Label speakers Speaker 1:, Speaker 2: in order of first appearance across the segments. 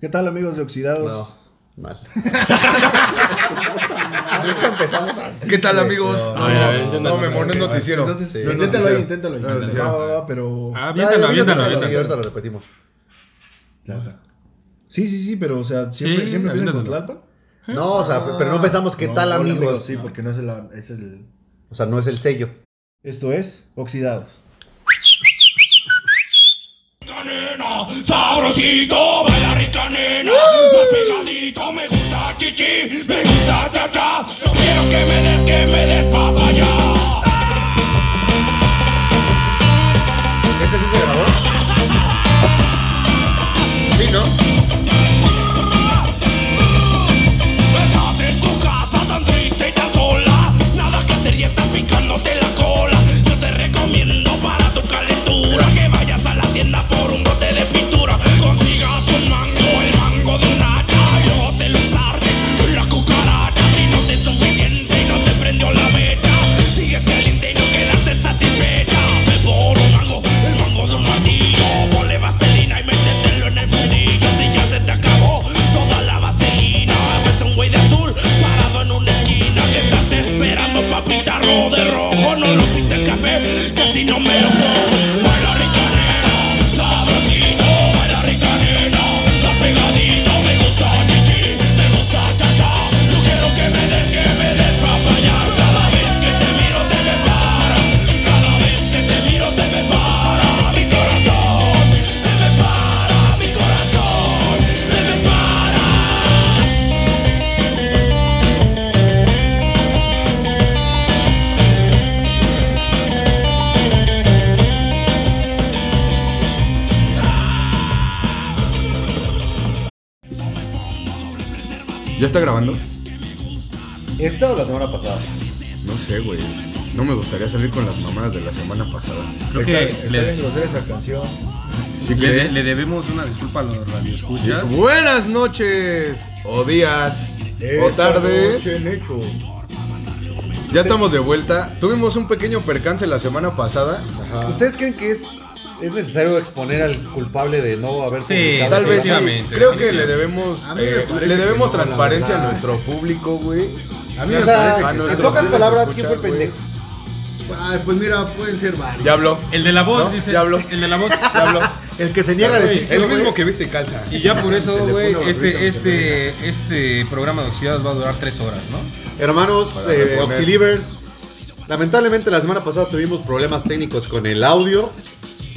Speaker 1: ¿Qué tal, amigos de Oxidados?
Speaker 2: No, mal. Nunca empezamos así.
Speaker 3: ¿Qué tal,
Speaker 2: güey.
Speaker 3: amigos?
Speaker 4: No,
Speaker 3: No,
Speaker 4: a ver, a ver,
Speaker 3: no, me
Speaker 4: inténtalo.
Speaker 3: no es
Speaker 4: Ok, va.
Speaker 3: noticiero.
Speaker 1: Entonces,
Speaker 3: No es
Speaker 1: inténtalo
Speaker 3: noticiero.
Speaker 1: ahí, inténtalo ahí.
Speaker 3: No, no, no.
Speaker 1: Va, va, va, pero.
Speaker 4: Ah, aviéntalo,
Speaker 2: Ya,
Speaker 4: aviéntalo,
Speaker 2: aviéntalo,
Speaker 4: aviéntalo.
Speaker 2: Ahorita lo repetimos.
Speaker 1: Tlalpan. Sí, sí, sí, pero o sea, siempre,
Speaker 4: Sí,
Speaker 1: siempre empiezan con
Speaker 4: aviéntalo.
Speaker 1: Tlalpan.
Speaker 2: No, o sea,
Speaker 3: Ah.
Speaker 2: pero no pensamos qué
Speaker 1: No,
Speaker 2: tal,
Speaker 1: hola,
Speaker 2: amigos.
Speaker 1: Sí, porque no es el, es el.
Speaker 2: O sea, no es el sello.
Speaker 1: Esto es Oxidados.
Speaker 5: Nena, sabrosito, baila rica nena, más pegadito, me gusta chichi, me gusta cha cha, no quiero que me des, que me des papaya.
Speaker 3: ¿Este sí se grabó? Sí, ¿no?
Speaker 5: Estás en tu casa tan triste y tan sola, nada que hacer y estás picándote la cola. Yo te recomiendo para tu calentura que vayas a la tienda por un bote de pintura, consigas un mango, el mango de un hacha, y luego te lo tarde una cucaracha. Si no te es suficiente y no te prendió la mecha, sigues caliente y no quedaste satisfecha. Ve por un mango, el mango de un martillo, ponle vaselina y métetelo en el fundillo. Si ya se te acabó toda la vaselina, ves un güey de azul parado en una esquina que estás esperando pa' pintarlo de rojo. No lo pintes café, que si no me lo pongo. Baila rica nena, sabrosito, baila rica nena, más pegadito, me gusta chichi, me gusta chacha. No quiero que me des, que me des papaya. Cada vez que te miro se me para, cada vez que te miro se me para. Mi corazón se me para, mi corazón se me para.
Speaker 3: ¿Ya está grabando?
Speaker 2: ¿Esta o la semana pasada?
Speaker 3: No sé, güey. No me gustaría salir con las mamadas de la semana pasada.
Speaker 4: Creo
Speaker 1: Está,
Speaker 4: que
Speaker 1: está
Speaker 4: le,
Speaker 1: bien grosera esa canción.
Speaker 3: ¿Sí
Speaker 4: le-
Speaker 3: crees?
Speaker 4: le debemos una disculpa a los
Speaker 3: Sí.
Speaker 4: radioescuchas.
Speaker 3: Buenas noches, o días, o
Speaker 1: Esta
Speaker 3: tardes.
Speaker 1: noche en hecho.
Speaker 3: Ya estamos de vuelta. Tuvimos un pequeño percance la semana pasada.
Speaker 2: Ah. ¿Ustedes creen que es, es necesario exponer al culpable de no haber
Speaker 4: Sí,
Speaker 2: publicado
Speaker 3: Tal vez sí.
Speaker 4: Definitivamente,
Speaker 3: Creo que le
Speaker 4: definitivamente.
Speaker 3: debemos,
Speaker 6: A mí me
Speaker 3: eh,
Speaker 6: parece
Speaker 3: le
Speaker 6: que
Speaker 3: debemos
Speaker 6: no, la
Speaker 3: transparencia a
Speaker 6: verdad.
Speaker 3: nuestro público, güey.
Speaker 6: A mí
Speaker 2: O
Speaker 6: me
Speaker 2: sea,
Speaker 3: a
Speaker 6: parece que
Speaker 2: en
Speaker 3: nuestros
Speaker 2: pocas
Speaker 3: fieles
Speaker 2: palabras, ¿quién fue el
Speaker 3: escuchas, güey.
Speaker 2: pendejo?
Speaker 6: Ay, pues mira, pueden ser varios.
Speaker 3: Ya habló.
Speaker 4: El de la voz,
Speaker 3: ¿No?
Speaker 4: dice.
Speaker 3: Ya habló.
Speaker 4: El de la voz.
Speaker 3: Ya habló.
Speaker 2: El que se niega a
Speaker 4: Güey.
Speaker 2: decir.
Speaker 3: El mismo que viste y calza.
Speaker 4: Y ya por
Speaker 6: Se le
Speaker 4: eso,
Speaker 6: pone
Speaker 4: güey,
Speaker 6: barbita
Speaker 4: este,
Speaker 6: porque
Speaker 4: este, este programa de oxidados va a durar tres horas, ¿no?
Speaker 2: Hermanos
Speaker 3: Para
Speaker 2: eh,
Speaker 3: reponer.
Speaker 2: Oxilivers, lamentablemente la semana pasada tuvimos problemas técnicos con el audio.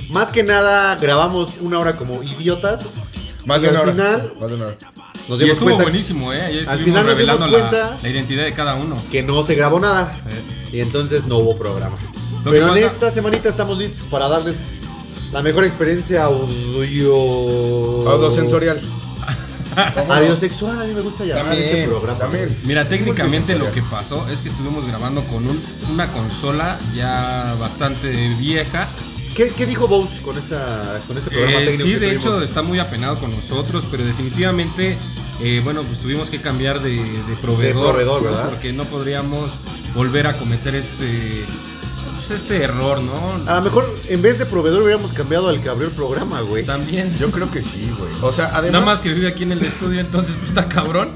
Speaker 2: Más que nada grabamos una hora como idiotas.
Speaker 3: Más
Speaker 2: Y
Speaker 3: de
Speaker 2: al
Speaker 3: una hora.
Speaker 2: final-
Speaker 3: Más de una hora.
Speaker 2: Nos
Speaker 4: Y
Speaker 2: dimos
Speaker 4: estuvo
Speaker 2: cuenta
Speaker 4: buenísimo, ¿eh? Ayer
Speaker 2: Al
Speaker 4: estuvimos
Speaker 2: final nos dimos
Speaker 4: revelando la,
Speaker 2: cuenta-
Speaker 4: la identidad de cada uno.
Speaker 2: que no se grabó nada. Y entonces no hubo programa.
Speaker 4: Eh. Lo que
Speaker 2: Pero en
Speaker 4: pasa-
Speaker 2: esta semanita estamos listos para darles la mejor experiencia audio...
Speaker 3: Audiosensorial.
Speaker 2: Audiosexual, a mí me gusta llamar
Speaker 3: También,
Speaker 2: este programa.
Speaker 3: también.
Speaker 4: Mira, técnicamente lo que pasó es que estuvimos grabando con un- una consola ya bastante vieja.
Speaker 2: ¿Qué, qué dijo Bose con, esta, con este programa
Speaker 4: Eh,
Speaker 2: técnico?
Speaker 4: sí,
Speaker 2: que
Speaker 4: de
Speaker 2: tuvimos?
Speaker 4: hecho está muy apenado con nosotros, pero definitivamente, eh, bueno, pues tuvimos que cambiar de, de proveedor.
Speaker 2: proveedor,
Speaker 4: ¿no?
Speaker 2: ¿verdad?
Speaker 4: Porque no podríamos volver a cometer este, pues este error, ¿no?
Speaker 2: A lo mejor en vez de proveedor hubiéramos cambiado al que abrió el programa, güey.
Speaker 4: También.
Speaker 3: Yo creo que sí, güey. O sea, además.
Speaker 4: Nada más que vive aquí en el estudio, entonces pues está cabrón.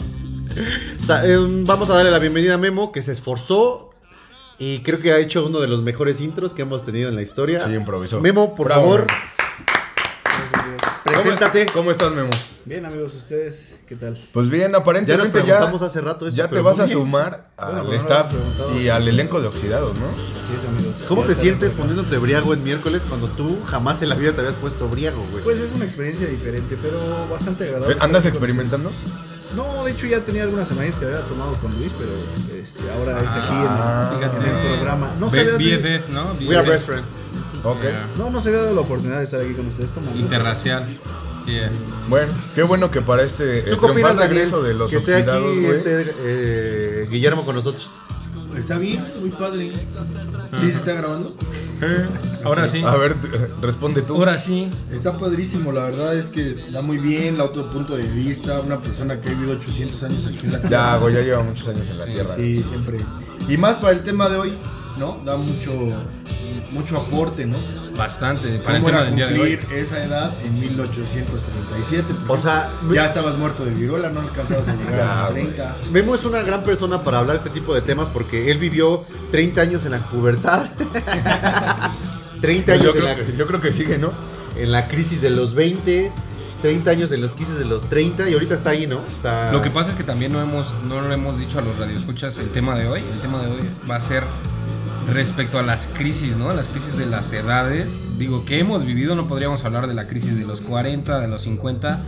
Speaker 2: O sea, eh, vamos a darle la bienvenida a Memo, que se esforzó y creo que ha hecho uno de los mejores intros que hemos tenido en la historia.
Speaker 3: Sí, improvisó.
Speaker 2: Memo, por
Speaker 3: Bravo,
Speaker 2: favor,
Speaker 3: Memo.
Speaker 1: Gracias, amigos.
Speaker 3: ¿Cómo-
Speaker 2: preséntate.
Speaker 3: ¿Cómo estás, Memo?
Speaker 1: Bien, amigos, ¿ustedes qué tal?
Speaker 3: Pues bien,
Speaker 2: Ya nos
Speaker 3: aparentemente ya.
Speaker 2: preguntamos hace rato eso.
Speaker 3: ya te
Speaker 2: pero
Speaker 3: vas
Speaker 2: muy
Speaker 3: a
Speaker 2: bien.
Speaker 3: sumar
Speaker 1: Bueno,
Speaker 3: al
Speaker 1: pero no
Speaker 3: staff
Speaker 1: habíamos preguntado.
Speaker 3: y al elenco de oxidados, ¿no?
Speaker 1: Así es, amigos.
Speaker 2: ¿Cómo
Speaker 1: Ya
Speaker 2: te
Speaker 1: está
Speaker 2: sientes
Speaker 1: recuperado.
Speaker 2: poniéndote briago en miércoles cuando tú jamás en la vida te habías puesto briago, güey?
Speaker 1: Pues es una experiencia diferente, pero bastante agradable.
Speaker 3: Eh, ¿Andas experimentando?
Speaker 1: No, de hecho ya tenía algunas semanas que había tomado con Luis, pero este, ahora es aquí
Speaker 3: Ah,
Speaker 1: en, el, en el programa. No se,
Speaker 4: B-
Speaker 1: había,
Speaker 4: BFF, ¿no?
Speaker 2: We are
Speaker 4: BFF.
Speaker 2: best friends.
Speaker 3: Ok.
Speaker 4: Yeah.
Speaker 1: no, no se había dado la oportunidad de estar aquí con ustedes como amigo.
Speaker 4: Interracial. Yeah.
Speaker 3: Bueno, qué bueno que para este eh,
Speaker 2: ¿Tú qué opinas,
Speaker 3: triunfal
Speaker 2: Daniel,
Speaker 3: regreso de los
Speaker 2: que esté aquí
Speaker 3: oxidados, güey.
Speaker 2: este, eh, Guillermo con nosotros?
Speaker 6: Está bien, muy padre. ¿Sí se está grabando?
Speaker 4: Ahora sí.
Speaker 3: A ver, t- responde tú.
Speaker 4: Ahora sí.
Speaker 6: Está padrísimo, la verdad es que da muy bien, la otro punto de vista, una persona que ha vivido 800 años aquí en la
Speaker 3: Ya, güey, ya lleva muchos años en la
Speaker 4: Sí,
Speaker 3: tierra.
Speaker 6: Sí, siempre. Y más para el tema de hoy, ¿no? Da mucho, mucho aporte, ¿no?
Speaker 4: Bastante para el
Speaker 6: ¿Cómo
Speaker 4: tema
Speaker 6: era
Speaker 4: del día de hoy.
Speaker 6: cumplir esa edad en 1837? Por
Speaker 2: O sea,
Speaker 6: ejemplo, pues, ya estabas muerto de viruela, no alcanzabas a llegar a los 30.
Speaker 2: Memo es una gran persona para hablar este tipo de temas porque él vivió 30 años en la pubertad. 30
Speaker 6: este
Speaker 3: Yo
Speaker 2: años en
Speaker 3: creo,
Speaker 2: la,
Speaker 3: que, yo creo que sigue, ¿no?
Speaker 2: en la crisis de los 20, 30 años en los 15 de los 30 y ahorita está ahí, ¿no? Está...
Speaker 4: Lo que pasa es que también no hemos, no lo hemos dicho a los radioescuchas el tema de hoy. El tema de hoy va a ser respecto a las crisis, ¿no? Las crisis de las edades. Digo, que hemos vivido, no podríamos hablar de la crisis de los 40, de los 50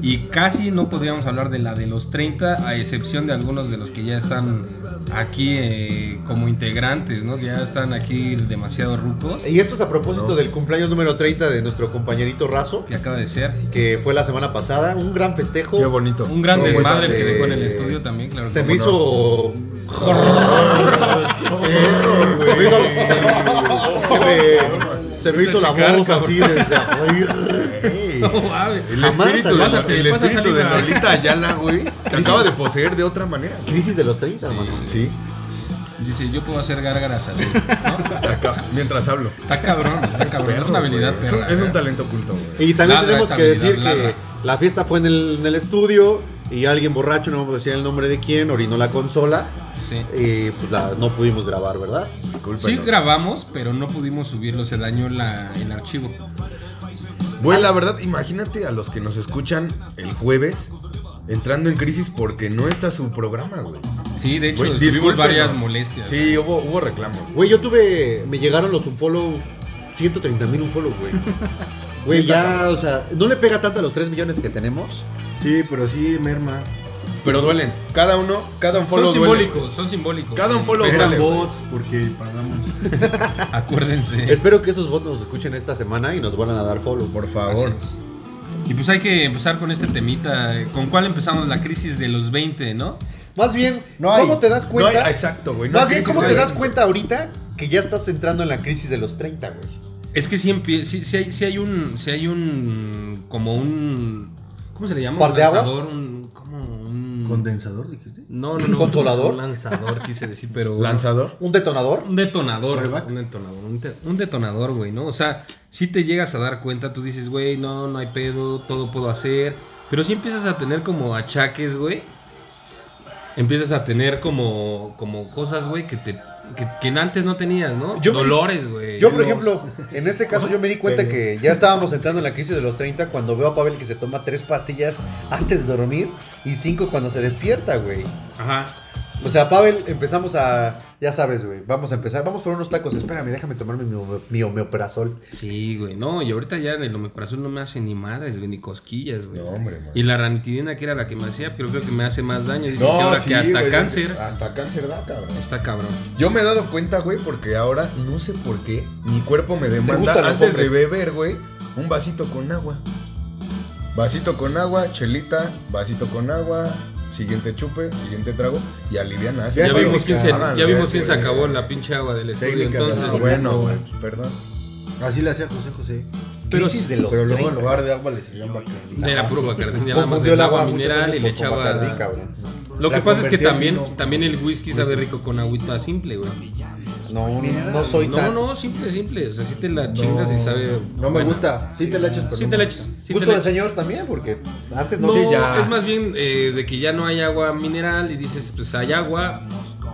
Speaker 4: y casi no podríamos hablar de la de los 30, a excepción de algunos de los que ya están aquí eh, como integrantes, ¿no? Que ya están aquí demasiado rucos,
Speaker 2: Y esto es a propósito del cumpleaños número 30 de nuestro compañerito Razo,
Speaker 4: que acaba de ser.
Speaker 2: que fue la semana pasada. Un gran festejo.
Speaker 3: Qué bonito.
Speaker 4: Un gran
Speaker 3: Qué
Speaker 4: desmadre el
Speaker 3: bonito.
Speaker 4: que dejó en el
Speaker 2: eh,
Speaker 4: estudio también, claro.
Speaker 2: Se
Speaker 4: que
Speaker 2: me
Speaker 4: sí.
Speaker 2: hizo.
Speaker 3: Perro, güey.
Speaker 2: Se me hizo. Se me, se me hizo la
Speaker 4: Checar,
Speaker 2: voz
Speaker 4: cabrón.
Speaker 2: así desde. Ay,
Speaker 3: Ey.
Speaker 4: No mames.
Speaker 3: El
Speaker 2: Jamás
Speaker 3: espíritu, de,
Speaker 4: pásate,
Speaker 3: el
Speaker 4: pásate
Speaker 3: espíritu de
Speaker 4: saliva.
Speaker 3: Lolita Ayala, güey, que acaba de poseer de otra manera.
Speaker 2: Crisis de los 30, hermano.
Speaker 3: Sí,
Speaker 4: Dice, yo puedo hacer gárgaras así. ¿no?
Speaker 3: acá, mientras hablo.
Speaker 4: Está cabrón, está cabrón. es una habilidad
Speaker 3: güey. Es un-
Speaker 4: perra,
Speaker 3: es
Speaker 4: ¿eh?
Speaker 3: un
Speaker 4: güey.
Speaker 3: talento oculto, güey.
Speaker 2: Y también
Speaker 4: Ladra
Speaker 2: tenemos
Speaker 4: esa
Speaker 2: que
Speaker 4: habilidad,
Speaker 2: decir que
Speaker 4: ladra.
Speaker 2: la fiesta fue en el, en el estudio y alguien borracho, no vamos a decir el nombre de quién, orinó la consola
Speaker 4: Sí.
Speaker 2: y pues la- no pudimos grabar, ¿verdad?
Speaker 3: Disculpa,
Speaker 4: Sí
Speaker 3: ¿no?
Speaker 4: grabamos, pero no pudimos subirlo, se dañó la, el archivo.
Speaker 3: Güey,
Speaker 4: Ah.
Speaker 3: la verdad, imagínate a los que nos escuchan el jueves entrando en crisis porque no está su programa, güey.
Speaker 4: Sí, de hecho,
Speaker 3: Güey,
Speaker 4: tuvimos
Speaker 3: discúlpenos.
Speaker 4: varias molestias. ¿eh?
Speaker 3: Sí, hubo, hubo reclamos.
Speaker 2: Güey, yo tuve, me llegaron los unfollow, 130 mil unfollow, güey. Güey,
Speaker 3: Sí, está
Speaker 2: ya, o sea, no le pega tanto a los 3 millones que tenemos.
Speaker 6: Sí, pero sí, merma.
Speaker 3: Pero duelen. Cada uno, cada un follow
Speaker 4: Son simbólicos, son simbólicos.
Speaker 3: Cada un follow
Speaker 6: Eran
Speaker 3: sale. güey.
Speaker 6: bots porque pagamos.
Speaker 4: Acuérdense.
Speaker 2: Espero que esos bots nos escuchen esta semana y nos vuelvan a dar follow.
Speaker 3: Por favor.
Speaker 4: Así es. Y pues hay que empezar con este temita. ¿Con cuál empezamos la crisis de los 20, no?
Speaker 2: Más bien,
Speaker 6: No hay-
Speaker 2: ¿cómo te das
Speaker 3: No hay-
Speaker 2: cuenta?
Speaker 3: exacto, güey. no
Speaker 2: más
Speaker 3: hay
Speaker 2: bien,
Speaker 3: crisis
Speaker 2: ¿cómo
Speaker 3: de
Speaker 2: te
Speaker 3: edad.
Speaker 2: das cuenta ahorita que ya estás entrando en la crisis de los 30, güey?
Speaker 4: Es que sí, empie- sí, sí hay, sí hay un. sí hay un. Como un. ¿Cómo se le llama? Un
Speaker 2: ¿Parteaguas?
Speaker 4: lanzador, un. Como un.
Speaker 6: ¿Condensador dijiste?
Speaker 4: No, no, no.
Speaker 2: ¿Consolador?
Speaker 4: Un lanzador, quise decir, pero.
Speaker 3: Lanzador.
Speaker 2: ¿Un detonador?
Speaker 4: Un detonador.
Speaker 6: ¿Coreback?
Speaker 4: Un detonador. Un, te- un detonador, güey, ¿no? O sea, si te llegas a dar cuenta, tú dices, güey, no, no hay pedo, todo puedo hacer. Pero si empiezas a tener como achaques, güey. Empiezas a tener como, como cosas, güey, que te. Que, que antes no tenías, ¿no?
Speaker 2: Yo me-
Speaker 4: Dolores, güey.
Speaker 2: Yo, por ejemplo, en este caso yo me di cuenta que ya estábamos entrando en la crisis de los 30 cuando veo a Pavel que se toma tres pastillas antes de dormir y cinco cuando se despierta, güey.
Speaker 4: Ajá.
Speaker 2: O sea, Pavel, empezamos a... Ya sabes, güey, vamos a empezar. Vamos por unos tacos. Espérame, déjame tomarme mi, ome- mi homeoperazol.
Speaker 4: Sí, güey, no, y ahorita ya el omeprazol no me hace ni madres, güey, ni cosquillas, güey.
Speaker 3: No, hombre, man.
Speaker 4: Y la ranitidina que era la que me hacía, pero creo que me hace más daño. Dicen que
Speaker 3: No,
Speaker 4: ahora
Speaker 3: sí,
Speaker 4: que hasta
Speaker 3: güey,
Speaker 4: cáncer.
Speaker 3: Hasta cáncer da, cabrón.
Speaker 4: Está cabrón.
Speaker 3: Yo me he dado cuenta, güey, porque ahora no sé por qué mi cuerpo me demanda
Speaker 2: gustan los
Speaker 3: antes de
Speaker 2: hombres.
Speaker 3: beber, güey, un vasito con agua. Vasito con agua, chelita, vasito con agua, siguiente chupe, siguiente trago y ah, aliviana. así
Speaker 4: Ya
Speaker 3: que,
Speaker 4: vimos quién se,
Speaker 3: háganlo,
Speaker 4: ya vimos quién se
Speaker 3: güey.
Speaker 4: acabó la pinche agua del estudio,
Speaker 3: Técnicas,
Speaker 4: entonces.
Speaker 3: ah, bueno, güey, perdón.
Speaker 6: Así le hacía José José.
Speaker 4: Pero
Speaker 2: crisis
Speaker 4: sí,
Speaker 2: de los
Speaker 6: Pero luego en
Speaker 2: 30.
Speaker 6: lugar de agua le servían Bacardi.
Speaker 4: Era puro Bacardí, nada más
Speaker 2: Confundió el
Speaker 4: el
Speaker 2: agua
Speaker 4: agua
Speaker 2: muchos
Speaker 4: mineral
Speaker 2: años
Speaker 4: y le
Speaker 2: con- con
Speaker 4: echaba.
Speaker 2: Bacardí, cabrón.
Speaker 4: Lo que
Speaker 6: La
Speaker 4: pasa es que
Speaker 6: convertía en
Speaker 4: también,
Speaker 6: vino.
Speaker 4: también el whisky sabe rico con agüita simple, güey.
Speaker 2: No, no, no soy
Speaker 4: No,
Speaker 2: tan...
Speaker 4: no, simple, simple. O sea, sí te la chingas y sabe.
Speaker 6: No me
Speaker 4: bueno.
Speaker 6: gusta. Sí te la echas, pero
Speaker 4: Sí
Speaker 6: no
Speaker 4: te la
Speaker 6: me
Speaker 4: echas.
Speaker 6: gusta.
Speaker 4: sí te
Speaker 2: Gusto
Speaker 4: la
Speaker 2: del
Speaker 4: echas.
Speaker 2: señor también, porque antes no...
Speaker 4: No,
Speaker 2: Sí,
Speaker 3: ya.
Speaker 4: es más bien eh, de que ya no hay agua mineral y dices, pues hay agua,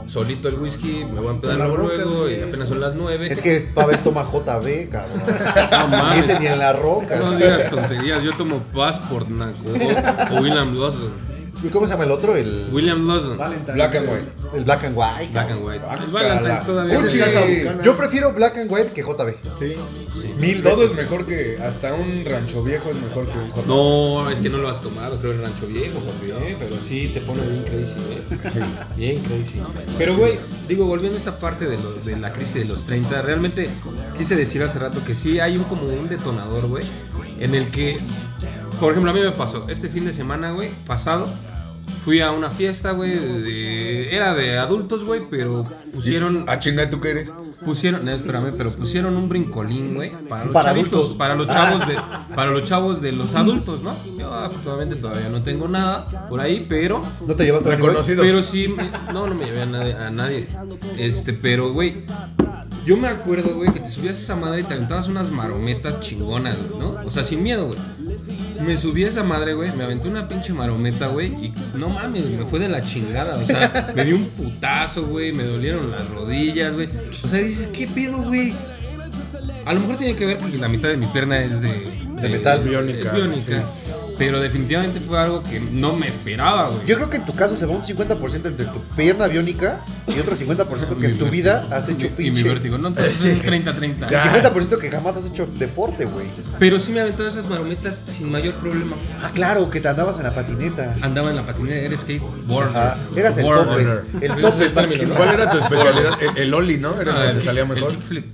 Speaker 4: solito el whisky, me voy a empedar luego, luego y apenas son las 9.
Speaker 2: Es que Pavel toma JB, cabrón.
Speaker 4: No mames.
Speaker 2: Ese ni en la roca.
Speaker 4: No digas tonterías, yo tomo Passport, naco, o, o William Lawson.
Speaker 2: ¿Y cómo se llama el otro? El,
Speaker 4: William Lawson.
Speaker 3: Black and white.
Speaker 2: el Black and White.
Speaker 4: Black
Speaker 2: cabrón.
Speaker 4: and White.
Speaker 3: Ah,
Speaker 4: El Valentine's
Speaker 3: cala.
Speaker 4: todavía.
Speaker 6: Ese
Speaker 2: Este
Speaker 3: Uchi.
Speaker 6: es casa
Speaker 3: Sí.
Speaker 6: bucana.
Speaker 2: Yo prefiero Black and White que JB.
Speaker 6: Sí.
Speaker 3: Mil Todo es mejor que hasta un rancho viejo es mejor que un hot dog.
Speaker 4: No, es que no lo has tomado, creo, en Rancho Viejo, papi, ¿eh? pero sí te pone bien crazy, ¿eh? bien crazy. Pero, güey, digo, volviendo a esa parte de, los- de la crisis de los 30, realmente quise decir hace rato que sí hay un como un detonador, güey, en el que, por ejemplo, a mí me pasó, este fin de semana, güey, pasado, fui a una fiesta, güey, de- era de adultos, güey, pero pusieron...
Speaker 3: Ah, chinga, ¿tú qué eres?
Speaker 4: Pusieron, no, espérame, pero pusieron un brincolín, güey, para los
Speaker 2: Para
Speaker 4: chavitos,
Speaker 2: adultos.
Speaker 4: para los chavos de, para los chavos de los adultos, ¿no? Yo afortunadamente todavía no tengo nada por ahí, pero,
Speaker 2: ¿No te llevas a Black and White?
Speaker 3: Reconocido.
Speaker 4: pero sí, me- no, no me llevé a nadie, a nadie, este, pero, güey, Yo me acuerdo, güey, que te subías a esa madre y te aventabas unas marometas chingonas, güey, ¿no? O sea, sin miedo, güey. Me subí a esa madre, güey, me aventé una pinche marometa, güey, y no mames, me fue de la chingada, o sea, me dio un putazo, güey, me dolieron las rodillas, güey. O sea, dices, ¿qué pedo, güey? A lo mejor tiene que ver porque la mitad de mi pierna es de,
Speaker 2: metal.
Speaker 4: es biónica.
Speaker 7: Biónica, sí.
Speaker 4: Pero definitivamente fue algo que no me esperaba, güey.
Speaker 2: Yo creo que en tu caso se va un 50% entre tu pierna biónica y otro 50% que en tu vida has hecho
Speaker 4: Y mi
Speaker 2: pinche.
Speaker 4: vértigo, no, entonces es 30-30.
Speaker 7: Ya.
Speaker 2: 50% que jamás has hecho deporte, güey.
Speaker 4: Pero sí me aventaba esas marometas sin mayor problema.
Speaker 2: Ah, claro, que te andabas en la patineta.
Speaker 4: Andaba en la patineta, era skateboarder.
Speaker 2: Ajá. Ah, Eras el
Speaker 4: Boarder.
Speaker 2: topes. El
Speaker 4: Ese
Speaker 2: topes
Speaker 4: es el
Speaker 2: más que
Speaker 4: término,
Speaker 2: nada.
Speaker 4: ¿no?
Speaker 7: ¿Cuál era tu especialidad? El, el Oli, ¿no? Era
Speaker 4: Ah,
Speaker 7: el que
Speaker 4: el
Speaker 7: te salía
Speaker 4: kick-
Speaker 7: mejor.
Speaker 4: El kickflip.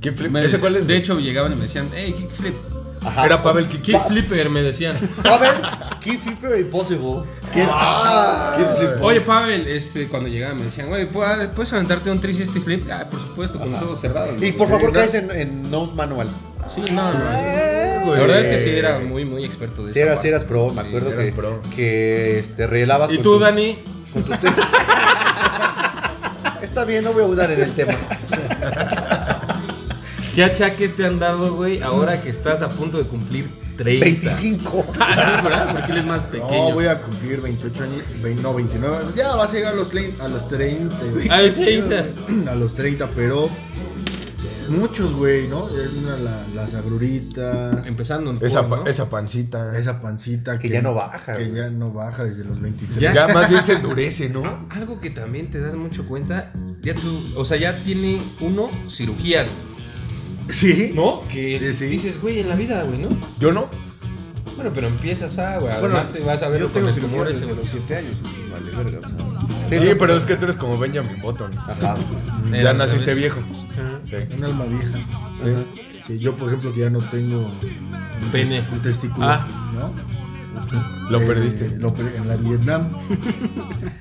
Speaker 7: Kickflip.
Speaker 4: Me-
Speaker 7: ¿Ese cuál es?
Speaker 4: De
Speaker 7: güey?
Speaker 4: hecho, llegaban y me decían, hey, kickflip.
Speaker 2: Ajá.
Speaker 7: Era Pavel Kick.
Speaker 4: Kickflipper, me decían.
Speaker 2: Pavel, Keith Flipper Impossible.
Speaker 7: Ah, Kickflip.
Speaker 4: Oye, Pavel, este, cuando llegaba me decían, güey, ¿puedes puedes aventarte un 360 flip? Ah, por supuesto, con los ojos cerrados.
Speaker 2: Y
Speaker 4: ¿no?
Speaker 2: por favor,
Speaker 7: Sí,
Speaker 2: caes en, en Nose Manual.
Speaker 4: Sí, no, no. La verdad es que sí, era muy, muy experto de
Speaker 2: Si
Speaker 4: esa
Speaker 2: eras,
Speaker 4: parte.
Speaker 2: eras pro, me
Speaker 4: Sí.
Speaker 2: acuerdo
Speaker 7: eras
Speaker 2: que,
Speaker 7: pro.
Speaker 2: que este, relabas.
Speaker 4: ¿Y
Speaker 2: con
Speaker 4: tú,
Speaker 2: tus-
Speaker 4: Dani?
Speaker 2: con tus te- Está bien, no voy a dudar en el tema.
Speaker 4: ¿Qué achaques te han dado, güey, ahora que estás a punto de cumplir 30?
Speaker 2: 25.
Speaker 4: Ah, sí, es ¿verdad? Porque él es más pequeño.
Speaker 3: No, voy a cumplir 28 años, ve- no, 29. pues Ya vas a llegar a los, trein- a los 30. güey.
Speaker 4: A los 30.
Speaker 3: A los 30, pero muchos, güey, ¿no? Es una, la- las agruritas,
Speaker 4: Empezando en
Speaker 7: Esa,
Speaker 4: porno,
Speaker 7: pa-
Speaker 4: ¿no?
Speaker 7: esa pancita.
Speaker 3: esa pancita
Speaker 2: Que ya no baja,
Speaker 3: Que
Speaker 2: güey.
Speaker 3: ya no baja desde los 23.
Speaker 4: Ya.
Speaker 7: Ya más bien se endurece, ¿no?
Speaker 4: Algo que también te das mucho cuenta, ya tú, o sea, ya tiene uno cirugías,
Speaker 3: Sí.
Speaker 4: ¿no? Que
Speaker 3: Sí, sí.
Speaker 4: dices, güey, en la vida, güey, ¿no?
Speaker 7: Yo no.
Speaker 4: Bueno, pero empiezas a, güey,
Speaker 1: Bueno,
Speaker 4: además te vas a ver
Speaker 1: Yo
Speaker 4: con
Speaker 1: tengo
Speaker 4: el
Speaker 1: cirugía
Speaker 4: tumor ese,
Speaker 1: desde
Speaker 4: güey.
Speaker 1: los 7 años.
Speaker 6: pues,
Speaker 1: Vale, verga. o sea.
Speaker 7: Sí, pero es que tú eres como Benjamin Button.
Speaker 2: Ajá.
Speaker 4: Eh,
Speaker 7: ya
Speaker 4: al
Speaker 7: naciste
Speaker 4: revés.
Speaker 7: viejo. Sí.
Speaker 3: Un alma vieja. Sí, yo, por ejemplo, que ya no tengo un
Speaker 4: Pene.
Speaker 3: tes- un testículo,
Speaker 4: Ah.
Speaker 3: ¿no?
Speaker 7: Lo
Speaker 3: Eh,
Speaker 7: perdiste.
Speaker 3: Lo per- en la Vietnam.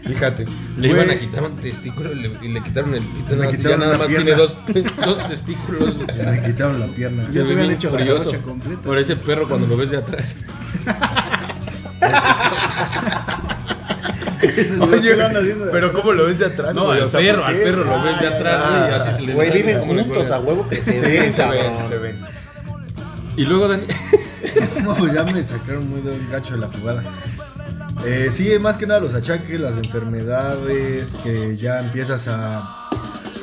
Speaker 7: Fíjate.
Speaker 4: Le
Speaker 3: Güey.
Speaker 4: iban a quitar un testículo y le, y le quitaron el
Speaker 3: Le
Speaker 4: pito. nada más, ya
Speaker 3: quitaron
Speaker 4: nada
Speaker 3: una
Speaker 4: más
Speaker 3: pierna.
Speaker 4: tiene dos, dos testículos. güey.
Speaker 3: Me quitaron la pierna.
Speaker 4: Se
Speaker 1: te
Speaker 4: ve
Speaker 1: hubieran
Speaker 4: bien
Speaker 1: hecho la
Speaker 4: curioso.
Speaker 1: noche completa.
Speaker 4: Por ese perro cuando lo ves de atrás.
Speaker 7: Oye,
Speaker 1: lo andan haciendo de
Speaker 7: pero ¿cómo lo ves de
Speaker 3: Ah,
Speaker 7: atrás,
Speaker 4: No,
Speaker 7: güey?
Speaker 4: al
Speaker 7: O sea,
Speaker 4: perro,
Speaker 7: ¿por
Speaker 4: al
Speaker 7: qué?
Speaker 4: perro lo ves de atrás, güey, y así se le
Speaker 2: Ah, Güey,
Speaker 4: da-
Speaker 2: viven
Speaker 4: como le
Speaker 2: juntos
Speaker 4: cuelga.
Speaker 2: a huevo que se
Speaker 7: Sí,
Speaker 2: ven,
Speaker 7: se
Speaker 2: cabrón.
Speaker 7: ven, se ven.
Speaker 4: Y luego, Dani,
Speaker 3: No, ya me sacaron muy del gacho de la jugada. Eh, sí, más que nada los achaques, las enfermedades, que ya empiezas a,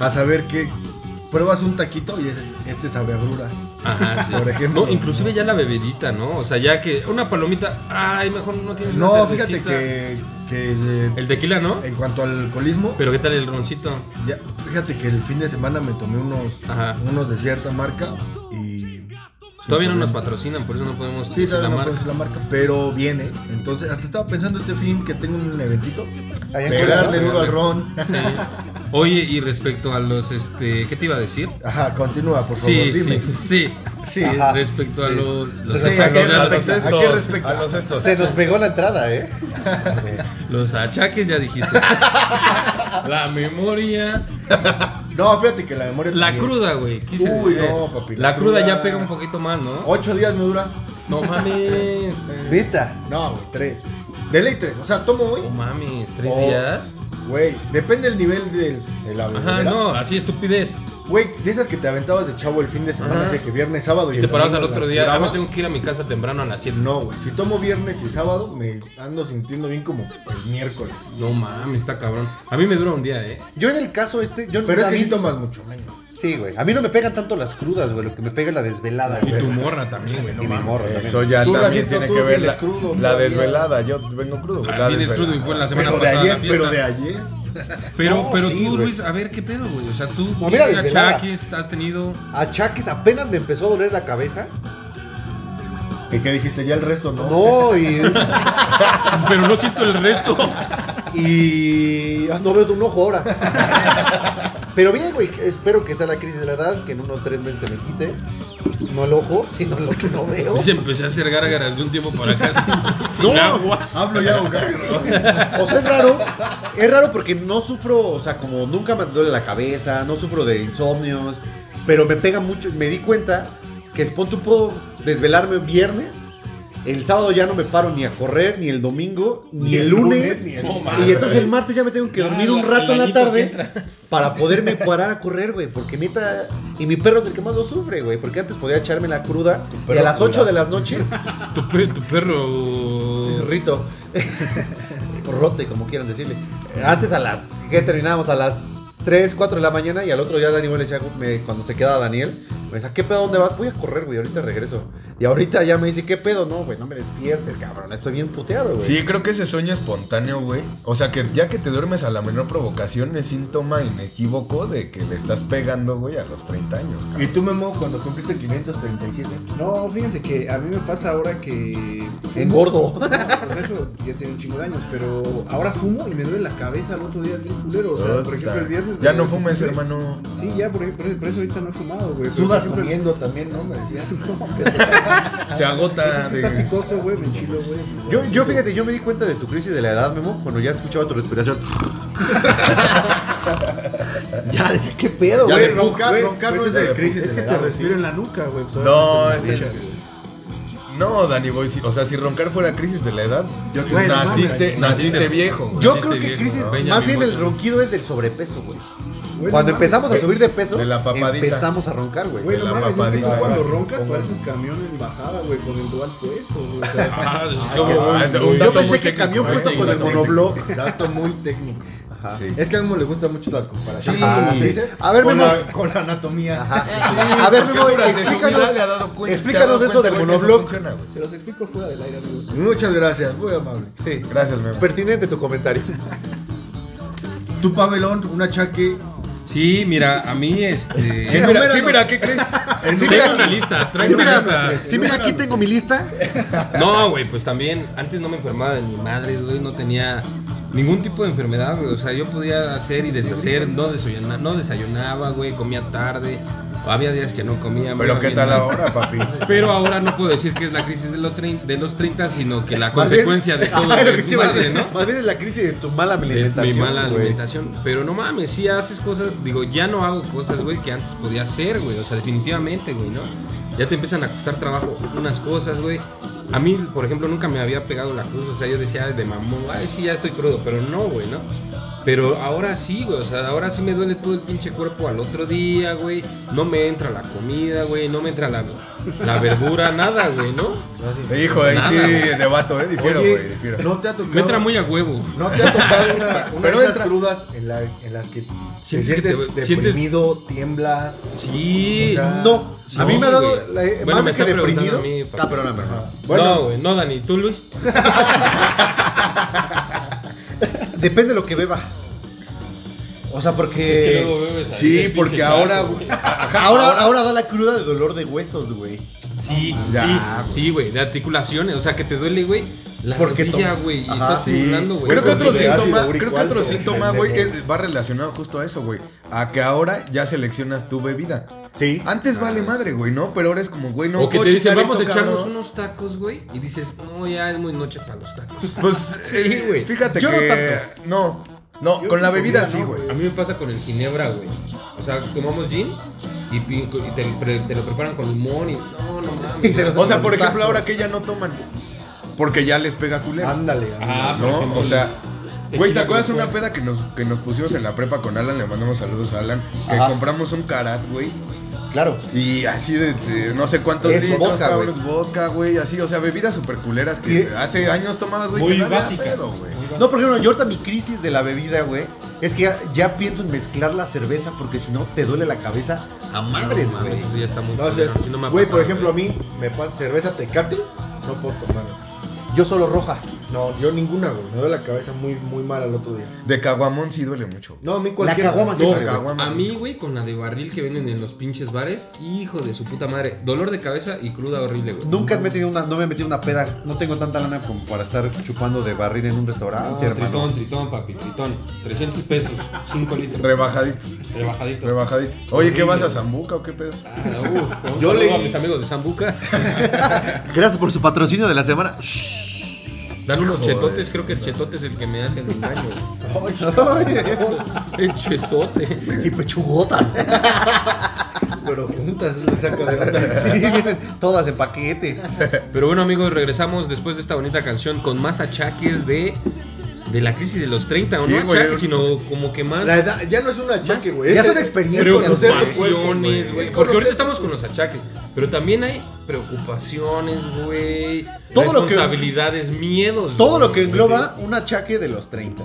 Speaker 3: a saber que pruebas un taquito y es- este sabe a agruras.
Speaker 4: Ajá, sí.
Speaker 3: Por ejemplo.
Speaker 4: No, inclusive ya la bebedita, ¿no? O sea, ya que una palomita, ay, mejor no tienes una
Speaker 3: No,
Speaker 4: cervecita.
Speaker 3: fíjate que, que, eh,
Speaker 4: El tequila, ¿no?
Speaker 3: en cuanto al alcoholismo,
Speaker 4: Pero ¿qué tal el roncito?
Speaker 3: ya, fíjate que el fin de semana me tomé unos,
Speaker 4: Ajá.
Speaker 3: unos de cierta marca y...
Speaker 4: Todavía no nos
Speaker 3: patrocinan
Speaker 4: patrocinan, por eso no podemos
Speaker 3: Sí,
Speaker 4: decir
Speaker 3: claro,
Speaker 4: la
Speaker 3: no
Speaker 4: marca.
Speaker 3: conoces la marca, pero viene. Entonces, hasta estaba pensando este fin que tengo un eventito.
Speaker 2: Allá en
Speaker 3: Pegarle
Speaker 4: Cuernavaca.
Speaker 3: duro al ron.
Speaker 4: Sí. Oye, y respecto a los, este, ¿qué te iba a decir?
Speaker 3: Ajá, continúa, por favor,
Speaker 4: Sí, sí,
Speaker 3: dime.
Speaker 4: sí,
Speaker 3: Sí,
Speaker 2: ajá.
Speaker 4: Respecto a los, los
Speaker 3: Sí,
Speaker 4: achaques,
Speaker 3: a
Speaker 4: ya
Speaker 3: los-
Speaker 4: los-
Speaker 3: ¿a qué respecto?
Speaker 7: A los estos.
Speaker 2: Se nos pegó la entrada, ¿eh?
Speaker 4: los achaques ya dijiste. la memoria,
Speaker 3: No, fíjate que la memoria.
Speaker 4: la
Speaker 3: también.
Speaker 4: cruda, güey. quise
Speaker 3: Uy,
Speaker 4: decir.
Speaker 3: no, papi,
Speaker 4: La
Speaker 3: la
Speaker 4: cruda ya
Speaker 3: cruda.
Speaker 4: pega un poquito más,
Speaker 2: Oh.
Speaker 4: ¿no?
Speaker 3: Ocho días me dura.
Speaker 4: No mames.
Speaker 2: Vita.
Speaker 3: No, güey, tres. De ley tres. O sea, tomo hoy.
Speaker 4: No Oh, mames, tres
Speaker 2: Oh.
Speaker 3: o-
Speaker 4: días.
Speaker 3: Güey, depende del nivel del, de la
Speaker 4: Ajá,
Speaker 3: bebedera.
Speaker 4: no, así estupidez.
Speaker 3: Güey, de esas que te aventabas de chavo el fin de semana,
Speaker 4: Ajá.
Speaker 3: así que viernes, sábado y
Speaker 4: Y te
Speaker 3: el
Speaker 4: parabas al
Speaker 3: domingo
Speaker 4: otro
Speaker 3: la
Speaker 4: día. Ah,
Speaker 3: curabas.
Speaker 4: me tengo que ir a mi casa temprano a las 7.
Speaker 3: No, güey. Si tomo viernes y sábado, me ando sintiendo bien como el miércoles.
Speaker 4: No mames, está cabrón. A mí me dura un día, ¿eh?
Speaker 2: Yo en el caso este, yo
Speaker 3: Pero
Speaker 2: a
Speaker 3: es que
Speaker 2: mí-
Speaker 3: sí tomas mucho menos.
Speaker 2: Sí, güey. A mí no me pegan tanto las crudas, güey. Lo que me pega es la desvelada,
Speaker 4: Y
Speaker 2: güey.
Speaker 4: tu morra también, güey. No
Speaker 2: Y mi
Speaker 4: mames.
Speaker 2: morra
Speaker 7: Eso
Speaker 2: también.
Speaker 7: ya
Speaker 3: Tú,
Speaker 7: también
Speaker 3: Racito,
Speaker 7: tiene
Speaker 3: tú
Speaker 7: que ver la,
Speaker 3: vienes crudo,
Speaker 7: la
Speaker 3: todavía.
Speaker 7: desvelada. Yo vengo crudo.
Speaker 4: Ah,
Speaker 7: la
Speaker 4: vienes
Speaker 7: desvelada.
Speaker 4: crudo y fue la semana
Speaker 3: Pero de
Speaker 4: pasada
Speaker 3: ayer,
Speaker 4: la
Speaker 3: pero de
Speaker 4: fiesta.
Speaker 3: ayer.
Speaker 4: Pero,
Speaker 2: No,
Speaker 4: pero
Speaker 2: sí,
Speaker 4: tú,
Speaker 2: güey.
Speaker 4: Luis, a ver, ¿qué pedo, güey? O sea, tú,
Speaker 2: No,
Speaker 4: ¿qué
Speaker 2: mira, desvelada.
Speaker 4: achaques has tenido?
Speaker 2: Achaques, apenas me empezó a doler la cabeza.
Speaker 3: ¿Y qué dijiste? Ya el resto, ¿no?
Speaker 2: No, y.
Speaker 4: Pero no siento el resto.
Speaker 2: y. ah, No veo de un ojo ahora. Pero bien, güey. Espero que sea la crisis de la edad, que en unos tres meses se me quite. No el ojo, sino lo que no veo.
Speaker 4: Y se empecé a hacer gárgaras de un tiempo para acá sin, sin agua.
Speaker 3: Hablo ya, abogado.
Speaker 2: O sea, es raro. Es raro porque no sufro, o sea, como nunca me duele la cabeza, no sufro de insomnios, pero me pega mucho. Me di cuenta que es pon tú, puedo desvelarme un viernes El sábado ya no me paro ni a correr, ni el domingo, ni, el lunes.
Speaker 6: ni
Speaker 4: No,
Speaker 2: y
Speaker 4: mames.
Speaker 2: entonces el martes ya me tengo que
Speaker 4: Ya,
Speaker 2: dormir
Speaker 4: la-
Speaker 2: un
Speaker 4: el
Speaker 2: rato en la
Speaker 4: añito que
Speaker 2: tarde
Speaker 4: entra.
Speaker 2: para poderme parar a correr, güey. Porque neta. Y mi perro es el que más lo sufre, güey. Porque antes podía echarme la cruda y
Speaker 3: perro
Speaker 2: a las 8
Speaker 3: crudazo.
Speaker 2: de las noches.
Speaker 4: Tu, pe- tu perro.
Speaker 2: Rito. O Rote, como quieran decirle. Antes a las. ¿Qué terminábamos? A las 3, 4 de la mañana y al otro día Daniel me decía, me- cuando se queda Daniel, me decía, ¿qué pedo? ¿Dónde vas? Voy a correr, güey, ahorita regreso. Y ahorita ya me dice, ¿qué pedo? No, güey, no me despiertes, cabrón, estoy bien puteado, güey.
Speaker 3: Sí, creo que ese sueño espontáneo, güey. O sea, que ya que te duermes a la menor provocación es síntoma inequívoco de que le estás pegando, güey, a los 30 años. cabrón.
Speaker 6: ¿Y tú, Memo, cuando
Speaker 2: Este
Speaker 6: cumpliste 537?
Speaker 1: No, fíjense que a mí me pasa ahora que. fumo.
Speaker 2: Engordo.
Speaker 1: Pues eso ya tiene un chingo de años, pero ahora fumo y me duele la cabeza al otro día bien culero. O sea, por ejemplo, el viernes.
Speaker 3: Ya no fumes, hermano.
Speaker 1: Sí, ya, por, por- por eso ahorita no he fumado, güey. pero
Speaker 6: Sudas
Speaker 1: siempre-
Speaker 6: comiendo también, ¿no? Me decías.
Speaker 3: Se agota.
Speaker 1: Es que está
Speaker 3: de-
Speaker 1: picoso, güey, me enchilo, güey.
Speaker 2: Yo, yo fíjate, yo me di cuenta de tu crisis de la edad, Memo, cuando ya escuchaba tu respiración. ya decía, ¿qué pedo,
Speaker 3: Ya
Speaker 2: güey?
Speaker 3: de roncar,
Speaker 1: güey,
Speaker 3: roncar no
Speaker 1: pues
Speaker 3: es de crisis.
Speaker 1: Es
Speaker 3: de
Speaker 1: que
Speaker 3: la
Speaker 1: te
Speaker 3: edad,
Speaker 1: respiro
Speaker 3: sí.
Speaker 1: en la nuca, güey. pues,
Speaker 3: No,
Speaker 1: obviamente
Speaker 3: es
Speaker 1: me
Speaker 3: el-
Speaker 1: echa, güey.
Speaker 3: No, Dani Boy, sí, o sea, si roncar fuera crisis de la edad,
Speaker 6: Yo te-
Speaker 3: tú naciste,
Speaker 4: mames.
Speaker 3: naciste Pues viejo. güey.
Speaker 2: Yo
Speaker 4: Naciste
Speaker 2: creo que
Speaker 4: viejo,
Speaker 2: crisis,
Speaker 4: ¿no?
Speaker 2: más
Speaker 4: Benjamin
Speaker 2: bien el
Speaker 4: Button.
Speaker 2: ronquido es del sobrepeso, güey.
Speaker 1: Güey,
Speaker 2: Cuando
Speaker 1: no mames,
Speaker 2: empezamos a
Speaker 1: güey.
Speaker 2: subir de peso,
Speaker 3: De la papadita.
Speaker 2: empezamos a roncar, güey.
Speaker 1: Güey,
Speaker 3: de
Speaker 1: no
Speaker 3: la
Speaker 1: mames, es que tú
Speaker 3: papadita,
Speaker 1: cuando
Speaker 3: güey.
Speaker 1: roncas pareces camión en bajada, güey, con el dual puesto, güey. o sea,
Speaker 4: Ah, es
Speaker 3: Ah,
Speaker 4: como
Speaker 3: ah,
Speaker 4: un-
Speaker 3: es un
Speaker 4: muy-
Speaker 2: Yo
Speaker 3: dato
Speaker 2: pensé
Speaker 3: muy
Speaker 2: que
Speaker 3: técnico,
Speaker 2: camión
Speaker 3: muy
Speaker 2: puesto con el
Speaker 3: técnico.
Speaker 2: monobloc.
Speaker 6: Dato muy técnico.
Speaker 2: Ajá.
Speaker 3: Sí.
Speaker 6: Es que a mí le gustan mucho las comparaciones.
Speaker 2: Sí.
Speaker 6: ¿Cómo se dice?
Speaker 2: A ver,
Speaker 6: con,
Speaker 2: Memo.
Speaker 6: la, con la anatomía.
Speaker 2: Ajá. A ver,
Speaker 3: Porque
Speaker 2: Memo,
Speaker 3: durante su vida
Speaker 2: explícanos,
Speaker 3: le ha dado cuenta- se ha
Speaker 2: explícanos
Speaker 3: dado
Speaker 2: eso
Speaker 3: cuenta,
Speaker 2: del
Speaker 3: güey, que eso
Speaker 2: monobloc.
Speaker 3: funciona, güey.
Speaker 1: Se los explico fuera del aire, amigos.
Speaker 6: Muchas gracias, muy amable.
Speaker 2: Sí,
Speaker 3: Gracias, Memo.
Speaker 2: pertinente tu comentario.
Speaker 6: Tu pabellón, un achaque.
Speaker 4: Sí, mira, a mí este.
Speaker 3: Sí, mira, sí, mira, ¿qué crees? Sí, este, mira,
Speaker 4: Traigo una lista, traigo
Speaker 2: Sí,
Speaker 4: una
Speaker 2: mira,
Speaker 4: lista.
Speaker 2: sí, mira, aquí tengo mi lista.
Speaker 4: No, güey, pues también, antes no me enfermaba de ni madres, güey, no tenía ningún tipo de enfermedad, güey. O sea, yo podía hacer y deshacer, no desayunaba, no desayunaba, güey, comía tarde, había días que no comía. me iba
Speaker 3: Pero ¿qué
Speaker 4: bien
Speaker 3: tal
Speaker 4: mal.
Speaker 3: ahora, papi?
Speaker 4: Pero ahora no puedo decir que es la crisis de los, trein- de los 30, sino que la
Speaker 2: Más bien-
Speaker 4: consecuencia de todo
Speaker 2: Ajá, lo que
Speaker 4: es
Speaker 2: te iba a
Speaker 4: madre,
Speaker 2: decir.
Speaker 4: ¿no?
Speaker 2: Más bien es la crisis de tu mala
Speaker 4: de
Speaker 2: alimentación.
Speaker 4: Eh, mi mala
Speaker 2: güey.
Speaker 4: alimentación. Pero no mames, si haces cosas, digo, ya no hago cosas, güey, que antes podía hacer, güey. O sea, definitivamente, güey, ¿no? Ya te empiezan a costar trabajo unas cosas, güey. A mí, por ejemplo, nunca me había pegado la cruz. O sea, yo decía de mamón, ay, sí, ya estoy crudo, pero no, güey, ¿no? Pero ahora sí, güey, o sea, ahora sí me duele todo el pinche cuerpo al otro día, güey. No me entra la comida, güey, no me entra la, la verdura, nada, güey, ¿no?
Speaker 3: Hijo, ahí sí
Speaker 4: Nada.
Speaker 3: debato, ¿eh? Difiero,
Speaker 6: Oye,
Speaker 3: güey, difiero.
Speaker 6: no te ha tocado.
Speaker 4: Me entra muy a huevo.
Speaker 6: No te ha tocado una, una
Speaker 3: Pero
Speaker 6: de esas
Speaker 3: entra.
Speaker 6: crudas en, la, en las que
Speaker 4: Sientes
Speaker 6: te
Speaker 4: que
Speaker 6: sientes
Speaker 4: te- sientes-
Speaker 6: deprimido, tiemblas.
Speaker 4: Sí.
Speaker 6: O sea,
Speaker 2: No,
Speaker 4: Sí,
Speaker 2: a mí me ha dado
Speaker 4: güey.
Speaker 2: la- eh,
Speaker 4: Bueno,
Speaker 2: más
Speaker 4: me
Speaker 2: de que
Speaker 4: está preguntando
Speaker 2: deprimido.
Speaker 4: a mí, papi.
Speaker 2: Ah, perdóname, perdóname.
Speaker 4: no, güey, no, Dani, ¿tú, Luis?
Speaker 2: Depende de lo que beba. O sea, porque.
Speaker 4: Es que luego bebes ahí
Speaker 6: sí,
Speaker 4: del pinche
Speaker 6: porque
Speaker 4: charco,
Speaker 6: ahora,
Speaker 4: güey.
Speaker 2: Ajá, ahora, ahora da la cruda de dolor de huesos, güey.
Speaker 4: Sí,
Speaker 6: Ya,
Speaker 4: sí, sí, güey, de articulaciones, o sea, que te duele, güey, la
Speaker 2: Porque
Speaker 4: rodilla,
Speaker 2: to-
Speaker 4: güey, y
Speaker 2: Ajá,
Speaker 4: estás
Speaker 2: sí.
Speaker 4: temblando, güey.
Speaker 3: Creo que otro
Speaker 6: Porque de ácido
Speaker 3: síntoma,
Speaker 6: úrico
Speaker 3: creo que otro
Speaker 6: alto,
Speaker 3: síntoma, güey,
Speaker 6: pendejo.
Speaker 3: es- va relacionado justo a eso, güey. A que ahora ya seleccionas tu bebida.
Speaker 2: Sí.
Speaker 3: Antes
Speaker 4: Ah,
Speaker 3: vale
Speaker 4: sí.
Speaker 3: madre, güey, ¿no? Pero ahora es como, güey, no.
Speaker 4: o que
Speaker 3: puedo
Speaker 4: te dicen,
Speaker 3: checar
Speaker 4: vamos a
Speaker 3: esto,
Speaker 4: echarnos
Speaker 3: cabrón".
Speaker 4: unos tacos, güey, y dices, no, ya es muy noche para los tacos.
Speaker 3: Pues,
Speaker 4: Sí,
Speaker 3: eh,
Speaker 4: güey.
Speaker 3: fíjate
Speaker 2: Yo no
Speaker 3: que. No, no,
Speaker 1: Yo
Speaker 3: con la
Speaker 1: con
Speaker 3: bebida
Speaker 1: comida
Speaker 3: sí,
Speaker 1: no,
Speaker 3: güey.
Speaker 1: güey.
Speaker 4: A mí me pasa con el ginebra, güey. O sea, tomamos gin y, pi- y te, pre- te lo preparan con limón y no, no mames.
Speaker 2: Y te lo-
Speaker 3: O sea, por
Speaker 2: Los
Speaker 3: ejemplo,
Speaker 2: tacos.
Speaker 3: ahora que ya no toman. Porque ya les pega culero.
Speaker 6: Ándale, ándale.
Speaker 4: Ah, por
Speaker 3: No,
Speaker 4: ejemplo,
Speaker 3: o sea.
Speaker 4: tequila
Speaker 3: Güey, ¿te acuerdas
Speaker 4: con
Speaker 3: una
Speaker 4: alcohol.
Speaker 3: peda que nos, que nos pusimos en la prepa con Alan? Le mandamos saludos a Alan. Que
Speaker 2: Ajá.
Speaker 3: compramos un karat, güey.
Speaker 2: Claro.
Speaker 3: Y así de, de no sé cuántos
Speaker 2: Es vodka, güey.
Speaker 3: cabrón, vodka, güey. Así, o sea, bebidas super culeras que
Speaker 2: Y-
Speaker 3: hace años tomabas, güey.
Speaker 4: Muy
Speaker 3: que no había
Speaker 4: básicas.
Speaker 3: pedo, güey.
Speaker 4: muy
Speaker 2: No, por ejemplo, yo ahorita mi crisis de la bebida, güey, es que ya, ya pienso en mezclar la cerveza porque si no te duele la cabeza a madres,
Speaker 4: No,
Speaker 2: güey.
Speaker 4: mames, Eso ya está muy
Speaker 6: No, o sea,
Speaker 4: cabrón, sí no me ha
Speaker 6: güey, por
Speaker 4: pasado,
Speaker 6: ejemplo,
Speaker 4: güey.
Speaker 6: a mí me pasa cerveza tecate, no puedo tomar.
Speaker 2: Yo solo roja.
Speaker 6: No, yo ninguna, güey. Me duele la cabeza muy, muy mal al otro día.
Speaker 3: De caguamón sí duele mucho.
Speaker 6: No, a mí cualquier.
Speaker 2: caguama
Speaker 6: no,
Speaker 2: siempre,
Speaker 6: la
Speaker 3: güey.
Speaker 6: caguama.
Speaker 4: A mí, güey, con la de barril que venden en los pinches bares, hijo de su puta madre. Dolor de cabeza y cruda horrible, güey.
Speaker 2: Nunca he metido una, no me he metido una peda, no tengo tanta lana como para estar chupando de barril en un
Speaker 4: No,
Speaker 2: restaurante, hermano.
Speaker 4: tritón, tritón, papi, tritón. 300 pesos, 5 litros.
Speaker 3: Rebajadito,
Speaker 4: Rebajadito.
Speaker 3: rebajadito. Oye, ¿qué vas
Speaker 4: Horrible.
Speaker 3: a Zambuca o qué pedo?
Speaker 4: Ah, uf, un
Speaker 2: Yo
Speaker 4: saludo
Speaker 2: leí-
Speaker 4: a mis amigos de Zambuca.
Speaker 2: Gracias por su patrocinio de la semana. Shh.
Speaker 4: Dan unos
Speaker 3: Joder.
Speaker 4: chetotes, creo que el chetote es el que me hace el daño. güey.
Speaker 2: Ay,
Speaker 4: El chetote.
Speaker 2: y pechugota.
Speaker 6: pero juntas le saco de onda.
Speaker 2: Sí, vienen todas en paquete.
Speaker 4: Pero bueno, amigos, regresamos después de esta bonita canción con más achaques de, de la crisis de los 30. o
Speaker 3: Sí,
Speaker 4: no
Speaker 3: güey.
Speaker 4: achaques, sino como que más
Speaker 6: La edad, ya no es un achaque,
Speaker 4: Más-
Speaker 6: Ah, güey.
Speaker 2: ya
Speaker 6: es-
Speaker 2: son experiencias,
Speaker 6: es conocer tu cuerpo,
Speaker 4: preocupaciones, güey.
Speaker 6: Es
Speaker 4: Porque ahorita
Speaker 6: conocer-
Speaker 4: estamos con los achaques. Pero también hay preocupaciones, güey.
Speaker 2: Todo lo que-
Speaker 4: Responsabilidades, miedos.
Speaker 2: Todo
Speaker 4: güey.
Speaker 2: lo que engloba un achaque de los 30.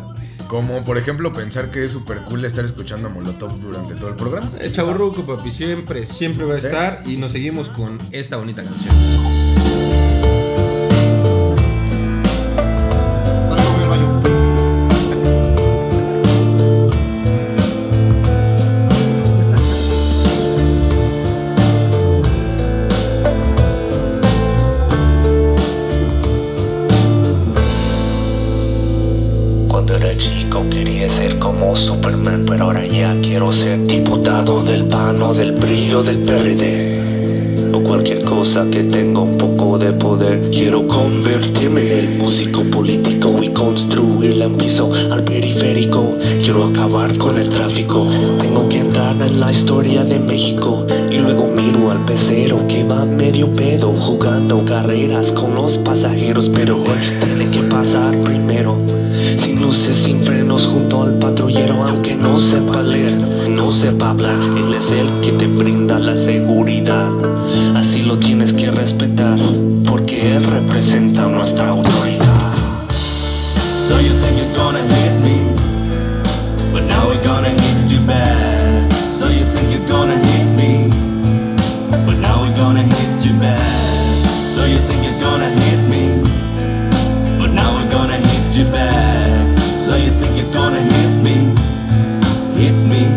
Speaker 3: Como por ejemplo pensar que es súper cool estar escuchando a Molotov durante todo el programa.
Speaker 4: El chaburruco, papi, siempre, siempre va a estar. Y nos seguimos con esta bonita canción.
Speaker 8: Cuando era chico quería ser como Superman, pero ahora ya quiero ser diputado del PAN o del PRI o del PRD. O cualquier cosa que tenga un poco de poder. Quiero convertirme en el músico político y construir el piso al periférico. Quiero acabar con el tráfico. Tengo que entrar en la historia de México. Y luego miro al pecero que va medio pedo jugando carreras con los pasajeros. Pero él tiene que pasar primero. Sin luces, sin frenos, junto al patrullero, aunque no sepa leer, no sepa hablar, él es el que te brinda la seguridad. Así lo tienes que respetar, porque él representa nuestra autoridad.
Speaker 9: So you think you're gonna hit me, but now we're gonna hit you back. So you think you're gonna hit me, but now we're gonna hit you back. So you think you're gonna hit me, but now we're gonna hit you back. So you think you're gonna hit me, hit me.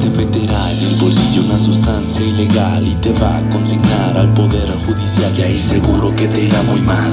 Speaker 8: Te meterá en el bolsillo una sustancia ilegal y te va a consignar al poder judicial. Y ahí seguro que te irá muy mal.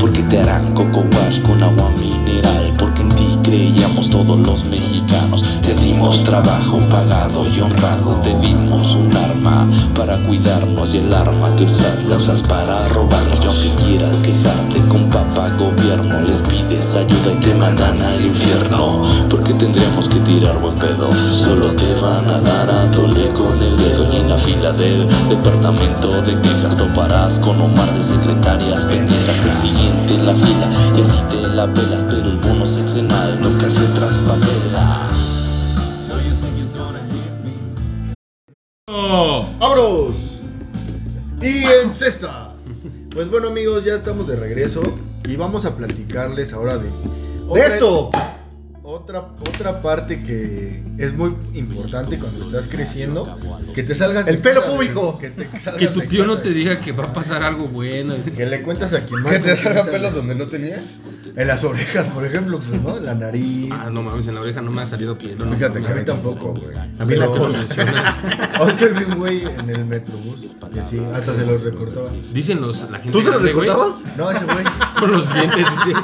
Speaker 8: Porque te harán coco wash con agua mineral. Porque en ti creíamos todos los mexicanos. Te dimos trabajo pagado y honrado. Te dimos un arma para cuidarnos. Y el arma que usas la usas para robarnos. Y aunque quieras quejarte con papá gobierno, les pides ayuda y te mandan al infierno. Porque tendremos que tirar buen pedo. Solo te van a dar a tole con el dedo y en la fila del departamento de quejas toparás con un mar de secretarias pendejas. El siguiente en la fila y así te la pelas, pero el bono sexenal nunca se traspapela.
Speaker 9: So you think you're gonna hit me.
Speaker 6: ¡Abros! Y en cesta. Pues bueno, amigos, ya estamos de regreso y vamos a platicarles ahora de,
Speaker 2: ¡De esto!
Speaker 6: Otra, otra parte que es muy importante cuando estás creciendo, que te salgas
Speaker 2: El pelo
Speaker 6: casa,
Speaker 2: púbico.
Speaker 6: que, te salgas
Speaker 4: Que tu
Speaker 6: de
Speaker 4: tío no
Speaker 6: casa,
Speaker 4: te diga que va a pasar algo bueno.
Speaker 6: que le cuentas a quien más
Speaker 3: Que te salgan
Speaker 6: confianza
Speaker 3: pelos
Speaker 6: le-
Speaker 3: donde no tenías.
Speaker 6: en las orejas, por ejemplo, pues, ¿no? En la nariz.
Speaker 4: Ah, no mames, en la oreja no me ha salido pelo. no
Speaker 6: Fíjate que a mí
Speaker 4: mames.
Speaker 6: tampoco, güey.
Speaker 2: A mí la
Speaker 6: Pero-
Speaker 2: cola.
Speaker 6: Ah, Es que vi un güey en el metrobús que sí, hasta se los recortaba.
Speaker 4: Dicen los, la gente
Speaker 2: ¿Tú se lo
Speaker 4: grande, güey,
Speaker 2: recortabas?
Speaker 6: No, ese güey.
Speaker 4: Con los dientes, dice,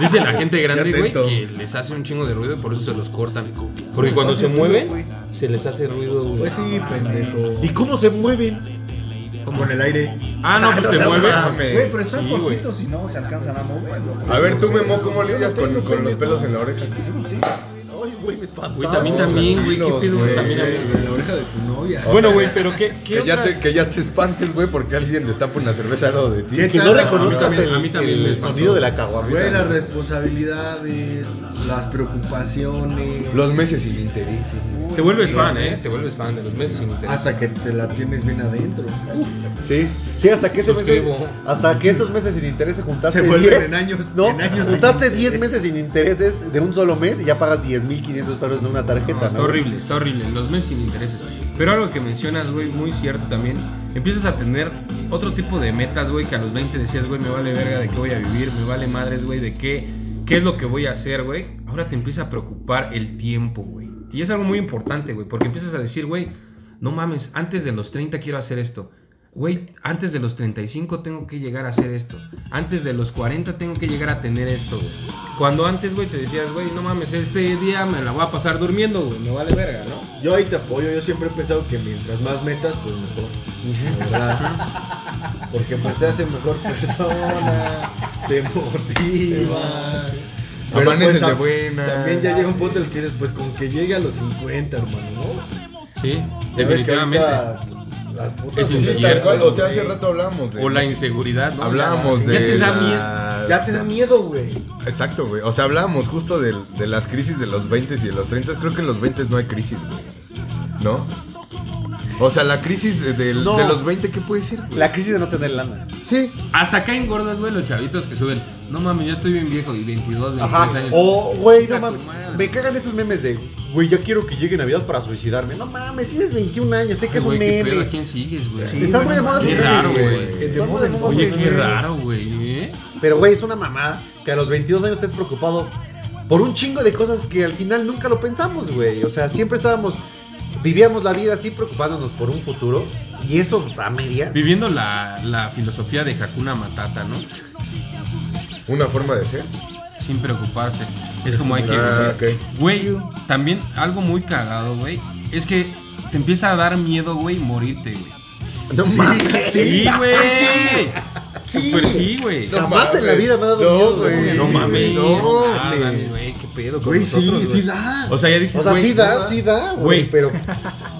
Speaker 4: dice la gente grande, güey,
Speaker 3: atento.
Speaker 4: que les hace un chingo de ruido y por eso se los cortan. Porque cuando se mueven, se les hace ruido, güey.
Speaker 6: Pues sí, pendejo.
Speaker 2: ¿Y cómo se mueven?
Speaker 6: como en el aire.
Speaker 4: Ah, no, pues te
Speaker 3: seas
Speaker 4: mueves.
Speaker 3: mame.
Speaker 1: Güey, pero están
Speaker 4: Sí, güey.
Speaker 1: cortitos y no se alcanzan a mover. ¿no?
Speaker 3: A ver, tú,
Speaker 1: No sé.
Speaker 3: Memo, ¿cómo lidias con, con los pelos en la oreja?
Speaker 2: Ay, güey, me espantó.
Speaker 4: Güey, también, también, güey, qué pedo,
Speaker 3: güey.
Speaker 4: también a mí, güey.
Speaker 6: En la oreja de tu novia.
Speaker 4: Bueno, güey, pero ¿qué, qué
Speaker 3: Que ya,
Speaker 4: otras?
Speaker 3: te, que ya te espantes, güey, porque alguien destapa una cerveza al lado de ti.
Speaker 2: Que no reconozcas
Speaker 4: también-
Speaker 2: el,
Speaker 4: a mí también
Speaker 2: el
Speaker 4: me espantó.
Speaker 2: sonido de la caguamita.
Speaker 6: Güey, las responsabilidades, las preocupaciones.
Speaker 3: Los meses sin interés.
Speaker 4: Te vuelves fan, ¿eh? Te vuelves fan de los meses sin interés.
Speaker 6: Hasta que te la tienes bien adentro.
Speaker 2: Sí, sí, hasta que ese meses,
Speaker 4: Suscribo.
Speaker 2: hasta que esos meses sin intereses juntaste
Speaker 6: Se vuelven
Speaker 2: 10,
Speaker 6: en años-
Speaker 2: ¿no?
Speaker 6: en años sin
Speaker 2: juntaste
Speaker 6: intereses.
Speaker 2: 10 meses sin intereses de un solo mes y ya pagas 10.500 dólares de una tarjeta.
Speaker 4: No, está
Speaker 2: ¿no?
Speaker 4: horrible, está horrible. Los meses sin intereses. Pero algo que mencionas, güey, muy cierto también. Empiezas a tener otro tipo de metas, güey, que a los 20 decías, güey, me vale verga de qué voy a vivir, me vale madres, güey, de qué, qué es lo que voy a hacer, güey. Ahora te empieza a preocupar el tiempo, güey. Y es algo muy importante, güey, porque empiezas a decir, güey, no mames, antes de los 30 quiero hacer esto. Güey, antes de los 35 tengo que llegar a hacer esto. Antes de los 40 tengo que llegar a tener esto, güey. Cuando antes, güey, te decías, güey, no mames, este día me la voy a pasar durmiendo, güey, me vale verga, ¿no?
Speaker 6: Yo ahí te apoyo, yo siempre he pensado que mientras más metas, pues mejor. La verdad. Porque pues te hace mejor persona, te motiva.
Speaker 3: Amaneces de
Speaker 6: pues, tam-
Speaker 3: buena.
Speaker 6: También ya llega un punto en el que dices, pues con que llegue a los 50, hermano, ¿no?
Speaker 4: Sí,
Speaker 6: Ya ves que
Speaker 4: definitivamente.
Speaker 6: ahorita Las putas
Speaker 4: Es
Speaker 3: Sí,
Speaker 6: se-
Speaker 3: tal
Speaker 4: incierto,
Speaker 3: cual, o sea,
Speaker 6: güey.
Speaker 3: hace rato hablamos de.
Speaker 4: O la inseguridad, ¿no?
Speaker 3: hablamos
Speaker 4: Ya
Speaker 3: de.
Speaker 4: te da
Speaker 3: la-
Speaker 6: Ya te da miedo, güey.
Speaker 3: Exacto, güey. O sea, hablábamos justo del- de, las crisis de los 20s y de los 30s. Creo que en los 20s no hay crisis, güey. ¿No? O sea, la crisis de, del-
Speaker 2: No.
Speaker 3: de los 20, ¿qué puede ser, güey?
Speaker 2: La crisis de no tener lana.
Speaker 3: Sí.
Speaker 4: Hasta acá engordas, güey, los chavitos que suben. No mames, yo estoy bien viejo y 22, 23
Speaker 2: Ajá.
Speaker 4: años.
Speaker 2: O, güey, no
Speaker 4: Chinga tu madre.
Speaker 2: mames. Me cagan esos memes de, güey, ya quiero que llegue Navidad para suicidarme. No mames, tienes 21 años, sé que es un
Speaker 4: Güey, ¿qué pedo? ¿A
Speaker 2: meme.
Speaker 4: quién sigues, güey?
Speaker 2: Sí, Están muy de moda
Speaker 4: Qué
Speaker 2: esos
Speaker 4: raro,
Speaker 2: memes,
Speaker 4: güey.
Speaker 2: Están muy de moda
Speaker 4: Oye,
Speaker 2: esos
Speaker 4: qué
Speaker 2: memes.
Speaker 4: raro, güey. ¿eh?
Speaker 2: Pero, güey, es una mamá que a los 22 años estés preocupado por un chingo de cosas que al final nunca lo pensamos, güey. O sea, siempre estábamos, vivíamos la vida así preocupándonos por un futuro y eso a medias.
Speaker 4: Viviendo la, la filosofía de Hakuna Matata, ¿no?
Speaker 3: Una forma de ser.
Speaker 4: Sin preocuparse. Es como hay que.
Speaker 3: Ah, ok.
Speaker 4: Güey, también algo muy cagado, güey. Es que te empieza a dar miedo, güey, morirte, güey.
Speaker 3: No mames.
Speaker 4: Sí, güey. Súper sí, güey.
Speaker 3: No
Speaker 2: Jamás en la
Speaker 3: mames.
Speaker 2: vida me ha dado
Speaker 3: No,
Speaker 2: miedo,
Speaker 3: güey.
Speaker 2: güey.
Speaker 4: No mames.
Speaker 3: no,
Speaker 4: nada,
Speaker 3: güey.
Speaker 4: güey. Qué pedo con
Speaker 2: Güey,
Speaker 4: nosotros,
Speaker 2: sí,
Speaker 4: güey.
Speaker 2: sí da.
Speaker 4: O sea, ya dices,
Speaker 2: O sea,
Speaker 4: güey,
Speaker 2: sí
Speaker 4: no
Speaker 2: da,
Speaker 4: mames.
Speaker 2: sí da,
Speaker 4: Güey.
Speaker 2: güey, pero...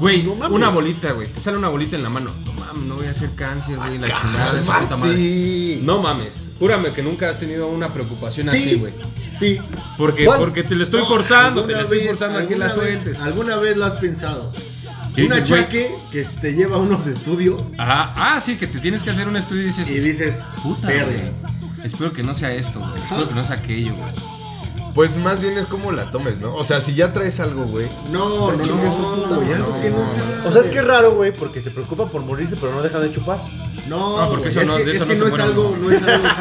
Speaker 4: Güey,
Speaker 2: No mames.
Speaker 4: una bolita, güey. Te sale una bolita en la mano. No mames, no voy a hacer cáncer, güey. La
Speaker 2: Ah,
Speaker 4: chingada de su puta madre.
Speaker 2: Sí.
Speaker 4: No mames. Júrame que nunca has tenido una preocupación así,
Speaker 2: Sí,
Speaker 4: güey.
Speaker 2: sí.
Speaker 4: Porque,
Speaker 2: ¿Cuál?
Speaker 4: porque te la estoy
Speaker 6: No,
Speaker 4: forzando, te
Speaker 6: alguna
Speaker 4: la estoy
Speaker 6: vez-
Speaker 4: forzando a que
Speaker 6: alguna
Speaker 4: la
Speaker 6: vez-
Speaker 4: sueltes.
Speaker 6: ¿Alguna vez lo has pensado?
Speaker 4: ¿Qué
Speaker 6: un
Speaker 4: dices, güey?
Speaker 6: achaque que te lleva a unos estudios
Speaker 4: Ajá. Ah, sí, que te tienes que hacer un estudio y dices,
Speaker 6: y dices,
Speaker 4: puta,
Speaker 6: perre.
Speaker 4: güey. Espero que no sea esto, güey. Espero que no sea aquello, güey.
Speaker 3: Pues más bien es como la tomes, ¿no? O sea, si ya traes algo, güey.
Speaker 6: No, no, no,
Speaker 3: Chingue su
Speaker 6: no,
Speaker 3: puta
Speaker 6: no,
Speaker 3: madre.
Speaker 6: algo que no
Speaker 3: No,
Speaker 6: sea-
Speaker 2: O sea, es que es raro, güey, porque se preocupan por morirse, pero no dejan de chupar.
Speaker 6: No,
Speaker 4: Ah, porque
Speaker 6: güey,
Speaker 4: eso
Speaker 6: es
Speaker 4: no-
Speaker 6: que,
Speaker 4: de eso
Speaker 6: es que
Speaker 4: no se
Speaker 6: no, es
Speaker 4: muere
Speaker 6: algo,
Speaker 4: uno.
Speaker 6: no es algo.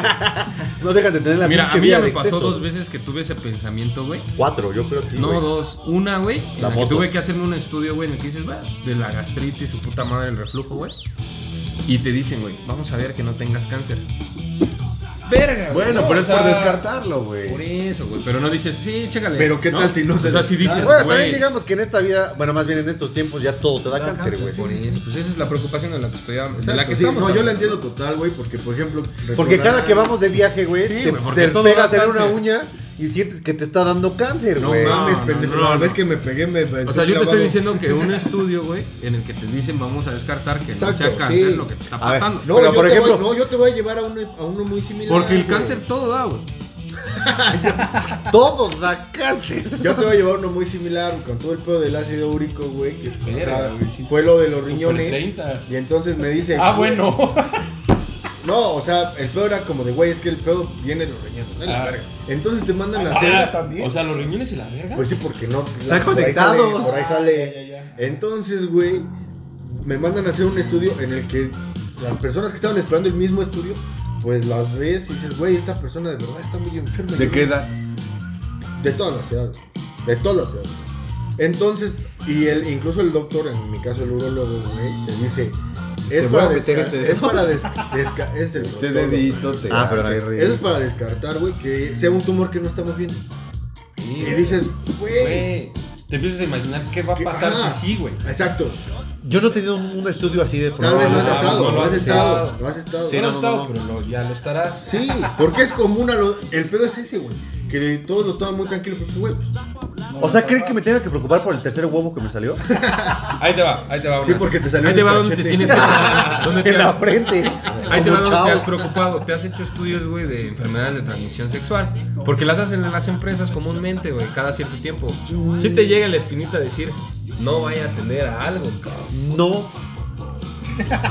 Speaker 2: No dejan de tener la
Speaker 4: Mira, a
Speaker 2: pinche
Speaker 4: mí ya
Speaker 2: vida
Speaker 4: me
Speaker 2: de
Speaker 4: pasó
Speaker 2: exceso.
Speaker 4: dos veces que tuve ese pensamiento, güey.
Speaker 2: Cuatro, yo creo que.
Speaker 4: No,
Speaker 2: güey.
Speaker 4: dos. Una, güey. en
Speaker 2: La
Speaker 4: la que
Speaker 2: moto.
Speaker 4: tuve que hacerme un estudio, güey, en el que dices, va, de la gastritis, su puta madre, el reflujo, güey. Y te dicen, güey, vamos a ver que no tengas cáncer. Verga. güey,
Speaker 3: Bueno,
Speaker 4: no,
Speaker 3: pero
Speaker 4: o
Speaker 3: es por
Speaker 4: sea,
Speaker 3: descartarlo,
Speaker 4: Por
Speaker 3: güey.
Speaker 4: eso, güey. Pero no dices, sí, chécale.
Speaker 6: Pero ¿qué tal si no se
Speaker 4: O sea, si dices,
Speaker 2: Ah, Bueno,
Speaker 4: güey.
Speaker 2: también digamos que en esta vida, bueno, más bien en estos tiempos ya todo te da cáncer, güey.
Speaker 4: Por eso, pues esa es la preocupación de la que estoy hablando. De la que
Speaker 6: Exacto, sí,
Speaker 4: estamos.
Speaker 6: no, yo la
Speaker 4: hablando.
Speaker 6: entiendo total, güey, porque por ejemplo.
Speaker 2: Porque
Speaker 6: recordar-
Speaker 2: cada que vamos de viaje, güey,
Speaker 4: Sí,
Speaker 2: te,
Speaker 4: güey, porque
Speaker 2: te
Speaker 4: todo
Speaker 2: pegas
Speaker 4: da
Speaker 2: en una
Speaker 4: cáncer.
Speaker 2: uña y sientes que te está dando cáncer,
Speaker 6: No
Speaker 2: güey.
Speaker 6: mames,
Speaker 4: no,
Speaker 6: pendejo.
Speaker 4: no,
Speaker 6: la
Speaker 4: no.
Speaker 6: vez que me pegué, me.
Speaker 4: O sea, yo te estoy diciendo que un estudio, güey, en el que te dicen vamos a descartar que
Speaker 6: Exacto,
Speaker 4: no sea cáncer
Speaker 6: sí.
Speaker 4: lo que te está
Speaker 2: A ver,
Speaker 4: pasando.
Speaker 6: No,
Speaker 2: Pero,
Speaker 6: yo
Speaker 2: por
Speaker 6: te
Speaker 2: ejemplo-
Speaker 6: voy- no, yo te voy a llevar a uno, a uno muy similar.
Speaker 4: Porque el
Speaker 6: güey.
Speaker 4: cáncer todo da, güey.
Speaker 2: Todo da cáncer.
Speaker 6: Yo te voy a llevar uno muy similar con todo el pedo del ácido úrico, güey. Que o
Speaker 4: Verga,
Speaker 6: sea,
Speaker 4: güey, sí.
Speaker 6: fue lo de los
Speaker 4: Super
Speaker 6: riñones.
Speaker 4: 30.
Speaker 6: Y entonces me dice.
Speaker 4: Ah, bueno.
Speaker 6: No, o sea, el pedo era como de, güey, es que el pedo viene de los riñones. ¿no? La
Speaker 4: Ah.
Speaker 6: verga. Entonces te mandan a hacer.
Speaker 4: O sea, los riñones y la verga.
Speaker 6: Pues sí, porque no.
Speaker 2: Están
Speaker 6: por ahí sale-
Speaker 2: conectados.
Speaker 6: Por ahí sale. Entonces, güey, me mandan a hacer un estudio en el que las personas que estaban esperando el mismo estudio, pues las ves y dices, güey, esta persona de verdad está muy enferma.
Speaker 3: ¿De
Speaker 6: Yo-
Speaker 3: qué edad?
Speaker 6: De todas las edades. De todas las edades. Entonces, y el, incluso el doctor, en mi caso el urologo, güey, te dice, es
Speaker 2: Te voy
Speaker 6: para,
Speaker 2: a meter
Speaker 6: desca-
Speaker 2: este
Speaker 6: es
Speaker 2: dedo.
Speaker 6: para des- desca- es el
Speaker 3: Este
Speaker 6: proctólogo,
Speaker 3: dedito
Speaker 6: güey.
Speaker 3: te
Speaker 2: Ah, pero
Speaker 3: hace
Speaker 2: no.
Speaker 3: reír.
Speaker 6: Eso es para descartar, güey, que sea un tumor que no estamos viendo. Y dices, güey,
Speaker 4: Güey, Te empiezas a imaginar qué va a
Speaker 6: ¿Qué?
Speaker 4: pasar
Speaker 6: Ah.
Speaker 4: si sí, güey.
Speaker 6: exacto.
Speaker 2: Yo no he tenido un, un estudio así de
Speaker 6: Tal vez no has
Speaker 4: no,
Speaker 6: estado,
Speaker 4: no,
Speaker 6: no has
Speaker 4: no,
Speaker 6: estado,
Speaker 4: no.
Speaker 6: no has estado.
Speaker 2: Sí,
Speaker 4: no,
Speaker 2: no,
Speaker 4: has
Speaker 2: no,
Speaker 4: estado,
Speaker 2: no.
Speaker 4: pero lo- ya lo estarás.
Speaker 6: Sí, porque es común a los. El pedo es ese, güey. Que todos lo toman muy tranquilo, pero güey. pues,
Speaker 2: O sea, ¿creen que me tenga que preocupar por el tercer huevo que me salió?
Speaker 4: Ahí te va, ahí te va.
Speaker 6: Sí,
Speaker 4: una.
Speaker 6: porque te salió
Speaker 4: Ahí
Speaker 6: en
Speaker 4: te
Speaker 6: el
Speaker 4: va donde te
Speaker 6: cachete.
Speaker 4: tienes que. donde te
Speaker 2: en la
Speaker 4: has-
Speaker 2: frente.
Speaker 4: Ahí te
Speaker 2: Como
Speaker 4: va donde te
Speaker 2: chao.
Speaker 4: has preocupado. Te has hecho estudios, güey, de enfermedades de transmisión sexual. Porque las hacen en las empresas comúnmente, güey, cada cierto tiempo. Si te llega la espinita a decir, no vaya a atender a algo, cabrón.
Speaker 2: No,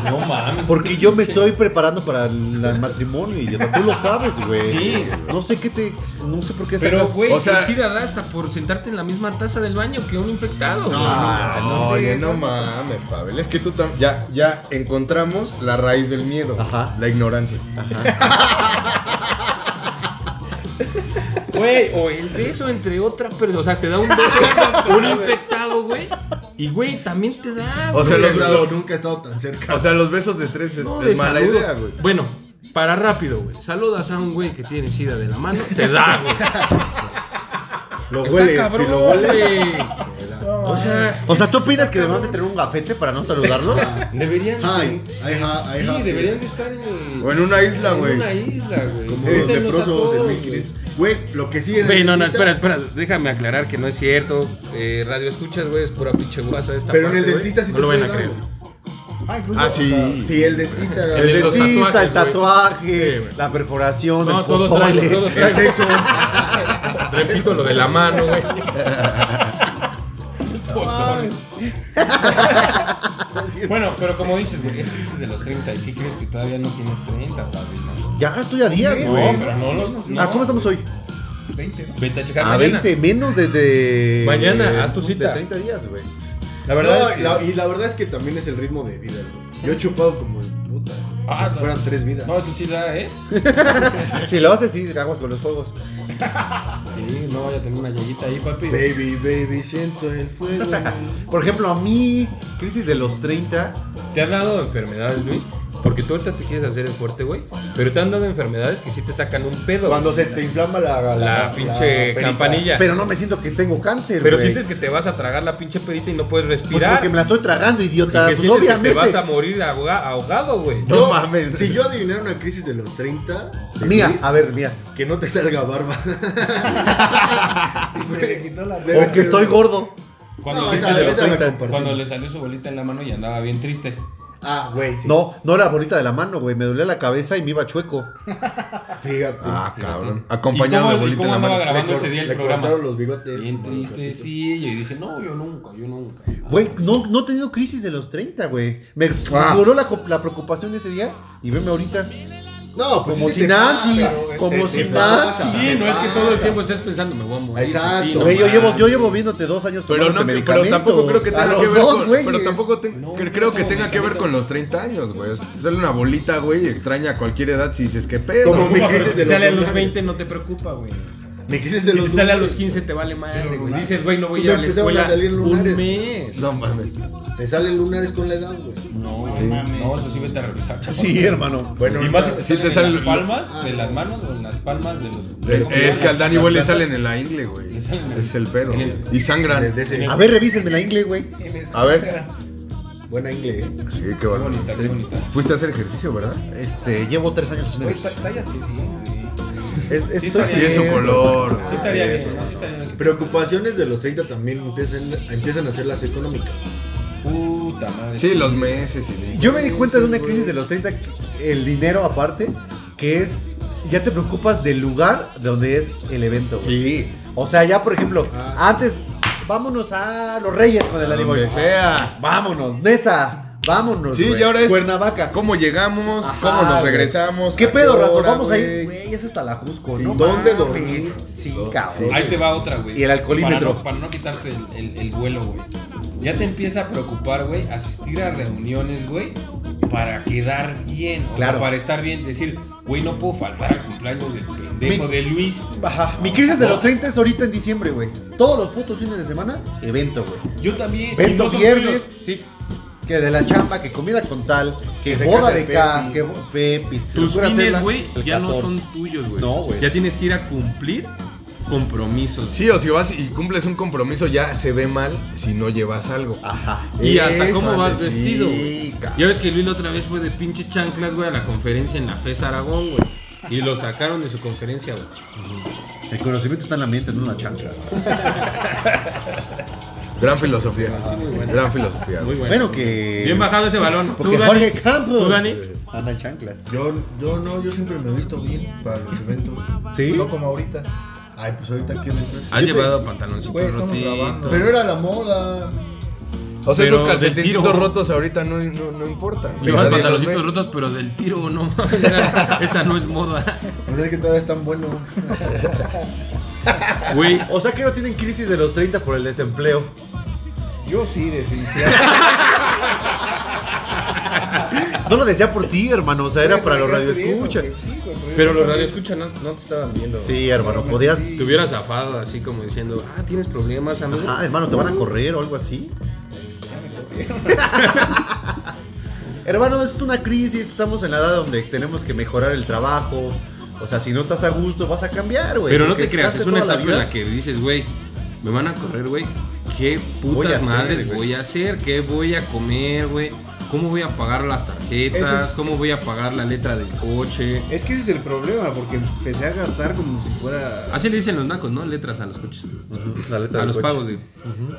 Speaker 4: No mames.
Speaker 2: porque yo me estoy preparando para el el matrimonio y tú lo sabes, güey.
Speaker 4: Sí.
Speaker 2: No sé qué te. No sé por qué
Speaker 4: Pero,
Speaker 2: sacas-
Speaker 4: güey,
Speaker 3: O sea-
Speaker 4: el SIDA da hasta por sentarte en la misma taza del baño que un infectado. güey.
Speaker 3: Ah,
Speaker 2: no,
Speaker 3: no, oye, no mames, Pavel. Es que tú tam- ya, ya encontramos la raíz del miedo, güey.
Speaker 2: Ajá.
Speaker 3: la ignorancia.
Speaker 4: Güey, o el beso entre otras personas. O sea, te da un beso un infectado, güey. Y, güey, también te da.
Speaker 3: O sea,
Speaker 6: nunca,
Speaker 3: los,
Speaker 6: he estado,
Speaker 3: los-
Speaker 6: nunca he estado tan cerca.
Speaker 3: o sea, los besos de tres es,
Speaker 4: No,
Speaker 3: es
Speaker 4: de
Speaker 3: mala
Speaker 4: saludo.
Speaker 3: idea, güey.
Speaker 4: Bueno, para rápido, güey. Saludas a un güey que tiene sida de la mano, te da, güey.
Speaker 6: Lo
Speaker 4: Está
Speaker 6: huele,
Speaker 4: cabrón,
Speaker 6: si lo huele.
Speaker 4: güey. O sea,
Speaker 2: O sea, ¿tú opinas que deberían de tener un gafete para no saludarlos?
Speaker 4: deberían.
Speaker 6: Hi, I ha- I
Speaker 4: sí,
Speaker 6: have-
Speaker 4: deberían de estar en.
Speaker 6: O en una isla, güey.
Speaker 4: En una isla, güey.
Speaker 6: Eh,
Speaker 4: Mételos a
Speaker 6: leprosos del
Speaker 4: todos,
Speaker 6: 1500. Güey, lo que sí en
Speaker 4: Güey, no, no,
Speaker 6: dentista-
Speaker 4: espera, espera, déjame aclarar que no es cierto. Eh, radio escuchas, güey, es pura pinche guasa esta
Speaker 6: Pero en
Speaker 4: parte,
Speaker 6: el
Speaker 4: güey.
Speaker 6: dentista sí
Speaker 4: no
Speaker 6: te
Speaker 4: lo van a
Speaker 6: puede dar,
Speaker 4: creer.
Speaker 6: güey.
Speaker 1: Ah, incluso,
Speaker 3: Ah,
Speaker 1: o sea,
Speaker 3: sí.
Speaker 6: Sí, el dentista.
Speaker 4: El
Speaker 2: El
Speaker 4: de los
Speaker 2: dentista, el
Speaker 4: tatuajes, güey. Sí,
Speaker 2: tatuaje,
Speaker 4: güey.
Speaker 2: la perforación,
Speaker 4: No,
Speaker 2: el
Speaker 4: todo
Speaker 2: pozole.
Speaker 4: trae, todo trae.
Speaker 6: El sexo.
Speaker 4: Repito lo de la mano, güey. Pozole. bueno, pero como dices, güey, es que dices de los 30 y qué crees que todavía no tienes 30, padrino.
Speaker 2: Ya estoy a días,
Speaker 4: No,
Speaker 2: güey.
Speaker 4: pero no lo. No.
Speaker 2: Ah, ¿cómo estamos hoy?
Speaker 1: 20, ¿no?
Speaker 4: Vete a checar
Speaker 2: A
Speaker 4: mañana.
Speaker 2: 20, menos de, de-
Speaker 4: Mañana, haz tu
Speaker 2: de
Speaker 4: cita.
Speaker 2: 30 días, güey.
Speaker 4: La verdad
Speaker 6: No,
Speaker 4: es que.
Speaker 6: la- y la verdad es que también es el ritmo de vida, güey. Yo he chupado como el puta.
Speaker 4: Ah,
Speaker 6: Ah,
Speaker 4: no.
Speaker 6: fueran tres vidas.
Speaker 4: No, sí, sí da, ¿eh?
Speaker 2: Si lo haces, Ah, sí, aguas con los fuegos.
Speaker 4: Sí, no vaya a tener una yayita ahí, papi.
Speaker 6: Baby, baby, siento el fuego.
Speaker 2: Por ejemplo, a mí, crisis de los 30,
Speaker 4: ¿Te han dado enfermedades, Luis? Porque tú ahorita te quieres hacer el fuerte, güey. Pero te han dado enfermedades que sí te sacan un pedo.
Speaker 6: Cuando se te inflama la. La,
Speaker 4: la pinche
Speaker 6: perita.
Speaker 4: campanilla. Pero,
Speaker 2: pero no me siento que tengo cáncer, güey.
Speaker 4: sientes que te vas a tragar la pinche perita y no puedes
Speaker 2: Pues
Speaker 4: respirar.
Speaker 2: porque me la estoy tragando,
Speaker 4: Y
Speaker 2: idiota.
Speaker 4: que
Speaker 2: Pues
Speaker 4: sientes que te
Speaker 2: obviamente.
Speaker 4: vas a morir ahoga- ahogado, güey.
Speaker 6: Yo-
Speaker 2: No mames.
Speaker 6: Si yo adivinara una crisis de los 30. de
Speaker 2: Mía,
Speaker 6: Luis,
Speaker 2: a ver, mía.
Speaker 6: Que no te salga barba.
Speaker 1: Se le quitó la
Speaker 6: Debe
Speaker 2: O que
Speaker 6: ser,
Speaker 2: estoy
Speaker 6: güey.
Speaker 2: gordo.
Speaker 4: Cuando,
Speaker 6: No,
Speaker 4: dices
Speaker 6: esa-
Speaker 4: de los
Speaker 6: esa la
Speaker 4: 30,
Speaker 6: compartí.
Speaker 4: cuando le salió su bolita en la mano y andaba bien triste.
Speaker 6: Ah, güey, sí.
Speaker 2: No, no era bonita de la mano, güey. Me dolía la cabeza y me iba chueco.
Speaker 6: Fíjate.
Speaker 3: Ah, cabrón.
Speaker 4: ¿Y
Speaker 3: Acompañado
Speaker 4: cómo-
Speaker 3: de
Speaker 4: y
Speaker 3: bolita en
Speaker 4: cómo
Speaker 3: la
Speaker 4: andaba
Speaker 3: mano.
Speaker 6: Le
Speaker 4: grabando
Speaker 6: cor-
Speaker 4: ese día el
Speaker 6: le
Speaker 4: programa?
Speaker 6: cortaron los bigotes.
Speaker 4: Bien
Speaker 6: sí.
Speaker 4: tristecillo y dice, no, yo nunca, yo nunca.
Speaker 2: Güey, no, no he tenido crisis de los 30, güey. Me
Speaker 6: Ah.
Speaker 2: duró la, co- la preocupación ese día y veme ahorita.
Speaker 6: No, pues
Speaker 2: Como
Speaker 6: sí se
Speaker 2: si
Speaker 6: te pasa,
Speaker 2: Nancy,
Speaker 6: pero, este,
Speaker 2: como
Speaker 6: se te
Speaker 2: si
Speaker 6: pasa,
Speaker 2: Nancy.
Speaker 6: se
Speaker 4: Sí, no es que
Speaker 6: pasa.
Speaker 4: todo el tiempo estés pensando, me voy a morir.
Speaker 6: Exacto.
Speaker 4: Sí, no
Speaker 2: Güey, yo
Speaker 4: mames.
Speaker 2: llevo, yo llevo viéndote dos años
Speaker 3: Pero,
Speaker 2: tomando
Speaker 3: no, pero
Speaker 2: medicamentos.
Speaker 3: tampoco creo que
Speaker 2: A
Speaker 3: tenga
Speaker 2: los
Speaker 3: que ver
Speaker 2: dos,
Speaker 3: con,
Speaker 2: güey.
Speaker 3: pero tampoco te-
Speaker 4: No,
Speaker 3: que-
Speaker 4: no
Speaker 3: creo que
Speaker 4: tomo
Speaker 3: tenga que ver con los 30 años, güey. O sea, Te sale una bolita, güey, extraña a cualquier edad si dices qué pedo.
Speaker 6: Como mi
Speaker 4: No,
Speaker 6: crisis
Speaker 4: pero
Speaker 6: de
Speaker 4: si sale a los
Speaker 6: lunares.
Speaker 4: 20 no te preocupa, güey.
Speaker 6: Mi crisis
Speaker 4: Si
Speaker 6: de
Speaker 4: te
Speaker 6: los
Speaker 4: sale a los
Speaker 6: lunares.
Speaker 4: 15 te vale madre, güey.
Speaker 1: lunares.
Speaker 4: Dices, güey, no voy a
Speaker 6: Me
Speaker 4: ir a la
Speaker 6: empezaron a
Speaker 4: escuela
Speaker 6: salir
Speaker 4: un
Speaker 6: lunares.
Speaker 4: mes.
Speaker 3: No mames.
Speaker 6: Te salen lunares con la edad, güey.
Speaker 4: No,
Speaker 1: No
Speaker 4: güey.
Speaker 1: mames.
Speaker 4: No, eso sí vete a revisar. chaval.
Speaker 2: Sí, hermano.
Speaker 6: Bueno,
Speaker 4: Y más si te
Speaker 3: sí
Speaker 4: salen,
Speaker 3: te salen
Speaker 4: en las
Speaker 3: los-
Speaker 4: palmas de las manos o en las palmas de los...
Speaker 6: De-
Speaker 4: ¿cómo se
Speaker 3: Es
Speaker 4: llama?
Speaker 3: que al Dani
Speaker 4: Las
Speaker 3: güey le
Speaker 4: plantas.
Speaker 3: salen en la ingle, güey.
Speaker 4: Le salen en el-
Speaker 3: Es el pedo.
Speaker 4: en el-
Speaker 3: Y sangran.
Speaker 6: en el DC.
Speaker 2: A ver, revísenme la ingle, güey.
Speaker 3: A ver.
Speaker 6: buena inglés.
Speaker 3: Sí, qué
Speaker 4: Qué
Speaker 3: bueno.
Speaker 4: bonita, qué bonita.
Speaker 3: Fuiste a hacer ejercicio, ¿verdad?
Speaker 2: Este, llevo tres años haciendo
Speaker 1: Güey, tá-
Speaker 2: ejercicio.
Speaker 1: tállate bien, güey.
Speaker 2: Es, es- estoy
Speaker 4: Sí, está
Speaker 3: Así es su
Speaker 2: bien.
Speaker 3: color.
Speaker 4: Sí estaría bien, ¿no? Sí estaría bien. que-
Speaker 6: Preocupaciones de los 30 también empiezan, empiezan a ser las económicas.
Speaker 4: Puta madre.
Speaker 3: Sí, los meses y de-
Speaker 2: Yo me di cuenta de una crisis de los 30, el dinero aparte, que es, ya te preocupas del lugar donde es el evento. güey.
Speaker 3: Sí.
Speaker 2: O sea, ya por ejemplo,
Speaker 6: Ah.
Speaker 2: antes, vámonos a Los Reyes con el
Speaker 3: A
Speaker 2: ánimo.
Speaker 3: donde sea.
Speaker 2: Vámonos, Nesa, vámonos.
Speaker 3: Sí,
Speaker 2: güey.
Speaker 3: y ahora es-
Speaker 2: Cuernavaca.
Speaker 3: ¿Cómo llegamos?
Speaker 2: Ajá,
Speaker 3: ¿Cómo nos
Speaker 2: güey.
Speaker 3: regresamos?
Speaker 2: ¿Qué
Speaker 3: ¿A
Speaker 2: pedo,
Speaker 3: hora,
Speaker 2: Razo? Vamos a ir.
Speaker 3: güey?
Speaker 2: Güey, es hasta la Jusco,
Speaker 6: Sí,
Speaker 2: ¿no?
Speaker 6: ¿dónde
Speaker 2: mames?
Speaker 6: dormir?
Speaker 2: Sí,
Speaker 6: No,
Speaker 2: cabrón.
Speaker 4: Ahí te va otra, güey.
Speaker 2: Y el alcoholímetro.
Speaker 4: Para no, para no quitarte el, el- el vuelo, güey. Ya te empieza a preocupar, güey, asistir a reuniones, güey, para quedar bien. O
Speaker 2: Claro.
Speaker 4: sea, para estar bien. Decir, güey, no puedo faltar al cumpleaños del pendejo
Speaker 2: Mi-
Speaker 4: de Luis.
Speaker 2: Ajá. Mi crisis de los 30 es ahorita en diciembre, güey. Todos los putos fines de semana, evento, güey.
Speaker 4: Yo también. y
Speaker 2: Vento
Speaker 4: no son
Speaker 2: viernes,
Speaker 4: tuyos.
Speaker 2: sí. Que de la chamba, que comida con tal, que,
Speaker 6: Que se
Speaker 2: boda
Speaker 6: case
Speaker 2: de
Speaker 6: el
Speaker 2: ca,
Speaker 6: Pepe.
Speaker 2: que bo- pepis, que se
Speaker 4: Tus
Speaker 2: ocurra
Speaker 4: fines,
Speaker 2: hacerla
Speaker 4: güey,
Speaker 2: el
Speaker 4: ya no
Speaker 2: 14.
Speaker 4: son tuyos, güey.
Speaker 2: No, güey.
Speaker 4: Ya tienes que ir a cumplir compromisos. güey.
Speaker 3: Sí, o si vas y cumples un compromiso, ya se ve mal si no llevas algo.
Speaker 2: Ajá.
Speaker 4: Y hasta
Speaker 3: Eso,
Speaker 4: cómo vas
Speaker 3: antes,
Speaker 4: vestido,
Speaker 3: sí,
Speaker 4: güey.
Speaker 3: cabrón.
Speaker 4: Ya ves que Luis la otra vez fue de pinche chanclas, güey, a la conferencia en la FES Aragón, güey. Y lo sacaron de su conferencia, güey.
Speaker 2: El conocimiento está en la mente, no en las chanclas.
Speaker 3: Gran filosofía. Gran filosofía.
Speaker 4: Muy
Speaker 3: güey.
Speaker 4: bueno.
Speaker 2: Bueno, que.
Speaker 4: Bien bajado ese balón.
Speaker 2: Porque
Speaker 4: Tú, Dani.
Speaker 2: Jorge Campos.
Speaker 4: ¿Tú, Dani?
Speaker 2: Anda en chanclas.
Speaker 6: Yo, yo no, yo siempre me he visto bien para los eventos.
Speaker 2: Sí.
Speaker 1: No como ahorita.
Speaker 6: Ay, pues ahorita qué evento es?
Speaker 4: Has
Speaker 6: Yo te-
Speaker 4: llevado pantaloncito
Speaker 1: Güey, estamos
Speaker 4: rotito.
Speaker 1: grabando.
Speaker 6: Pero era la moda.
Speaker 3: O sea,
Speaker 4: Pero
Speaker 3: esos
Speaker 4: de
Speaker 3: calcetincitos
Speaker 4: tiro.
Speaker 3: rotos ahorita no, no, no importan. güey.
Speaker 4: Llevas
Speaker 3: Nadie los
Speaker 4: pantaloncitos
Speaker 3: ve.
Speaker 4: rotos, pero del tiro, ¿no? Esa- Esa no es moda.
Speaker 6: No sé que todavía es tan bueno.
Speaker 4: Güey,
Speaker 2: O sea que no tienen crisis de los 30 por el desempleo.
Speaker 1: Yo sí, definitivamente.
Speaker 2: No lo decía por ti, hermano. O sea, era para los
Speaker 1: Porque
Speaker 2: radioescuchas.
Speaker 1: estoy viendo, güey, sí, güey,
Speaker 4: pero los
Speaker 1: yo
Speaker 4: radioescuchas no, no te estaban viendo. güey.
Speaker 2: Sí, hermano. Podías.
Speaker 4: Te hubieras zafado así como diciendo, ah, tienes problemas, amigo.
Speaker 2: Ajá, Ah, hermano, ¿te van a correr o algo así? hermano, es una crisis. Estamos en la edad donde tenemos que mejorar el trabajo. O sea, si no estás a gusto, vas a cambiar, güey.
Speaker 4: Pero no
Speaker 2: porque
Speaker 4: te creas, es
Speaker 2: estás
Speaker 4: una
Speaker 2: toda
Speaker 4: etapa en
Speaker 2: vida-
Speaker 4: la que dices, güey, me van a correr, güey. ¿Qué
Speaker 2: Voy a
Speaker 4: putas
Speaker 2: hacer,
Speaker 4: madres
Speaker 2: güey.
Speaker 4: voy a hacer? ¿Qué voy a comer, güey? ¿Cómo voy a pagar las
Speaker 1: Eso
Speaker 4: tarjetas?
Speaker 1: es-
Speaker 4: ¿Cómo voy a pagar la letra del coche?
Speaker 1: Es que ese es el problema, porque empecé a gastar como si fuera.
Speaker 4: Así le dicen los nacos, ¿no? Letras a los coches.
Speaker 2: La letra
Speaker 4: a
Speaker 2: del
Speaker 4: los
Speaker 2: coche.
Speaker 4: pagos, digo.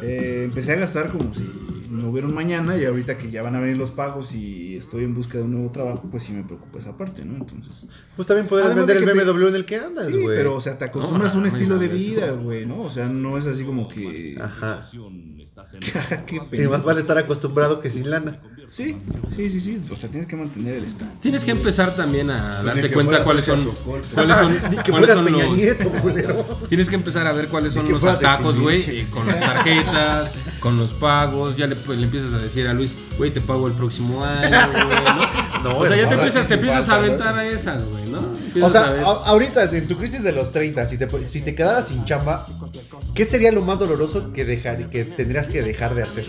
Speaker 1: eh, empecé a gastar como si no hubiera un mañana y ahorita que ya van a venir los pagos y estoy en busca de un nuevo trabajo, pues sí me preocupa esa parte, ¿no? Entonces.
Speaker 2: Pues también podrías
Speaker 1: Además
Speaker 2: vender
Speaker 1: de
Speaker 2: el
Speaker 1: que te-
Speaker 2: BMW en el que andas,
Speaker 1: Sí,
Speaker 2: güey.
Speaker 1: pero o sea, te acostumbras a un
Speaker 4: No,
Speaker 1: estilo de
Speaker 4: no,
Speaker 1: vida, güey, ¿no? O sea, no es así como que.
Speaker 2: Ajá.
Speaker 1: Qué
Speaker 2: Y
Speaker 1: pena.
Speaker 2: más vale estar acostumbrado que sin lana.
Speaker 1: Sí, sí, sí, sí. O sea, tienes que mantener el estado.
Speaker 4: Tienes que empezar también a darte
Speaker 6: que
Speaker 4: cuenta
Speaker 6: fueras
Speaker 4: cuáles
Speaker 6: Luis
Speaker 4: son,
Speaker 6: Azocol, pues.
Speaker 4: cuáles son,
Speaker 2: Ni que
Speaker 4: cuáles
Speaker 2: fueras
Speaker 4: son
Speaker 2: Peña
Speaker 4: los-
Speaker 2: Nieto, culero.
Speaker 4: Tienes que empezar a ver cuáles son
Speaker 2: que
Speaker 4: los
Speaker 2: fueras de
Speaker 4: atajos, güey,
Speaker 2: Timbiriche.
Speaker 4: y con las tarjetas, con los pagos, ya le, le empiezas a decir a Luis, güey, te pago el próximo año, güey, ¿no?
Speaker 2: No,
Speaker 4: o sea, ya te
Speaker 2: hermano,
Speaker 4: empiezas,
Speaker 6: sí
Speaker 4: te
Speaker 6: se
Speaker 4: empiezas a
Speaker 6: falta, ¿no?
Speaker 4: aventar a esas, güey, ¿no?
Speaker 2: O
Speaker 4: Empiezas
Speaker 2: sea,
Speaker 4: a ver.
Speaker 2: a- ahorita, en tu crisis de los 30, si te, si te quedaras sin chamba, ¿qué sería lo más doloroso que, dejar, que tendrías que dejar de hacer?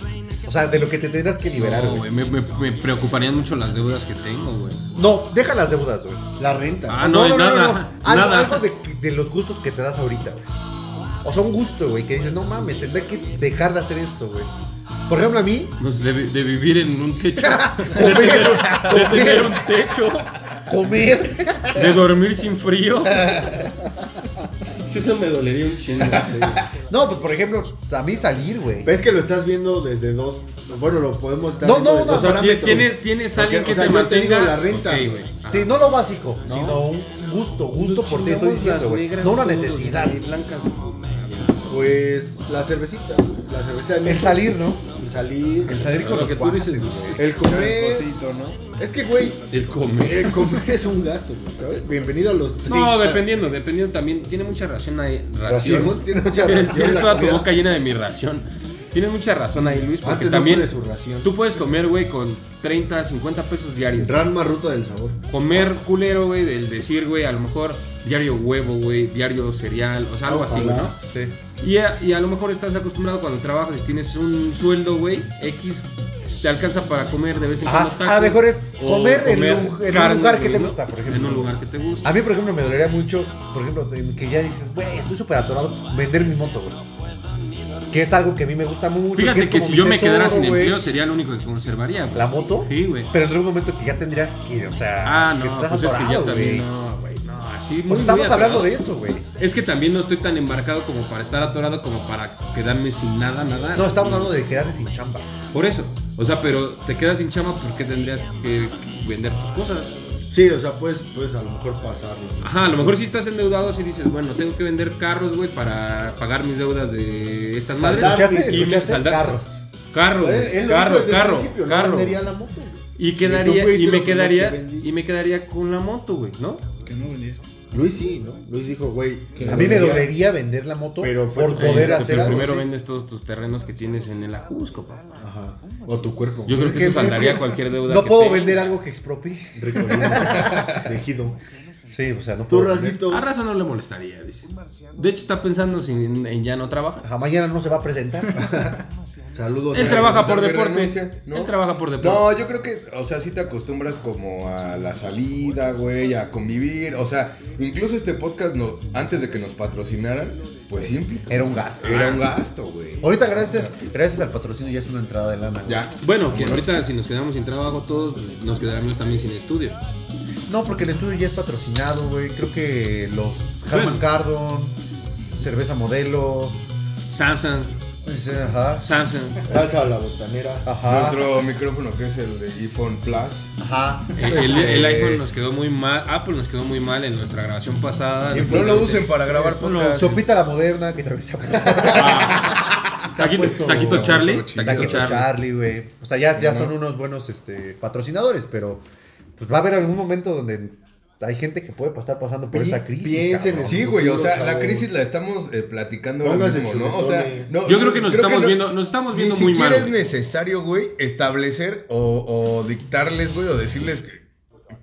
Speaker 2: O sea, de lo que te tendrás que liberar,
Speaker 4: No,
Speaker 2: güey.
Speaker 4: güey, me, me- me preocuparían mucho las deudas que tengo, güey.
Speaker 2: No, deja las deudas, güey.
Speaker 6: La renta.
Speaker 4: Ah, no, nada,
Speaker 2: Algo,
Speaker 4: nada.
Speaker 2: algo de, de los gustos que te das ahorita. güey. O sea, un gusto, güey, que dices, no mames, tendré que dejar de hacer esto, güey. Por ejemplo, a mí,
Speaker 4: No, De, de vivir en un techo,
Speaker 2: comer,
Speaker 4: de tener un
Speaker 2: comer,
Speaker 4: techo,
Speaker 2: comer.
Speaker 4: de dormir sin frío. Sí, eso me dolería un chingo. güey.
Speaker 2: No, pues por ejemplo, a mí salir, güey.
Speaker 6: Ves que lo estás viendo desde dos. Bueno, lo podemos estar
Speaker 2: No,
Speaker 6: viendo
Speaker 2: no,
Speaker 6: desde
Speaker 2: no,
Speaker 6: dos
Speaker 2: o sea,
Speaker 6: parámetros.
Speaker 4: ¿Tienes, tienes
Speaker 6: Porque,
Speaker 4: alguien
Speaker 6: o
Speaker 4: que
Speaker 6: sea,
Speaker 4: te
Speaker 6: yo te digo
Speaker 4: mantenga?
Speaker 6: la renta.
Speaker 4: Ok, güey. Ajá.
Speaker 2: Sí, no lo básico, sino un gusto, gusto por ti, estoy diciendo, güey. No una necesidad.
Speaker 6: Pues la cervecita. La cervecita de
Speaker 2: El
Speaker 6: México.
Speaker 2: salir, ¿no?
Speaker 6: El salir.
Speaker 2: El salir con
Speaker 4: Lo
Speaker 2: los
Speaker 4: que tú
Speaker 2: cuates,
Speaker 4: dices,
Speaker 2: güey.
Speaker 6: El comer. Es que, güey,
Speaker 4: El comer.
Speaker 6: el comer es un gasto, güey, ¿sabes? Bienvenido a los 30.
Speaker 4: No, dependiendo, dependiendo también. Tiene mucha razón ahí.
Speaker 6: Ración,
Speaker 4: Ración.
Speaker 6: tiene mucha
Speaker 4: Tienes-
Speaker 6: ración
Speaker 4: Tienes
Speaker 6: la
Speaker 4: toda tu
Speaker 6: comida.
Speaker 4: boca llena de mi ración. Tienes mucha razón ahí, Luis, porque
Speaker 6: Antes no
Speaker 4: también
Speaker 6: fue de su ración.
Speaker 4: tú puedes comer, güey, con 30, 50 pesos diarios.
Speaker 6: Ranma ruta del sabor.
Speaker 4: Comer culero, güey, del decir, güey, a lo mejor diario huevo, güey, diario cereal, o sea, algo así,
Speaker 6: Ojalá.
Speaker 4: ¿no? Y a, y a lo mejor estás acostumbrado cuando trabajas y tienes un sueldo, güey, X, te alcanza para comer de vez en
Speaker 2: Ajá,
Speaker 4: cuando tacos.
Speaker 2: a lo mejor es
Speaker 4: o
Speaker 2: comer en un- en un lugar que
Speaker 4: güey,
Speaker 2: te gusta, por ejemplo.
Speaker 4: En un lugar que te gusta.
Speaker 2: A mí, por ejemplo, me dolería mucho, por ejemplo, en que ya dices, güey, estoy súper atorado, vender mi moto, güey. Que es algo que a mí me gusta mucho.
Speaker 4: Fíjate
Speaker 2: es
Speaker 4: que,
Speaker 2: como
Speaker 4: si
Speaker 2: mi
Speaker 4: yo me
Speaker 2: tesoro,
Speaker 4: quedara sin
Speaker 2: güey.
Speaker 4: empleo sería lo único que conservaría. güey.
Speaker 2: ¿La moto?
Speaker 4: Sí, güey.
Speaker 2: Pero en un momento que ya tendrías que, o sea.
Speaker 4: Ah,
Speaker 2: que
Speaker 4: no,
Speaker 2: estás
Speaker 4: pues es que ya
Speaker 2: atorado,
Speaker 4: también
Speaker 2: güey.
Speaker 4: no, güey, no, así muy,
Speaker 2: Pues
Speaker 4: muy
Speaker 2: estamos hablando
Speaker 4: atorado.
Speaker 2: de eso, güey.
Speaker 4: Es que también no estoy tan embarcado como para estar atorado como para quedarme sin nada, nada.
Speaker 2: No, estamos hablando de quedarte sin chamba.
Speaker 4: Por eso. O sea, pero te quedas sin chama porque tendrías que vender tus cosas.
Speaker 6: Sí, o sea, puedes, puedes a lo mejor pasarlo.
Speaker 4: Ajá, a lo mejor si estás endeudado si dices, bueno, tengo que vender carros, güey, para pagar mis deudas de estas madres.
Speaker 6: Saldar
Speaker 2: ¿Escuchaste?
Speaker 4: Y me
Speaker 2: ¿Escuchaste?
Speaker 4: saldar-
Speaker 2: Carros.
Speaker 4: Carro,
Speaker 6: Él-
Speaker 4: güey,
Speaker 6: él lo dijo
Speaker 4: carro,
Speaker 6: desde el
Speaker 4: carro,
Speaker 6: principio, no
Speaker 4: carro.
Speaker 6: vendería la moto, güey.
Speaker 4: Y
Speaker 6: Y tú
Speaker 4: quedaría,
Speaker 6: fuiste
Speaker 4: y
Speaker 6: lo
Speaker 4: me
Speaker 6: primero
Speaker 4: quedaría,
Speaker 6: que vendí.
Speaker 4: y me quedaría con la moto, güey, ¿no?
Speaker 1: Que no venía.
Speaker 6: Luis sí, ¿no? Luis dijo, güey.
Speaker 2: A mí me dolería vender la moto
Speaker 6: Pero fue-
Speaker 2: por poder
Speaker 4: Eh, Pero
Speaker 2: hacer algo.
Speaker 4: primero
Speaker 2: sí.
Speaker 4: vendes todos tus terrenos que tienes en el ajusco, papá.
Speaker 6: Ajá. O tu cuerpo.
Speaker 4: Yo creo que,
Speaker 2: que
Speaker 4: eso
Speaker 2: es
Speaker 4: saldaría
Speaker 2: que
Speaker 4: cualquier deuda.
Speaker 2: No
Speaker 4: que
Speaker 2: puedo
Speaker 4: tenga.
Speaker 2: vender algo que expropié.
Speaker 6: Rico, tejido.
Speaker 2: Sí, o sea, no
Speaker 6: Tú,
Speaker 2: puedo. vender.
Speaker 6: Racito.
Speaker 4: A Raza no le molestaría, dice. De hecho, está pensando si en, en ya no trabaja.
Speaker 2: Ajá, mañana no se va a presentar.
Speaker 6: Saludos.
Speaker 4: Él
Speaker 6: a-
Speaker 4: trabaja por
Speaker 3: darme
Speaker 4: deporte.
Speaker 3: renuncia, ¿no?
Speaker 4: Él trabaja por deporte.
Speaker 3: No, yo creo que, o sea, sí te acostumbras como a la salida, güey, a convivir. O sea, incluso este podcast, no, antes de que nos patrocinaran, pues sí implicó-
Speaker 2: Era un gasto.
Speaker 3: Era un gasto, güey.
Speaker 2: Ahorita gracias, gracias al patrocinio ya es una entrada de lana.
Speaker 3: Ya.
Speaker 4: Bueno, que ahorita si nos quedamos sin trabajo todos, nos quedaremos también sin estudio.
Speaker 2: No, porque el estudio ya es patrocinado, güey. Creo que los
Speaker 4: Bueno.
Speaker 2: Harman Kardon, Cerveza Modelo,
Speaker 4: Samsung,
Speaker 2: ese, ajá,
Speaker 4: Samsung.
Speaker 6: Salsa a la botanera.
Speaker 2: ajá,
Speaker 3: Nuestro micrófono que es el de iPhone Plus.
Speaker 2: ajá.
Speaker 4: El, el- el
Speaker 2: Este,
Speaker 4: iPhone nos quedó muy mal, Apple nos quedó muy mal en nuestra grabación pasada.
Speaker 3: Y no lo usen para grabar
Speaker 4: No lo
Speaker 3: podcast.
Speaker 2: Sopita la moderna, que también se ha puesto.
Speaker 4: Ah,
Speaker 2: Se ha
Speaker 4: taquito,
Speaker 2: puesto-
Speaker 4: taquito
Speaker 2: se ha
Speaker 4: Charlie.
Speaker 3: puesto
Speaker 4: Taquito,
Speaker 2: Taquito
Speaker 3: chido.
Speaker 4: Charlie.
Speaker 2: Charlie, güey. O sea, ya, ya
Speaker 3: No.
Speaker 2: son unos buenos este, patrocinadores, pero pues va a haber algún momento donde hay gente que puede pasar pasando por
Speaker 6: Pi-
Speaker 2: esa crisis.
Speaker 6: piensen
Speaker 2: cabrón.
Speaker 6: en
Speaker 3: Sí, güey, o sea,
Speaker 6: Chavos.
Speaker 3: la crisis la estamos eh, platicando ahora
Speaker 6: Pónganse
Speaker 3: mismo, ¿no? O sea,
Speaker 6: chuletones.
Speaker 3: no,
Speaker 4: Yo creo que nos estamos
Speaker 3: no-
Speaker 4: viendo- nos estamos viendo
Speaker 3: ni
Speaker 4: muy
Speaker 3: siquiera
Speaker 4: mal,
Speaker 3: es
Speaker 4: güey.
Speaker 3: necesario, güey, establecer o, o dictarles, güey, o decirles que,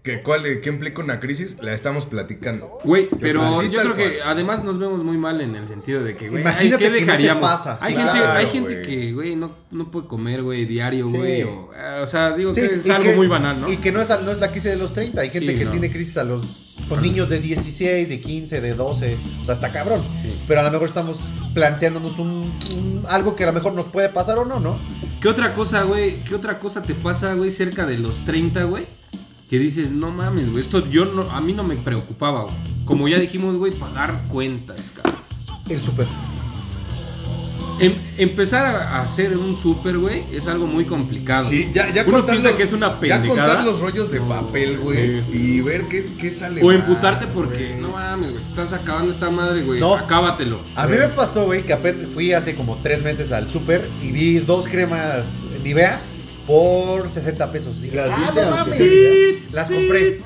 Speaker 3: que cuál, qué implica una crisis, la estamos platicando.
Speaker 4: Güey, pero
Speaker 3: Así
Speaker 4: yo
Speaker 3: tal
Speaker 4: creo que
Speaker 3: cual.
Speaker 4: además nos vemos muy mal en el sentido de que, güey, ay,
Speaker 2: Imagínate
Speaker 4: ¿qué
Speaker 2: que no te
Speaker 4: dejaríamos?
Speaker 2: pasa.
Speaker 4: hay,
Speaker 3: Sí,
Speaker 4: gente,
Speaker 3: claro,
Speaker 4: hay gente
Speaker 3: güey.
Speaker 4: que, güey, no, no puede comer, güey, diario,
Speaker 6: Sí.
Speaker 4: güey. O, eh, o sea, digo
Speaker 2: Sí,
Speaker 4: que es
Speaker 2: y
Speaker 4: algo
Speaker 2: que-
Speaker 4: muy banal, ¿no?
Speaker 2: Y que no es, al- no es la crisis de los 30. Hay gente
Speaker 4: Sí,
Speaker 2: que
Speaker 4: no.
Speaker 2: tiene crisis a los
Speaker 1: con niños de 16, de 15, de 12. O sea, está cabrón. Pero a lo mejor estamos planteándonos un, un- algo que a lo mejor nos puede pasar o no, ¿no?
Speaker 4: ¿Qué otra cosa, güey? ¿Qué otra cosa te pasa, güey, cerca de los 30, güey? Que dices, no mames, güey, esto yo no, a mí no me preocupaba, güey. Como ya dijimos, güey, pagar cuentas, cabrón.
Speaker 1: El super.
Speaker 4: Em- empezar a a hacer un súper, güey, es algo muy complicado.
Speaker 3: Sí, ya, ya
Speaker 4: Uno
Speaker 3: contar
Speaker 4: piensa
Speaker 3: los-
Speaker 4: que es una
Speaker 3: Ya contar
Speaker 4: pendejada.
Speaker 3: los rollos de
Speaker 4: No,
Speaker 3: papel, güey.
Speaker 4: sí.
Speaker 3: Y ver qué, qué sale.
Speaker 4: O
Speaker 3: más,
Speaker 4: emputarte porque,
Speaker 3: güey.
Speaker 4: no mames, güey, te estás acabando esta madre, güey.
Speaker 1: No.
Speaker 4: Acábatelo.
Speaker 1: A mí me pasó, güey, que apenas fui hace como tres meses al super y vi dos cremas Nivea por 60 pesos. Dije,
Speaker 6: Las
Speaker 1: "Ah,
Speaker 6: viste,
Speaker 1: no
Speaker 6: aunque
Speaker 1: mames".
Speaker 6: sea.
Speaker 1: Las compré.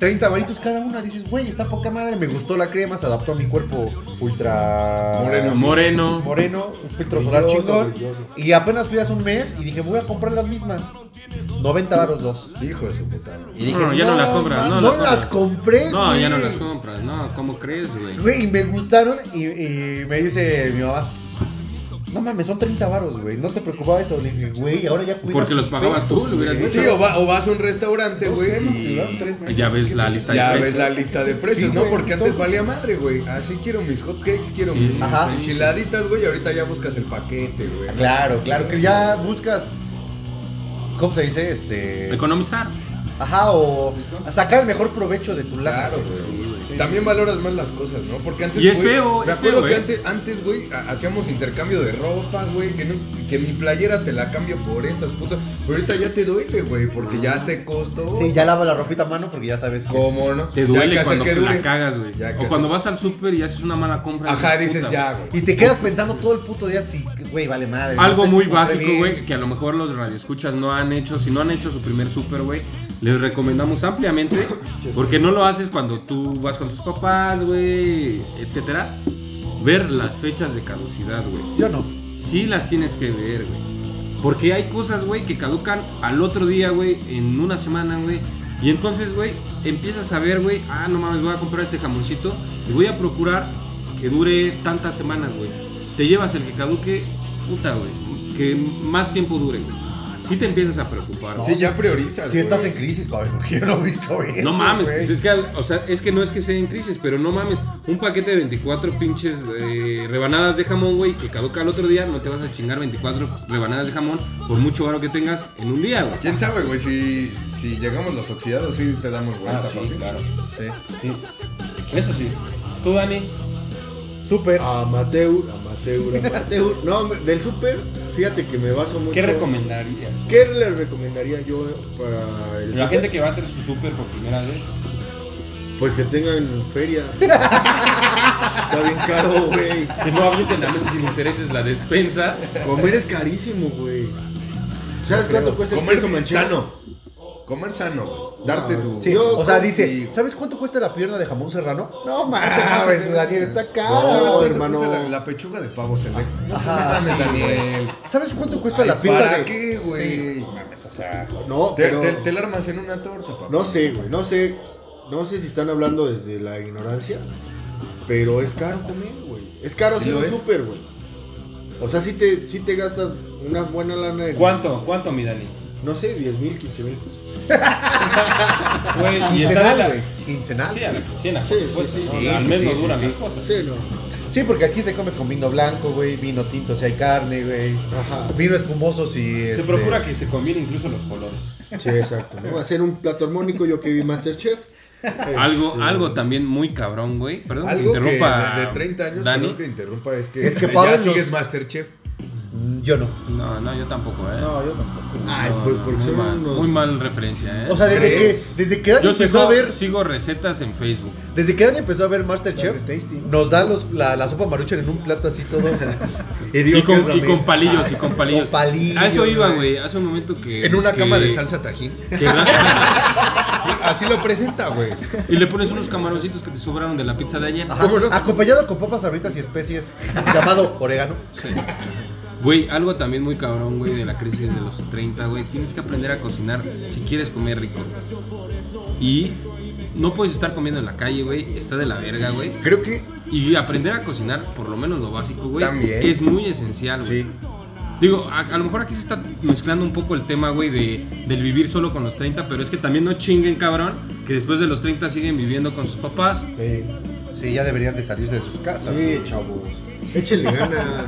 Speaker 1: 30 varitos cada una. Dices, güey, está poca madre. Me gustó la crema, se adaptó a mi cuerpo ultra...
Speaker 3: Moreno.
Speaker 4: Moreno.
Speaker 1: Moreno, un filtro solar
Speaker 6: Brilloso,
Speaker 1: chingón.
Speaker 6: brilloso.
Speaker 1: Y apenas fui hace un mes y dije, voy a comprar las mismas. 90 varos dos.
Speaker 3: Hijo de su puta. madre.
Speaker 1: Y dije,
Speaker 4: No, ya no las compras,
Speaker 1: man,
Speaker 4: no
Speaker 1: no
Speaker 4: las
Speaker 1: las,
Speaker 4: compras".
Speaker 1: compré.
Speaker 4: No, ya no
Speaker 1: güey.
Speaker 4: las compras, no, ¿cómo crees, güey?
Speaker 1: Güey, y me gustaron y, y me dice mi mamá. No mames, son 30 varos, güey. No te preocupaba eso. Le dije, güey, ahora ya cuidas
Speaker 4: Porque los
Speaker 1: tus
Speaker 4: pagabas tú,
Speaker 1: pesos,
Speaker 4: le hubieras
Speaker 1: güey".
Speaker 3: Sí, o, va- o vas a un restaurante, güey. y-
Speaker 4: Ya ves la lista de
Speaker 3: Ya ves
Speaker 4: precios.
Speaker 3: la lista de precios,
Speaker 1: Sí,
Speaker 3: ¿no?
Speaker 1: güey,
Speaker 3: Porque antes
Speaker 1: todo.
Speaker 3: valía madre, güey. Así quiero mis hotcakes, quiero
Speaker 4: Sí,
Speaker 3: mis
Speaker 1: ajá.
Speaker 3: enchiladitas, güey. Y ahorita ya buscas el paquete, güey.
Speaker 1: Claro, claro, que ya buscas. ¿Cómo se dice? Este.
Speaker 4: Economizar.
Speaker 1: Ajá, o sacar el mejor provecho de tu lana.
Speaker 3: Claro,
Speaker 1: güey.
Speaker 3: güey. También valoras más las cosas, ¿no? Porque antes.
Speaker 4: Y es
Speaker 3: güey,
Speaker 4: feo,
Speaker 3: Me
Speaker 4: es
Speaker 3: acuerdo
Speaker 4: feo,
Speaker 3: que
Speaker 4: ¿eh?
Speaker 3: antes, antes, güey, ha- hacíamos intercambio de ropa, güey. Que, no, que mi playera te la cambio por estas putas. Pero ahorita ya te duele, güey. Porque ya te costó.
Speaker 1: Sí, ya lava la ropita a mano porque ya sabes que-
Speaker 3: ¿Cómo, no?
Speaker 4: Te
Speaker 3: Ya
Speaker 4: duele
Speaker 3: que hace
Speaker 4: cuando
Speaker 3: que
Speaker 4: te la
Speaker 3: dure.
Speaker 4: cagas, güey.
Speaker 3: Ya que
Speaker 4: O cuando
Speaker 3: hace-
Speaker 4: vas al súper y haces una mala compra.
Speaker 3: Ajá,
Speaker 4: puta,
Speaker 3: dices
Speaker 4: güey.
Speaker 3: ya, güey.
Speaker 1: Y te quedas pensando todo el puto día si, güey, vale madre. no
Speaker 4: Algo
Speaker 1: sé si
Speaker 4: muy
Speaker 1: compré
Speaker 4: básico,
Speaker 1: bien.
Speaker 4: güey, que a lo mejor los radioescuchas no han hecho. Si no han hecho su primer súper, güey, les recomendamos ampliamente. Porque no lo haces cuando tú vas con tus papás, güey, etcétera. Ver las fechas de caducidad, güey.
Speaker 1: Yo no.
Speaker 4: Sí las tienes que ver, güey. Porque hay cosas, güey, que caducan al otro día, güey, en una semana, güey. Y entonces, güey, empiezas a ver, güey, ah, no mames, voy a comprar este jamoncito y voy a procurar que dure tantas semanas, güey. Te llevas el que caduque, puta, güey, que más tiempo dure, güey. Sí te empiezas a preocupar.
Speaker 1: No,
Speaker 4: güey.
Speaker 3: Sí, ya priorizas.
Speaker 1: Si estás
Speaker 3: güey.
Speaker 1: en crisis, Pablo, yo no he visto eso.
Speaker 4: No mames,
Speaker 1: güey.
Speaker 4: pues es que, al- o sea, es que no es que sea en crisis, pero no mames, un paquete de 24 pinches eh, rebanadas de jamón, güey, que caduca al otro día, no te vas a chingar 24 rebanadas de jamón por mucho varo que tengas en un día, güey.
Speaker 3: ¿Quién sabe, güey? Si, si llegamos los oxidados, sí te damos
Speaker 4: Ah,
Speaker 3: vuelta, papi.
Speaker 4: Eso sí. Tú, Dani,
Speaker 6: Super. Amateur, amateur, amateur. No, hombre, del super, fíjate que me baso mucho.
Speaker 4: ¿qué recomendarías?
Speaker 6: ¿Qué le recomendaría yo para el
Speaker 4: La
Speaker 6: súper?
Speaker 4: gente que va a hacer su súper por primera vez.
Speaker 6: Pues que tengan feria. Está bien caro, güey.
Speaker 4: Que no avienten a meses sin intereses la despensa.
Speaker 6: Comer es carísimo, güey. ¿Sabes cuánto cuesta el
Speaker 3: Comer
Speaker 6: queso manchego?
Speaker 3: sano. Comer sano, güey. Darte
Speaker 6: Ah,
Speaker 3: tu.
Speaker 1: Sí,
Speaker 6: Yo
Speaker 1: o sea,
Speaker 6: creo
Speaker 1: dice,
Speaker 3: que-
Speaker 1: ¿sabes cuánto cuesta la pierna de jamón serrano? No
Speaker 3: mames,
Speaker 1: mames, Ah, Daniel, está
Speaker 6: No,
Speaker 1: caro.
Speaker 3: ¿Sabes cuánto
Speaker 6: hermano.
Speaker 3: cuesta la, la pechuga de pavo selecta? No
Speaker 1: Ajá,
Speaker 3: mames,
Speaker 1: sí,
Speaker 3: Daniel.
Speaker 1: ¿Sabes cuánto cuesta
Speaker 3: Ay,
Speaker 1: la pizza
Speaker 3: ¿Para
Speaker 1: de-
Speaker 3: qué, güey?
Speaker 1: Sí.
Speaker 3: Mames, o sea.
Speaker 6: No,
Speaker 3: Te,
Speaker 6: pero-
Speaker 3: te, te la armas en una torta, papá.
Speaker 6: No sé, güey, no sé. No sé si están hablando desde la ignorancia, pero es caro comer, güey. Es caro
Speaker 3: Sí
Speaker 6: si
Speaker 3: lo
Speaker 6: lo
Speaker 3: es.
Speaker 6: súper, güey. O sea, si te, si te gastas una buena lana en...
Speaker 4: ¿Cuánto? ¿Cuánto, mi Dani?
Speaker 6: No sé, 10 mil, 15 mil.
Speaker 4: Pues, Güey, y está de
Speaker 1: Quincenal,
Speaker 4: la...
Speaker 1: güey. Quincenal.
Speaker 4: Sí, a la quincena,
Speaker 6: Sí,
Speaker 4: por
Speaker 6: sí,
Speaker 4: supuesto.
Speaker 6: sí,
Speaker 4: ¿no?
Speaker 6: sí,
Speaker 4: Al
Speaker 6: sí,
Speaker 4: menos
Speaker 6: sí,
Speaker 4: duran
Speaker 6: sí,
Speaker 4: las
Speaker 6: sí.
Speaker 4: cosas.
Speaker 6: Sí, no.
Speaker 1: Sí, porque aquí se come con vino blanco, güey, vino tinto si hay carne, güey.
Speaker 6: Ajá.
Speaker 1: Vino espumoso si este,
Speaker 4: Se procura que se combinen incluso los colores.
Speaker 6: Sí, exacto, ¿no? Hacer un plato armónico, yo que vi Masterchef.
Speaker 4: Algo,
Speaker 6: Este,
Speaker 4: algo también muy cabrón, güey. Perdón que
Speaker 3: Algo que
Speaker 4: interrumpa.
Speaker 3: de, de 30 años,
Speaker 4: Dani.
Speaker 3: perdón que interrumpa, es que,
Speaker 1: Es que Pablo
Speaker 3: ya
Speaker 1: nos-
Speaker 3: sigues Masterchef.
Speaker 1: mm, Yo no.
Speaker 4: No, no, yo tampoco, eh.
Speaker 6: No, yo tampoco. Ay,
Speaker 4: No,
Speaker 6: pues
Speaker 4: no,
Speaker 6: porque
Speaker 4: muy,
Speaker 6: son
Speaker 4: mal,
Speaker 6: unos...
Speaker 4: muy mal referencia, eh.
Speaker 1: O sea, desde que,
Speaker 3: ¿Crees?
Speaker 1: desde que Dani
Speaker 4: yo
Speaker 1: empezó
Speaker 4: sigo,
Speaker 1: a ver,
Speaker 4: sigo recetas en Facebook.
Speaker 1: desde que Dani empezó a ver Masterchef,
Speaker 6: Las de Tasty, ¿no?
Speaker 1: nos da los, la, la sopa maruchan en un plato así todo.
Speaker 6: digo
Speaker 4: Y con,
Speaker 6: que es
Speaker 4: y
Speaker 6: ramen.
Speaker 4: con palillos, y con palillos.
Speaker 1: Con palillos,
Speaker 4: A eso iba,
Speaker 1: güey.
Speaker 4: güey. Hace un momento que.
Speaker 3: En una
Speaker 4: que-
Speaker 3: cama de salsa tajín.
Speaker 4: que da-
Speaker 3: Así lo presenta, güey.
Speaker 4: y le pones unos camaroncitos que te sobraron de la pizza de ayer.
Speaker 1: Ajá, Ah, Acompañado con papas ahorita y especies, llamado orégano.
Speaker 4: Güey, algo también muy cabrón, güey, de la crisis de los 30, güey. Tienes que aprender a cocinar si quieres comer rico. Y no puedes estar comiendo en la calle, güey. Está de la verga, güey.
Speaker 3: Creo que
Speaker 4: Y aprender a cocinar, por lo menos lo básico, güey,
Speaker 3: También.
Speaker 4: es muy esencial, güey.
Speaker 3: sí.
Speaker 4: Digo, a, a lo mejor aquí se está mezclando un poco el tema, güey, de, del vivir solo con los 30, pero es que también no chinguen, cabrón, que después de los 30 siguen viviendo con sus papás.
Speaker 2: Sí,
Speaker 1: Sí, ya deberían de salirse de sus casas.
Speaker 2: sí, chavos. Échenle ganas.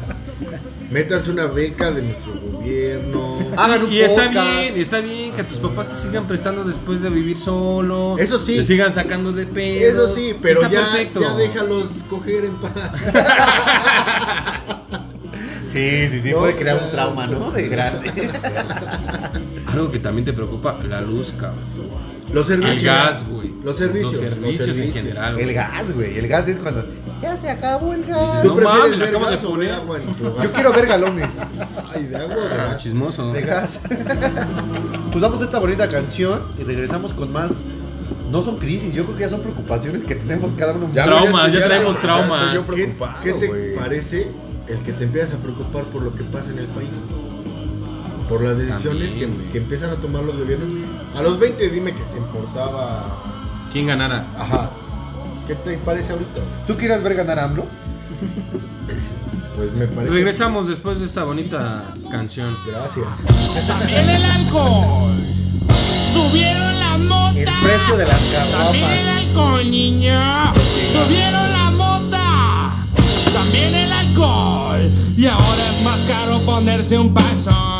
Speaker 2: Métanse una beca de nuestro gobierno.
Speaker 1: Hagan un
Speaker 4: Y está
Speaker 1: podcast.
Speaker 4: bien, está bien que tus papás te sigan prestando después de vivir solo.
Speaker 2: Eso sí.
Speaker 4: Te sigan sacando de pedo.
Speaker 2: Eso sí, pero
Speaker 4: Está
Speaker 2: ya,
Speaker 4: perfecto.
Speaker 2: ya déjalos coger en paz.
Speaker 1: Sí, sí, sí,
Speaker 2: No,
Speaker 1: puede crear un
Speaker 2: claro.
Speaker 1: trauma, ¿no? De grande.
Speaker 4: Algo que también te preocupa, la luz, cabrón.
Speaker 2: Los
Speaker 4: El
Speaker 2: servicios.
Speaker 4: gas, güey.
Speaker 2: Los servicios,
Speaker 4: Los
Speaker 2: los
Speaker 4: servicios, en
Speaker 2: servicios.
Speaker 4: general. güey.
Speaker 1: El gas, güey. El gas es cuando. Ya se acabó el gas.
Speaker 4: Dices,
Speaker 2: ¿Tú
Speaker 4: No mames,
Speaker 2: prefieres
Speaker 4: le
Speaker 2: ver
Speaker 4: acabo de
Speaker 2: gas o ver
Speaker 4: poner.
Speaker 2: agua en tu hogar?
Speaker 1: Yo quiero ver galones
Speaker 2: Ay, de agua o de
Speaker 4: Ah,
Speaker 2: gas.
Speaker 4: chismoso.
Speaker 1: de gas. Pues vamos a esta bonita canción y regresamos con más. No son crisis, yo creo que ya son preocupaciones que tenemos cada uno.
Speaker 2: Ya,
Speaker 4: Traumas,
Speaker 2: güey,
Speaker 4: ya traemos
Speaker 2: estoy-
Speaker 4: traumas.
Speaker 2: estoy yo
Speaker 1: ¿Qué-
Speaker 2: preocupado, ¿Qué, te
Speaker 1: güey?
Speaker 2: parece el que te empiezas a preocupar por lo que pasa en el país? Por las decisiones
Speaker 4: También,
Speaker 2: que,
Speaker 4: güey.
Speaker 2: que empiezan a tomar los gobiernos. A los 20 dime que te importaba...
Speaker 4: ¿Quién ganara?
Speaker 2: Ajá. ¿Qué te parece ahorita?
Speaker 1: ¿Tú quieras ver ganar a AMLO?
Speaker 2: Pues me parece...
Speaker 4: Regresamos después de esta bonita canción.
Speaker 2: Gracias.
Speaker 6: También el alcohol. Subieron la mota.
Speaker 1: El precio de las
Speaker 6: También el
Speaker 1: caguamas.
Speaker 6: alcohol, niña. Subieron la mota. También el alcohol. Y ahora es más caro ponerse un paso.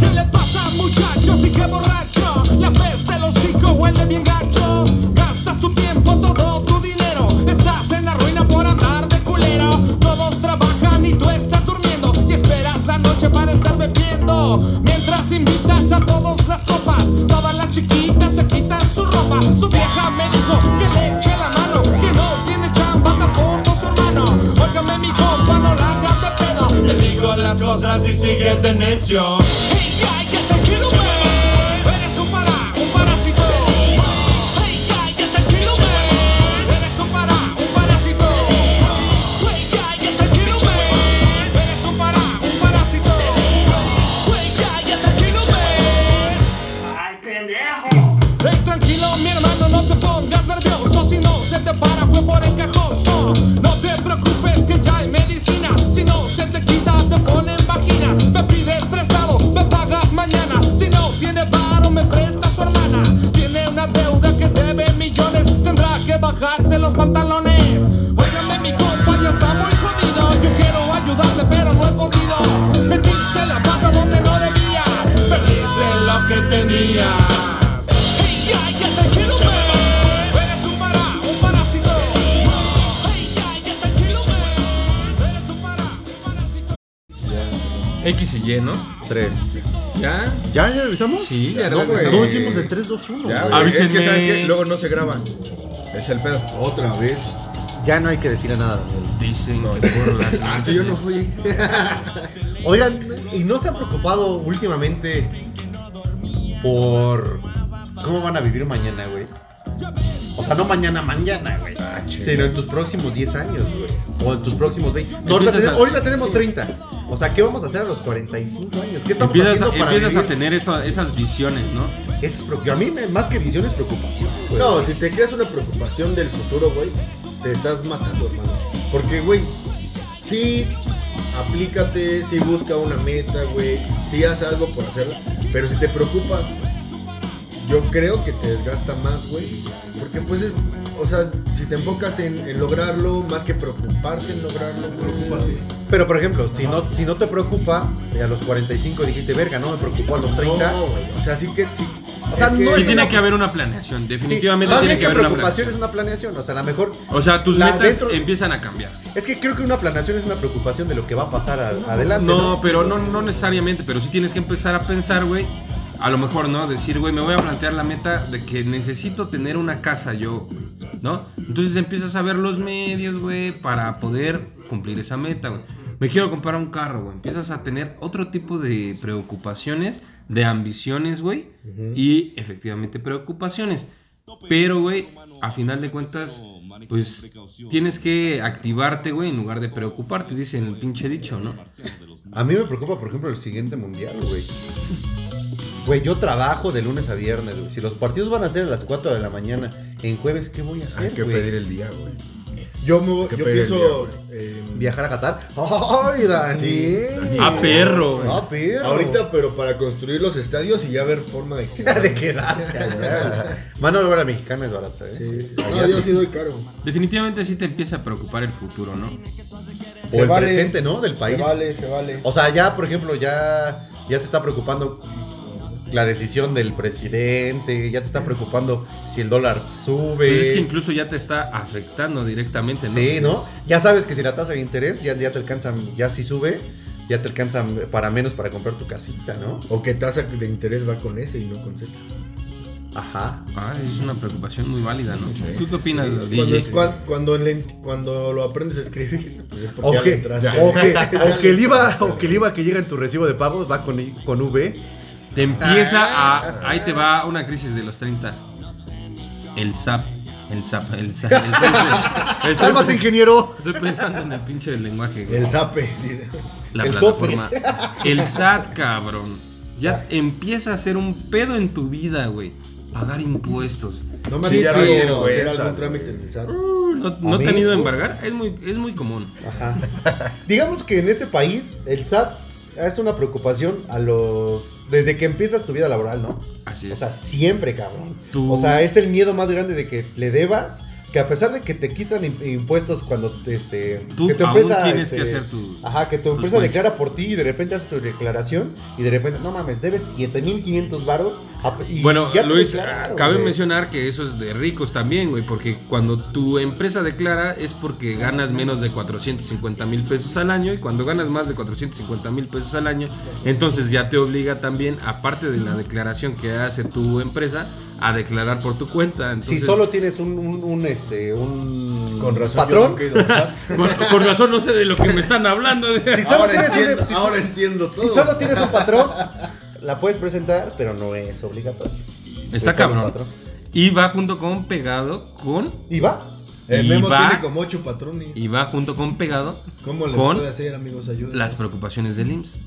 Speaker 6: ¿Qué le pasa muchachos y qué borracho? La peste los cinco huele bien gacho Gastas tu tiempo, todo tu dinero Estás en la ruina por andar de culero Todos trabajan y tú estás durmiendo Y esperas la noche para estar bebiendo Mientras invitas a todos las copas Todas las chiquitas se quitan su ropa Su vieja me dijo que le eche la mano Que no tiene chamba tampoco su hermano Óigame mi compa, no la hagas de pedo Le digo las cosas y sigue de necio Hey, cállate, quiero ver. Eres un pará, un parásito. Hey, cállate, quiero ver. Eres un pará, un parásito. Hey, cállate, quiero ver. Eres un pará, un parásito. Hey, cállate, quiero ver. Hey, tranquilo, mi hermano, no te pongas nervioso. Si no se te para, fue por encajoso. No te preocupes que ya hay medicina. Si no se te quita, te ponen vagina. Me pides prestado, me pagas mañana. Si no tiene varo, me presta su hermana. Tiene una deuda que debe millones. Tendrá que bajarse los pantalones. Óigame, mi compa, ya está muy jodido. Yo quiero ayudarle, pero no he podido. Metiste la pata donde no debías. Perdiste lo que tenías. Hey, cállate, quiero ver. Eres un pará, un parásito. Hey, cállate, quiero ver. Eres un pará, un parásito.
Speaker 4: X y Y, ¿no?
Speaker 1: 3.
Speaker 4: ¿Ya?
Speaker 1: ¿Ya, ya regresamos?
Speaker 4: Sí, ya
Speaker 3: No, güey.
Speaker 4: regresamos.
Speaker 1: No hicimos el 3, 2, 1.
Speaker 3: Ya,
Speaker 1: güey.
Speaker 3: güey, Es
Speaker 4: Avísenme.
Speaker 3: que sabes que luego no se graba. Es el pedo. Ah,
Speaker 2: Otra vez.
Speaker 1: Ya no hay que decirle nada. güey.
Speaker 4: Dicen que por las
Speaker 2: Ah, sí, yo no
Speaker 4: noches-
Speaker 2: fui.
Speaker 1: Oigan, ¿y no se han preocupado últimamente por cómo van a vivir mañana, güey? O sea, no mañana, mañana, güey. sino en tus próximos 10 años, güey. O en tus próximos 20. No, ahorita,
Speaker 4: Empiezas
Speaker 1: tenemos,
Speaker 4: a-
Speaker 1: ahorita tenemos
Speaker 4: sí.
Speaker 1: 30. O sea, ¿qué vamos a hacer a los 45 años? ¿Qué estamos
Speaker 4: Empiezas,
Speaker 1: haciendo para
Speaker 4: empiezas
Speaker 1: vivir?
Speaker 4: a tener eso- esas visiones, ¿no?
Speaker 1: Esa es preocup- a mí, me- más que visión, es preocupación, güey.
Speaker 2: No, si te creas una preocupación del futuro, güey, te estás matando, hermano. Porque, güey, sí, aplícate, sí busca una meta, güey, sí haz algo por hacerla, pero si te preocupas, yo creo que te desgasta más, güey. Porque, pues, es, o sea, si te enfocas en, en lograrlo, más que preocuparte en lograrlo, preocuparte.
Speaker 1: Pero, por ejemplo, si no, si no te preocupa, eh, a los 45 dijiste, verga, no me preocupó a los 30.
Speaker 2: No, güey, o sea, sí que, sí.
Speaker 1: O sea,
Speaker 2: es
Speaker 1: no
Speaker 2: que-
Speaker 1: es
Speaker 4: Sí
Speaker 1: una-
Speaker 4: tiene que haber una planeación, definitivamente
Speaker 1: Sí, más
Speaker 4: tiene
Speaker 1: bien
Speaker 4: que haber una
Speaker 1: preocupación es
Speaker 4: planeación.
Speaker 1: una planeación. O sea, a lo mejor.
Speaker 4: O sea, tus
Speaker 1: la
Speaker 4: metas
Speaker 1: dentro-
Speaker 4: empiezan a cambiar.
Speaker 1: Es que creo que una planeación es una preocupación de lo que va a pasar a- adelante.
Speaker 4: No, pero no, no necesariamente, pero sí tienes que empezar a pensar, güey. A lo mejor, ¿no? Decir, güey, me voy a plantear la meta de que necesito tener una casa yo, güey, ¿no? Entonces empiezas a ver los medios, güey, para poder cumplir esa meta, güey. Me quiero comprar un carro, güey. Empiezas a tener otro tipo de preocupaciones, de ambiciones, güey. Y efectivamente preocupaciones. Pero, güey, a final de cuentas, pues tienes que activarte, güey, en lugar de preocuparte, dicen el pinche dicho, ¿no?
Speaker 1: A mí me preocupa, por ejemplo, el siguiente mundial, güey. Güey, yo trabajo de lunes a viernes, güey. Si los partidos van a ser a las 4 de la mañana, en jueves, ¿qué voy a hacer,
Speaker 3: Hay que
Speaker 1: güey?
Speaker 3: pedir el día, güey.
Speaker 6: Yo, me,
Speaker 3: Qué
Speaker 6: yo
Speaker 3: pena el
Speaker 6: pienso.
Speaker 3: día,
Speaker 6: eh,
Speaker 1: ¿Viajar a Qatar? ¡Ay, Dani!
Speaker 4: A perro, güey.
Speaker 1: ¡Ah, perro!
Speaker 6: ahorita, pero para construir los estadios y ya ver forma de que.
Speaker 1: de quedarte allá. Mano de obra mexicana es barata, ¿eh?
Speaker 6: Sí. No, yo sí doy caro.
Speaker 4: Definitivamente sí te empieza a preocupar el futuro, ¿no?
Speaker 1: O
Speaker 6: Se
Speaker 1: el
Speaker 6: vale.
Speaker 1: presente, ¿no? Del país.
Speaker 6: Se vale, se vale.
Speaker 1: O sea, ya, por ejemplo, ya, ya te está preocupando la decisión del presidente, ya te está preocupando si el dólar sube.
Speaker 4: Pues es que incluso ya te está afectando directamente, ¿no?
Speaker 1: Sí, ¿no? Ya sabes que si la tasa de interés ya, ya te alcanzan, ya si sube, ya te alcanzan para menos para comprar tu casita, ¿no?
Speaker 6: O que tasa de interés va con ese y no con Z.
Speaker 1: Ajá.
Speaker 4: Ah, es una preocupación muy válida, ¿no? ¿Tú qué opinas,
Speaker 6: Cuando,
Speaker 4: DJ?
Speaker 6: cuan- cuando le ent- cuando lo aprendes a escribir, pues es porque
Speaker 1: O
Speaker 6: ya le
Speaker 1: que,
Speaker 6: entraste.
Speaker 1: o que- o que el IVA, o que el IVA que llega en tu recibo de pagos va con, I- con V.
Speaker 4: Te empieza
Speaker 6: Ah.
Speaker 4: a... Ahí te va una crisis de los 30. El SAP. El SAP. El SAP. El SAP. Estoy-
Speaker 1: ¡Cálmate, ingeniero!
Speaker 4: Estoy pensando en el pinche lenguaje. güey.
Speaker 6: El zape. dice.
Speaker 4: La
Speaker 1: el
Speaker 4: plataforma. El SAT, cabrón. Ya empieza a ser un pedo en tu vida, güey. Pagar impuestos.
Speaker 6: No me
Speaker 4: Sí,
Speaker 6: han
Speaker 4: pero-
Speaker 6: llegado a hacer
Speaker 3: cuentas,
Speaker 6: algún trámite en el SAT.
Speaker 4: Uh, ¿No, no
Speaker 1: A
Speaker 4: te
Speaker 1: mí-
Speaker 4: han ido a embargar? Es muy, es muy común.
Speaker 1: Ajá. Digamos que en este país el SAT es una preocupación a los desde que empiezas tu vida laboral, ¿no?
Speaker 4: Así
Speaker 1: O
Speaker 4: es.
Speaker 1: sea, siempre, cabrón.
Speaker 4: Tú-
Speaker 1: O sea, es el miedo más grande de que le debas, que a pesar de que te quitan im- impuestos cuando este
Speaker 4: Tú
Speaker 1: que
Speaker 4: aún tienes que hacer tus-
Speaker 1: tu Ajá, que tu
Speaker 4: tus
Speaker 1: empresa
Speaker 4: cuentas.
Speaker 1: declara por ti y de repente haces tu declaración y de repente, no mames, debes 7500 varos a- y
Speaker 4: Bueno,
Speaker 1: ya te
Speaker 4: Luis,
Speaker 1: declararon,
Speaker 4: cabe
Speaker 1: güey.
Speaker 4: mencionar que eso es de ricos también, güey, porque cuando tu empresa declara es porque ganas menos de 450 mil pesos al año y cuando ganas más de 450 mil pesos al año, entonces ya te obliga también, aparte de la declaración que hace tu empresa, a declarar por tu cuenta.
Speaker 1: si
Speaker 4: Entonces,
Speaker 1: solo tienes un, un, un, este un
Speaker 6: Con razón.
Speaker 1: patrón
Speaker 6: yo nunca he ido al SAT.
Speaker 4: Con, con razón no sé de lo que me están hablando.
Speaker 1: Si solo,
Speaker 6: Ahora
Speaker 1: tienes,
Speaker 6: entiendo,
Speaker 1: si-
Speaker 6: ahora entiendo todo.
Speaker 1: si solo tienes un patrón, la puedes presentar, pero no es obligatorio. Este
Speaker 4: Está
Speaker 1: Es solo un
Speaker 4: cabrón.
Speaker 1: patrón.
Speaker 4: Y va junto con pegado con...
Speaker 1: ¿Y va?
Speaker 4: y
Speaker 6: El Eh, Memo
Speaker 4: va-
Speaker 6: tiene como ocho patrones.
Speaker 4: Y va junto con pegado
Speaker 6: ¿Cómo le
Speaker 4: con
Speaker 6: puede hacer, amigos? Ayuda.
Speaker 4: las preocupaciones del IMSS.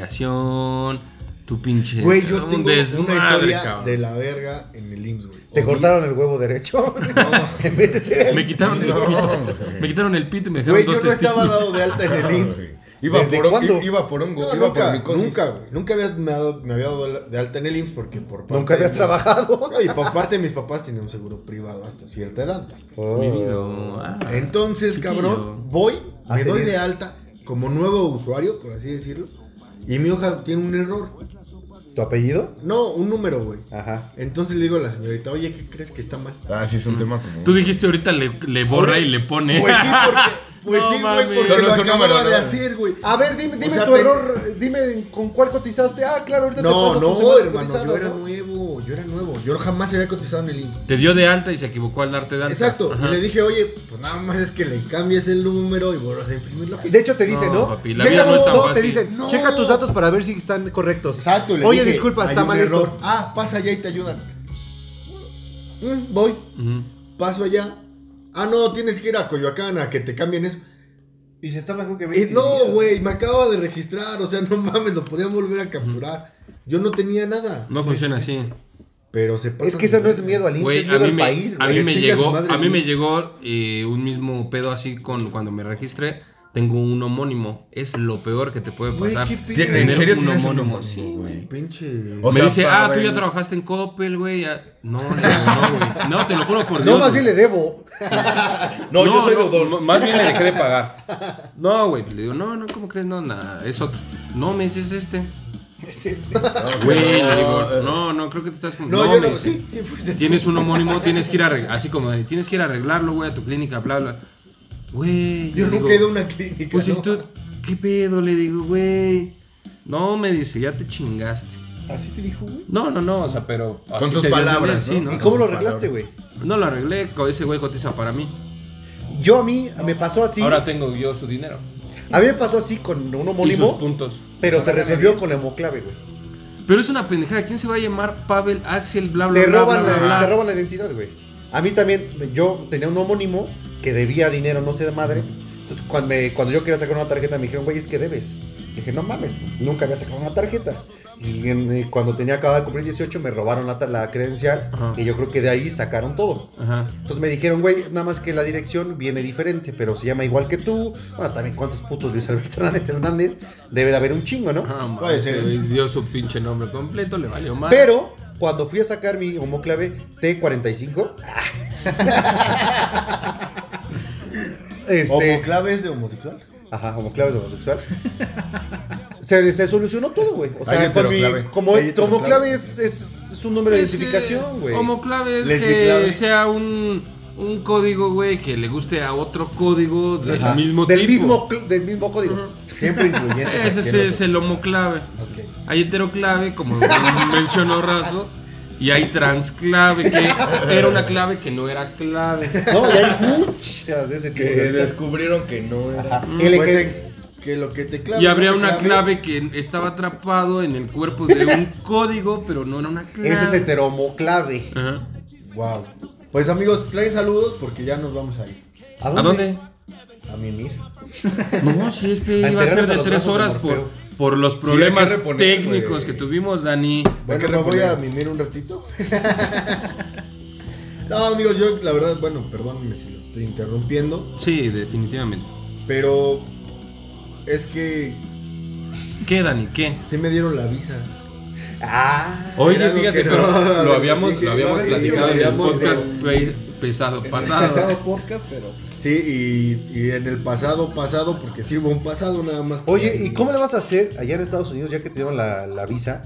Speaker 4: Afiliación, tu pinche.
Speaker 6: Güey, yo
Speaker 4: un
Speaker 6: tengo una
Speaker 4: desmadre,
Speaker 6: historia
Speaker 4: cabrón.
Speaker 6: de la verga en el IMSS, güey.
Speaker 1: Te
Speaker 6: Odi-
Speaker 1: cortaron el huevo derecho. en vez de ser el-
Speaker 4: Me quitaron el pito. Me quitaron el pito y me dejaron
Speaker 6: Güey, yo
Speaker 4: dos
Speaker 6: no estaba
Speaker 4: testículos.
Speaker 6: dado de alta en el IMSS.
Speaker 10: Iba,
Speaker 1: ¿Desde
Speaker 10: por,
Speaker 1: cuándo?
Speaker 10: iba por hongo,
Speaker 6: No,
Speaker 10: iba
Speaker 6: nunca,
Speaker 10: por micosis.
Speaker 6: nunca, güey. Nunca había, me, ha dado- me había dado de alta en el IMSS porque por parte
Speaker 1: Nunca
Speaker 6: de
Speaker 1: habías
Speaker 6: mis-
Speaker 1: trabajado.
Speaker 6: No, y por parte de mis papás tenían un seguro privado hasta cierta edad.
Speaker 4: Mi vida, ah.
Speaker 6: Entonces,
Speaker 4: Chiquillo.
Speaker 6: cabrón, voy, me
Speaker 1: Hacen
Speaker 6: doy de
Speaker 1: eso.
Speaker 6: alta como nuevo usuario, por así decirlo. Y mi hoja tiene un error.
Speaker 1: ¿Tu apellido?
Speaker 6: No, un número, güey.
Speaker 1: Ajá.
Speaker 6: Entonces le digo a la señorita, oye, ¿qué crees que está mal?
Speaker 3: Ah, sí, es un tema como.
Speaker 4: Mm. Tú dijiste ahorita le, le borra y le pone.
Speaker 6: Pues sí, porque, pues
Speaker 4: No
Speaker 6: sí,
Speaker 4: mames.
Speaker 6: güey, porque
Speaker 3: Solo
Speaker 6: lo
Speaker 3: es un
Speaker 6: acababa
Speaker 3: número,
Speaker 6: de
Speaker 3: ¿no?
Speaker 6: hacer, güey.
Speaker 1: A ver, dime, dime
Speaker 6: O sea,
Speaker 1: tu
Speaker 6: te-
Speaker 1: error. Dime con cuál cotizaste. Ah, claro, ahorita te
Speaker 6: No,
Speaker 1: paso tus
Speaker 6: no,
Speaker 1: semanas
Speaker 6: hermano,
Speaker 1: cotizadas,
Speaker 6: yo era
Speaker 1: ¿no?
Speaker 6: nuevo, yo era nuevo. Yo jamás había cotizado en el IMSS.
Speaker 4: Te dio de alta y se equivocó al darte de alta.
Speaker 6: Exacto,
Speaker 4: Ajá.
Speaker 6: y le dije, oye, pues nada más es que le cambies el número y vuelvas a imprimirlo.
Speaker 1: De hecho, te dice,
Speaker 4: No,
Speaker 1: ¿no?
Speaker 4: papi, la vida no es tan
Speaker 1: te
Speaker 4: fácil.
Speaker 1: dicen,
Speaker 6: No.
Speaker 1: checa tus datos para ver si están correctos.
Speaker 6: Exacto, y le
Speaker 1: Oye,
Speaker 6: dije,
Speaker 1: disculpa,
Speaker 6: "Hay
Speaker 1: está
Speaker 6: un
Speaker 1: mal
Speaker 6: error.
Speaker 1: esto.
Speaker 6: Ah, pasa allá y te ayudan. Mm, voy,
Speaker 4: Ujú.
Speaker 6: paso allá. Ah, no, tienes que ir a Coyoacán a que te cambien eso.
Speaker 11: Y se tarda creo que
Speaker 6: Eh,
Speaker 11: 20
Speaker 6: no,
Speaker 11: días.
Speaker 6: güey, me acabo de registrar, o sea, no mames, lo podían volver a capturar. Yo no tenía nada,
Speaker 4: No funciona así.
Speaker 6: pero se pasa.
Speaker 1: Es que eso no es miedo al IMSS,
Speaker 4: Güey,
Speaker 1: es
Speaker 4: a
Speaker 1: miedo
Speaker 4: mí
Speaker 1: al
Speaker 4: me,
Speaker 1: país.
Speaker 4: a
Speaker 1: güey.
Speaker 4: mí
Speaker 6: que
Speaker 4: me
Speaker 6: chingue a su
Speaker 4: llegó,
Speaker 6: madre
Speaker 4: a mí
Speaker 6: el
Speaker 4: me
Speaker 6: IMSS.
Speaker 4: llegó eh, un mismo pedo así con cuando me registré. Tengo un homónimo. Es lo peor que te puede
Speaker 6: Güey,
Speaker 4: pasar.
Speaker 6: qué pedo.
Speaker 3: ¿En
Speaker 4: Tener
Speaker 3: serio
Speaker 4: un
Speaker 3: tienes un
Speaker 4: homónimo,
Speaker 3: homónimo,
Speaker 4: sí,
Speaker 3: güey?
Speaker 6: Pinche.
Speaker 3: O
Speaker 4: me
Speaker 3: sea,
Speaker 4: dice,
Speaker 3: para
Speaker 4: ah, tú
Speaker 3: ver-
Speaker 4: ya trabajaste en Coppel, güey. ya". No, le digo, no, güey. No, te lo juro por Dios.
Speaker 1: No, más
Speaker 4: güey.
Speaker 1: bien le debo.
Speaker 3: No, yo soy
Speaker 4: no,
Speaker 3: Dodón.
Speaker 4: m- Más bien le dejé de pagar. No, güey. Le digo, no, no, ¿cómo crees? No, nada, es otro. No, me dices este. Güey, le
Speaker 3: eh,
Speaker 4: digo, no, no, creo que te estás... con-
Speaker 6: No, yo
Speaker 4: me
Speaker 6: no,
Speaker 4: dice,
Speaker 6: sí, pues, sí, fuiste tú.
Speaker 4: Tienes un homónimo, tienes que ir a arreg- así como de, tienes que ir a arreglarlo, güey, a tu clínica, bla, bla. Güey.
Speaker 6: Yo
Speaker 4: le
Speaker 6: nunca
Speaker 4: digo,
Speaker 6: he ido a una clínica.
Speaker 4: Pues
Speaker 6: ¿no?
Speaker 4: esto, ¿qué pedo? Le digo, güey. No, me dice, ya te chingaste.
Speaker 6: Así te dijo, güey.
Speaker 4: No, no, no, o sea, pero. así
Speaker 3: Con sus
Speaker 4: te dio a entender,
Speaker 3: palabras,
Speaker 4: sí,
Speaker 3: ¿no?
Speaker 1: ¿Y cómo lo arreglaste, güey?
Speaker 4: No lo arreglé, co- ese güey cotiza para mí.
Speaker 1: Yo a mí me pasó así.
Speaker 4: Ahora tengo yo su dinero.
Speaker 1: A mí me pasó así con un
Speaker 4: Y sus
Speaker 1: homónimo,
Speaker 4: puntos.
Speaker 1: pero se resolvió con hemoclave, güey.
Speaker 4: Pero es una pendejada. ¿Quién se va a llamar Pavel, Axel, bla, bla,
Speaker 1: Te
Speaker 4: bla,
Speaker 1: roban,
Speaker 4: bla,
Speaker 1: la,
Speaker 4: bla, bla?
Speaker 1: te roban la identidad, güey. A mí también, yo tenía un homónimo que debía dinero, no sé de madre. Entonces, cuando, me- cuando yo quería sacar una tarjeta, me dijeron, güey, es que debes. Dije, no mames, nunca había sacado una tarjeta. Y en- eh, cuando tenía acabado de cumplir 18 me robaron la, ta- la credencial
Speaker 4: Ajá.
Speaker 1: y yo creo que de ahí sacaron todo.
Speaker 4: Ajá.
Speaker 1: Entonces me dijeron, güey, nada más que la dirección viene diferente, pero se llama igual que tú. Bueno, también cuántos putos Luis Alberto Hernández Hernández. Debe de haber un chingo, ¿no?
Speaker 4: Ah,
Speaker 6: Puede
Speaker 4: madre,
Speaker 6: ser.
Speaker 4: güey, Dio su pinche nombre completo, le valió mal.
Speaker 1: Pero cuando fui a sacar mi homoclave T45. este,
Speaker 6: ¿Homoclave es de homosexual?
Speaker 1: ajá, homoclave es homosexual. Se, se solucionó todo, güey. O sea,
Speaker 6: Hay
Speaker 1: con mi-
Speaker 6: heteroclave.
Speaker 1: como,
Speaker 6: Hay heteroclave.
Speaker 1: como clave es, es, es un nombre de
Speaker 4: Es que
Speaker 1: identificación, güey.
Speaker 4: Homoclave es que
Speaker 6: Lesbiclave.
Speaker 4: sea un, un código, güey, que le guste a otro código del
Speaker 1: Ajá,
Speaker 4: mismo
Speaker 1: del
Speaker 4: tipo.
Speaker 1: mismo cl- del mismo código.
Speaker 6: Siempre incluyente.
Speaker 4: Ese es, es el homoclave.
Speaker 6: Ok.
Speaker 4: Hay heteroclave, como mencionó Razo, y hay transclave, que era una clave que no era clave.
Speaker 1: No, y hay muchas de ese tipo.
Speaker 3: Que
Speaker 1: de-
Speaker 3: descubrieron que no era.
Speaker 1: Ajá,
Speaker 4: Mm,
Speaker 1: LG.
Speaker 6: Pues, eh, que lo que te clave.
Speaker 4: Y habría
Speaker 6: no te
Speaker 4: una
Speaker 6: clave.
Speaker 4: clave que estaba atrapado en el cuerpo de un código, pero no era una clave.
Speaker 1: Ese es heteromoclave.
Speaker 4: Ajá.
Speaker 6: Wow. Pues amigos, traen saludos porque ya nos vamos a ir.
Speaker 4: ¿A dónde?
Speaker 1: A mimir.
Speaker 4: No, si este
Speaker 1: A
Speaker 4: iba a ser
Speaker 1: enterrarnos a
Speaker 4: de
Speaker 1: los
Speaker 4: tres
Speaker 1: brazos de
Speaker 4: horas por,
Speaker 1: Morfeo.
Speaker 4: por los
Speaker 3: hay que
Speaker 4: problemas
Speaker 3: reponer,
Speaker 4: técnicos
Speaker 3: güey.
Speaker 4: que tuvimos, Dani.
Speaker 6: Bueno,
Speaker 3: que
Speaker 6: me voy
Speaker 3: reponer.
Speaker 6: a mimir un ratito. no, amigos, yo la verdad, bueno, perdónenme si los estoy interrumpiendo,
Speaker 4: Sí, definitivamente.
Speaker 6: pero es que
Speaker 4: ¿Qué, Dani? ¿Qué?
Speaker 6: sí me dieron la visa.
Speaker 1: Ah.
Speaker 4: Oye,
Speaker 6: Era algo
Speaker 4: fíjate,
Speaker 6: que
Speaker 4: pero
Speaker 6: no-
Speaker 4: lo habíamos, lo
Speaker 6: no
Speaker 4: habíamos
Speaker 6: había dicho,
Speaker 4: platicado
Speaker 6: lo
Speaker 4: en el
Speaker 6: habíamos-
Speaker 4: podcast pe- pesado, pasado.
Speaker 2: Pasado podcast, pero.
Speaker 6: Sí, y, y en el pasado, pasado, porque sí hubo un pasado nada más. que-
Speaker 1: Oye, ¿y cómo le vas a hacer allá en Estados Unidos, ya que te dieron la, la visa,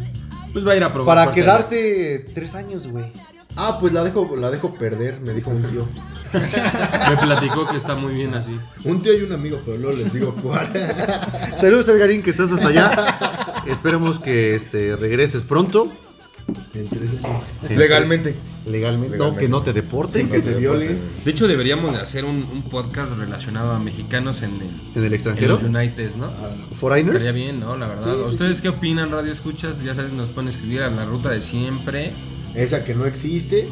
Speaker 4: Pues va a ir a probar.
Speaker 1: para
Speaker 4: suerte.
Speaker 1: quedarte tres años, güey?
Speaker 6: Ah, pues la dejo, la dejo perder, me dijo un tío.
Speaker 4: Me platicó que está muy bien así.
Speaker 6: Un tío y un amigo, pero luego les digo cuál.
Speaker 1: Saludos, Edgarín, que estás hasta allá. Esperemos que este, regreses pronto.
Speaker 6: Entre esos-
Speaker 3: Legalmente.
Speaker 1: Legalmente. No,
Speaker 3: pues, Legalmente.
Speaker 1: que no te deporten.
Speaker 6: Sin que te violen.
Speaker 4: De hecho, deberíamos de hacer un, un podcast relacionado a mexicanos en, el-
Speaker 1: En el
Speaker 4: en
Speaker 1: extranjero.
Speaker 4: los Uniteds, ¿no?
Speaker 1: Ah,
Speaker 4: Estaría
Speaker 1: Foreigners.
Speaker 4: bien, ¿no? La verdad. ¿Ustedes qué opinan, Radio Escuchas? Ya saben, nos pueden escribir a la ruta de siempre.
Speaker 6: Esa que no existe.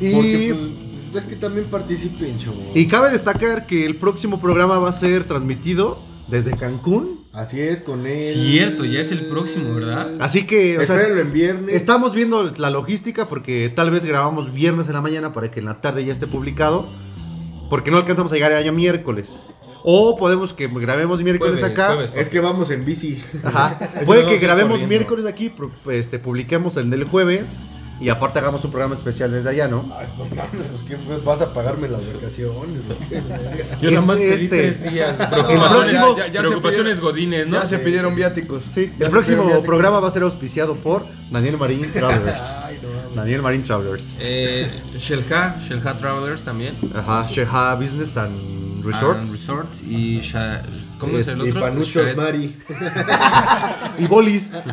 Speaker 6: Y
Speaker 1: Y,
Speaker 6: es que también participen, chavos.
Speaker 1: y cabe destacar que el próximo programa va a ser transmitido desde Cancún.
Speaker 6: Así es con él.
Speaker 4: Cierto, ya es el próximo, ¿verdad?
Speaker 1: Así que, o sea,
Speaker 6: Espérenlo en viernes.
Speaker 1: Estamos viendo la logística porque tal vez grabamos viernes en la mañana para que en la tarde ya esté publicado. Porque no alcanzamos a llegar allá miércoles. O podemos que grabemos miércoles
Speaker 4: Jueves,
Speaker 1: acá. Eh,
Speaker 4: jueves.
Speaker 6: Es que vamos en bici.
Speaker 1: Ajá.
Speaker 4: Eso
Speaker 1: Puede
Speaker 4: no
Speaker 1: que
Speaker 4: estoy
Speaker 1: grabemos
Speaker 4: corriendo.
Speaker 1: miércoles aquí, pro- este, publiquemos el del jueves. Y aparte hagamos un programa especial desde allá, ¿no?
Speaker 6: Ay, no mames, pues ¿qué me vas a pagarme las vacaciones? güey?
Speaker 4: Yo
Speaker 1: Es
Speaker 4: nada más pedí
Speaker 1: este.
Speaker 4: tres días.
Speaker 1: El próximo-
Speaker 3: ya- ya se
Speaker 4: preocupaciones
Speaker 3: pidieron-
Speaker 4: godines, ¿no?
Speaker 3: Ya se pidieron viáticos.
Speaker 1: Sí, el
Speaker 6: Ya se
Speaker 1: próximo
Speaker 6: terminó.
Speaker 1: programa va a ser auspiciado por Daniel Marín Travelers.
Speaker 6: Ay, no mames.
Speaker 1: Daniel Marín Travelers.
Speaker 4: Eh, Shelha, Shelha Travelers también.
Speaker 1: Ajá, Sheha Business and Resorts.
Speaker 4: Ah, resorts y Sha- ¿Cómo es el
Speaker 6: Este,
Speaker 4: otro?
Speaker 6: Panuchos
Speaker 4: Sharet-
Speaker 6: Mari.
Speaker 1: y bolis. Pues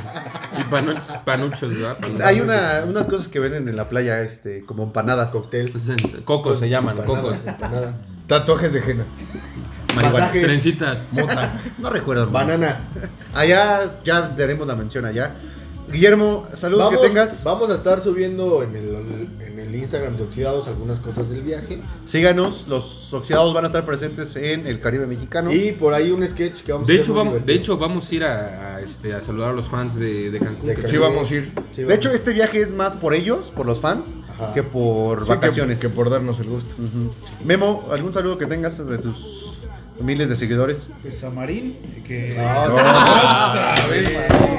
Speaker 4: Y panu- panuchos, ¿verdad? Panuchos.
Speaker 1: Hay una- unas cosas que venden en la playa, este, como empanadas.
Speaker 6: Cóctel.
Speaker 4: Pues Es- es- Cocos se llaman, cocos.
Speaker 6: Empanadas, empanadas.
Speaker 3: Tatuajes de henna.
Speaker 4: Marihuana.
Speaker 6: Pasajes.
Speaker 4: Trencitas.
Speaker 1: No recuerdo. hermano.
Speaker 6: Banana.
Speaker 1: Allá ya daremos la mención allá. Guillermo, saludos
Speaker 6: Vamos,
Speaker 1: que tengas.
Speaker 6: vamos a estar subiendo en el, en el Instagram de Oxidados algunas cosas del viaje.
Speaker 1: Síganos, los oxidados van a estar presentes en el Caribe mexicano.
Speaker 6: Y por ahí un sketch que vamos
Speaker 4: De
Speaker 6: a hacer
Speaker 4: hecho,
Speaker 6: muy
Speaker 4: vamos, de
Speaker 6: divertido.
Speaker 4: hecho, vamos a ir a, a, este, a saludar a los fans de, de Cancún.
Speaker 6: De
Speaker 4: que
Speaker 6: Cancún.
Speaker 3: Sí, vamos a ir.
Speaker 6: Sí,
Speaker 1: de
Speaker 6: vamos.
Speaker 1: hecho, este viaje es más por ellos, por los fans,
Speaker 6: Ajá.
Speaker 1: que por
Speaker 3: Sí, que-
Speaker 1: vacaciones.
Speaker 3: Que, por darnos el gusto.
Speaker 1: Ujú. Memo, ¿algún saludo que tengas de tus miles de seguidores?
Speaker 2: Pues a Marín, que.
Speaker 6: Ah,
Speaker 2: No,
Speaker 6: sí.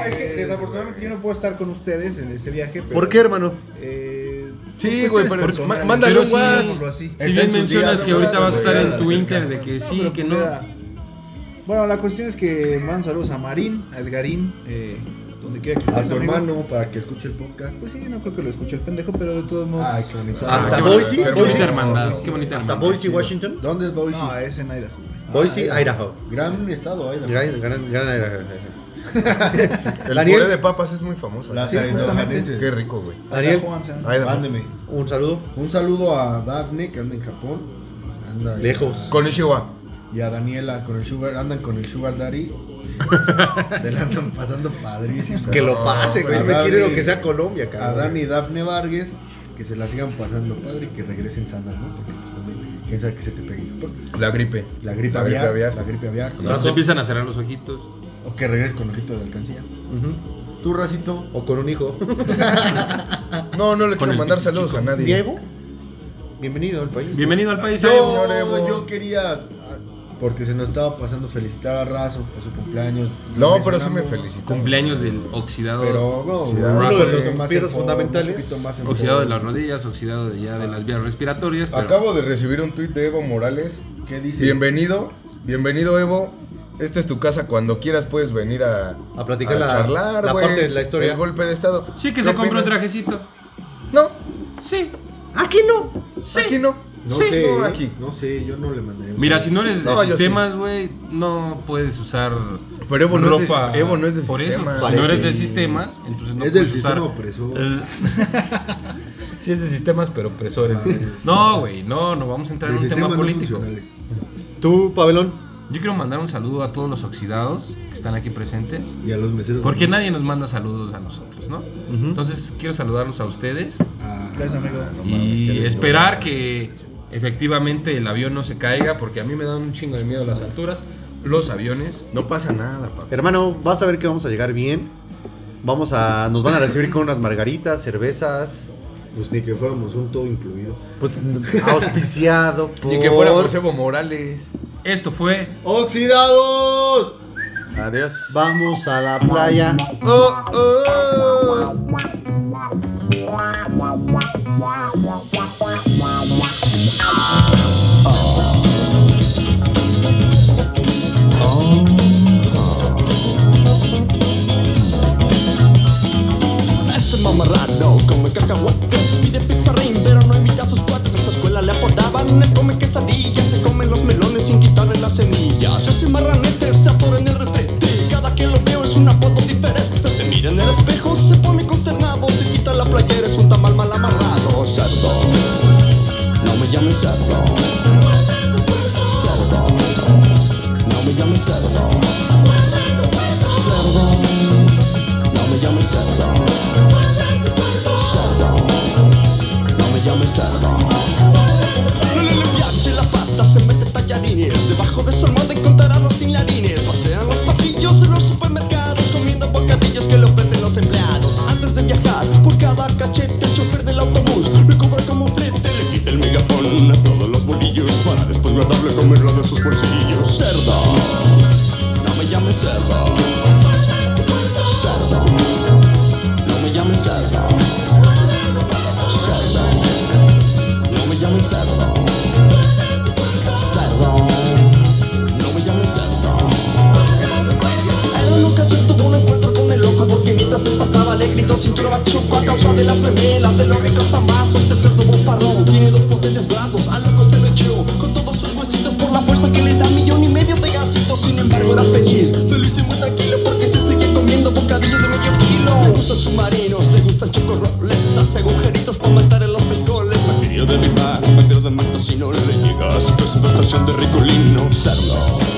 Speaker 2: es que desafortunadamente yo no puedo estar con ustedes en este viaje. Pero,
Speaker 1: ¿Por qué, hermano?
Speaker 2: Eh,
Speaker 3: Sí,
Speaker 2: cuestiones
Speaker 3: güey, pero
Speaker 2: personales.
Speaker 3: ma- mándale
Speaker 4: Pero
Speaker 3: un
Speaker 4: sí,
Speaker 3: WhatsApp.
Speaker 2: así.
Speaker 4: Si
Speaker 3: Está en
Speaker 4: bien
Speaker 3: sus
Speaker 4: mencionas
Speaker 3: días,
Speaker 4: que
Speaker 3: ¿no? Pues,
Speaker 4: ahorita vas a estar en
Speaker 3: Sí,
Speaker 4: tu
Speaker 3: claro.
Speaker 4: Inter de Eh, que sí,
Speaker 2: pero
Speaker 4: que
Speaker 2: pues
Speaker 4: no.
Speaker 2: era- Bueno, la cuestión es que mandan saludos a Marín, a Edgarín, eh, donde quiera que
Speaker 6: A
Speaker 2: estés,
Speaker 6: tu
Speaker 2: amigo.
Speaker 6: hermano para que escuche el podcast.
Speaker 2: Pues sí, no creo que lo escuche el pendejo, pero de todos modos.
Speaker 6: Ay, qué bonito.
Speaker 4: Ah,
Speaker 1: Hasta
Speaker 4: qué
Speaker 1: Boise,
Speaker 4: bonita- Qué
Speaker 1: Boise.
Speaker 4: bonita hermandad. Qué bonita
Speaker 1: Hasta
Speaker 4: hermandad.
Speaker 1: Boise, Washington.
Speaker 6: ¿Dónde es Boise?
Speaker 2: No, es en Idaho. güey.
Speaker 3: Ah,
Speaker 1: Boise,
Speaker 3: eh,
Speaker 1: Idaho.
Speaker 6: Gran estado, Idaho.
Speaker 1: Gran- gran- gran Idaho.
Speaker 3: El
Speaker 1: Daniel.
Speaker 3: puré de papas es muy famoso.
Speaker 6: Las
Speaker 3: Sí,
Speaker 6: idahoanenses.
Speaker 3: Qué rico, güey.
Speaker 1: Daniel.
Speaker 2: Idaho, o sea,
Speaker 3: Idaho.
Speaker 6: Mándeme.
Speaker 1: Un saludo.
Speaker 6: Un saludo a Dafne que anda en Japón. Anda ahí.
Speaker 1: Lejos.
Speaker 3: Konishiwa.
Speaker 6: Y a Daniela con el Sugar. Andan con el Sugar Daddy. Se la andan pasando padrísimo.
Speaker 1: Que lo pase, güey.
Speaker 6: a
Speaker 1: Me
Speaker 6: Dani-
Speaker 1: quiero lo que sea Colombia,
Speaker 6: A
Speaker 1: cabrón.
Speaker 6: Dani y Dafne Vargas. Que se la sigan pasando padre y que regresen sanas, ¿no? Porque pues, también, quién sabe que se te pegue.
Speaker 3: La gripe.
Speaker 6: La gripe
Speaker 3: La gripe
Speaker 6: aviar,
Speaker 3: aviar.
Speaker 6: La gripe aviar.
Speaker 4: Nos empiezan a cerrar los ojitos.
Speaker 6: O que regreses con ojito de alcancía.
Speaker 1: Ujú.
Speaker 6: Tú, Racito.
Speaker 2: O con un hijo.
Speaker 3: No, no le
Speaker 4: Con
Speaker 3: quiero
Speaker 4: el
Speaker 3: mandar
Speaker 4: pinche
Speaker 3: saludos a nadie.
Speaker 2: Diego, bienvenido al país.
Speaker 4: Bienvenido al país. Evo.
Speaker 6: Yo, yo quería, ah, porque se nos estaba pasando, felicitar a Razo por su cumpleaños.
Speaker 3: No,
Speaker 6: Lo
Speaker 3: pero sí me
Speaker 6: mencionamos.
Speaker 3: felicito.
Speaker 4: Cumpleaños del oxidado.
Speaker 6: Pero, no,
Speaker 3: Sí,
Speaker 6: uno
Speaker 4: Razo,
Speaker 6: de los
Speaker 2: eh,
Speaker 6: más
Speaker 2: piezas
Speaker 6: enfo-
Speaker 2: fundamentales.
Speaker 6: un poquito más em- enfo-
Speaker 4: Oxidado de las rodillas, oxidado de ya de las vías respiratorias. pero-
Speaker 3: Acabo de recibir un tuit de Evo Morales.
Speaker 6: ¿Qué dice?
Speaker 3: Bienvenido, bienvenido Evo. Esta es tu casa, cuando quieras puedes venir a,
Speaker 2: A platicar la-
Speaker 3: charlar,
Speaker 2: la
Speaker 3: güey,
Speaker 2: parte de la historia.
Speaker 3: El golpe de estado.
Speaker 4: Sí que
Speaker 3: ¿Qué
Speaker 4: se compró un
Speaker 3: opinas?
Speaker 4: trajecito.
Speaker 3: No,
Speaker 4: Sí,
Speaker 3: aquí no.
Speaker 4: Sí.
Speaker 3: Aquí no.
Speaker 6: No
Speaker 4: Sí.
Speaker 6: sé,
Speaker 3: No,
Speaker 6: ¿eh?
Speaker 3: aquí.
Speaker 6: no sé, yo no le mandaría.
Speaker 4: Mira, si no eres de
Speaker 3: No, yo sí.
Speaker 4: sistemas, güey, no puedes usar
Speaker 3: Pero Evo no es de-
Speaker 4: ropa.
Speaker 3: Evo no es de
Speaker 4: Por eso,
Speaker 3: sistemas.
Speaker 4: si no eres de
Speaker 6: Parece.
Speaker 4: sistemas, entonces no
Speaker 6: Es del
Speaker 4: puedes usar.
Speaker 6: sistema opresor.
Speaker 4: el- sí, es de sistemas, pero opresores. No, güey, no, no vamos a entrar
Speaker 6: de
Speaker 4: en un tema
Speaker 6: sistemas no
Speaker 4: político.
Speaker 6: funcionales.
Speaker 2: Tú, Pabelón.
Speaker 4: Yo quiero mandar un saludo a todos los oxidados que están aquí presentes.
Speaker 6: Y a los meseros.
Speaker 4: Porque
Speaker 6: no.
Speaker 4: nadie nos manda saludos a nosotros, ¿no? Entonces quiero saludarlos a ustedes
Speaker 6: Ah,
Speaker 1: Gracias, amigo.
Speaker 4: y esperar que efectivamente el avión no se caiga, porque a mí me dan un chingo de miedo las alturas, los aviones.
Speaker 3: No pasa nada, papá.
Speaker 2: Hermano, vas a ver que vamos a llegar bien. Vamos a. Nos van a recibir con unas margaritas, cervezas.
Speaker 6: pues ni que fuéramos un todo incluido.
Speaker 2: Pues auspiciado por.
Speaker 3: Ni que fuéramos Evo Morales.
Speaker 4: Esto fue
Speaker 6: ¡Oxidados!
Speaker 3: Adiós.
Speaker 2: Vamos a la playa.
Speaker 3: Oh, oh.
Speaker 5: Ese mamarrado come cacahuates, pide pizarrín, pero no invita a sus cuates. En su escuela le apodaban, él come quesadillas, se come los melones sin quitarle las semillas. Ese marranete se atora en el retrete, cada que lo veo es un apodo diferente. Se mira en el espejo, se pone consternado, se quita la playera, es un tamal mal amarrado. Cerdo, no me llames cerdo. Cerdo, no me llames cerdo. Cerdo. No me llames cerdo. Cerdo. No me llames cerdo. No le piace la pasta, se mete tallarines. Debajo de su almohada encontrará los tinlarines. Pasean los pasillos de los supermercados, comiendo bocadillos que le ofrecen los empleados. Antes de viajar, por cada cachete, el chofer del autobús le cobra como frente. Le quita el megapón a todos los bolillos para después guardarle comerlo de sus bolsillos. Cerdo. No me llames cerdo. Cerdo. No me llames cerdo. Cerdo. No me llames cerdo. Cerdo. No me llames cerdo. Era una ocasión tuvo un encuentro con el loco porque mientras él pasaba le gritó sin chuco a causa de las memelas de los ricos pambazos. Este cerdo bofarrón tiene dos potentes brazos, al loco se le echó con todos sus huesitos por la fuerza que le da millón y medio de gansitos. Sin embargo era feliz, feliz y muy tranquilo porque se seguía comiendo bocadillos de medio kilo. Le gustan submarinos, le gustan chocorroles, hace agujeritos para matar a los frijoles. Materia de mi mar, materia de mato si no le llega a su presentación de ricolino. Cerdo.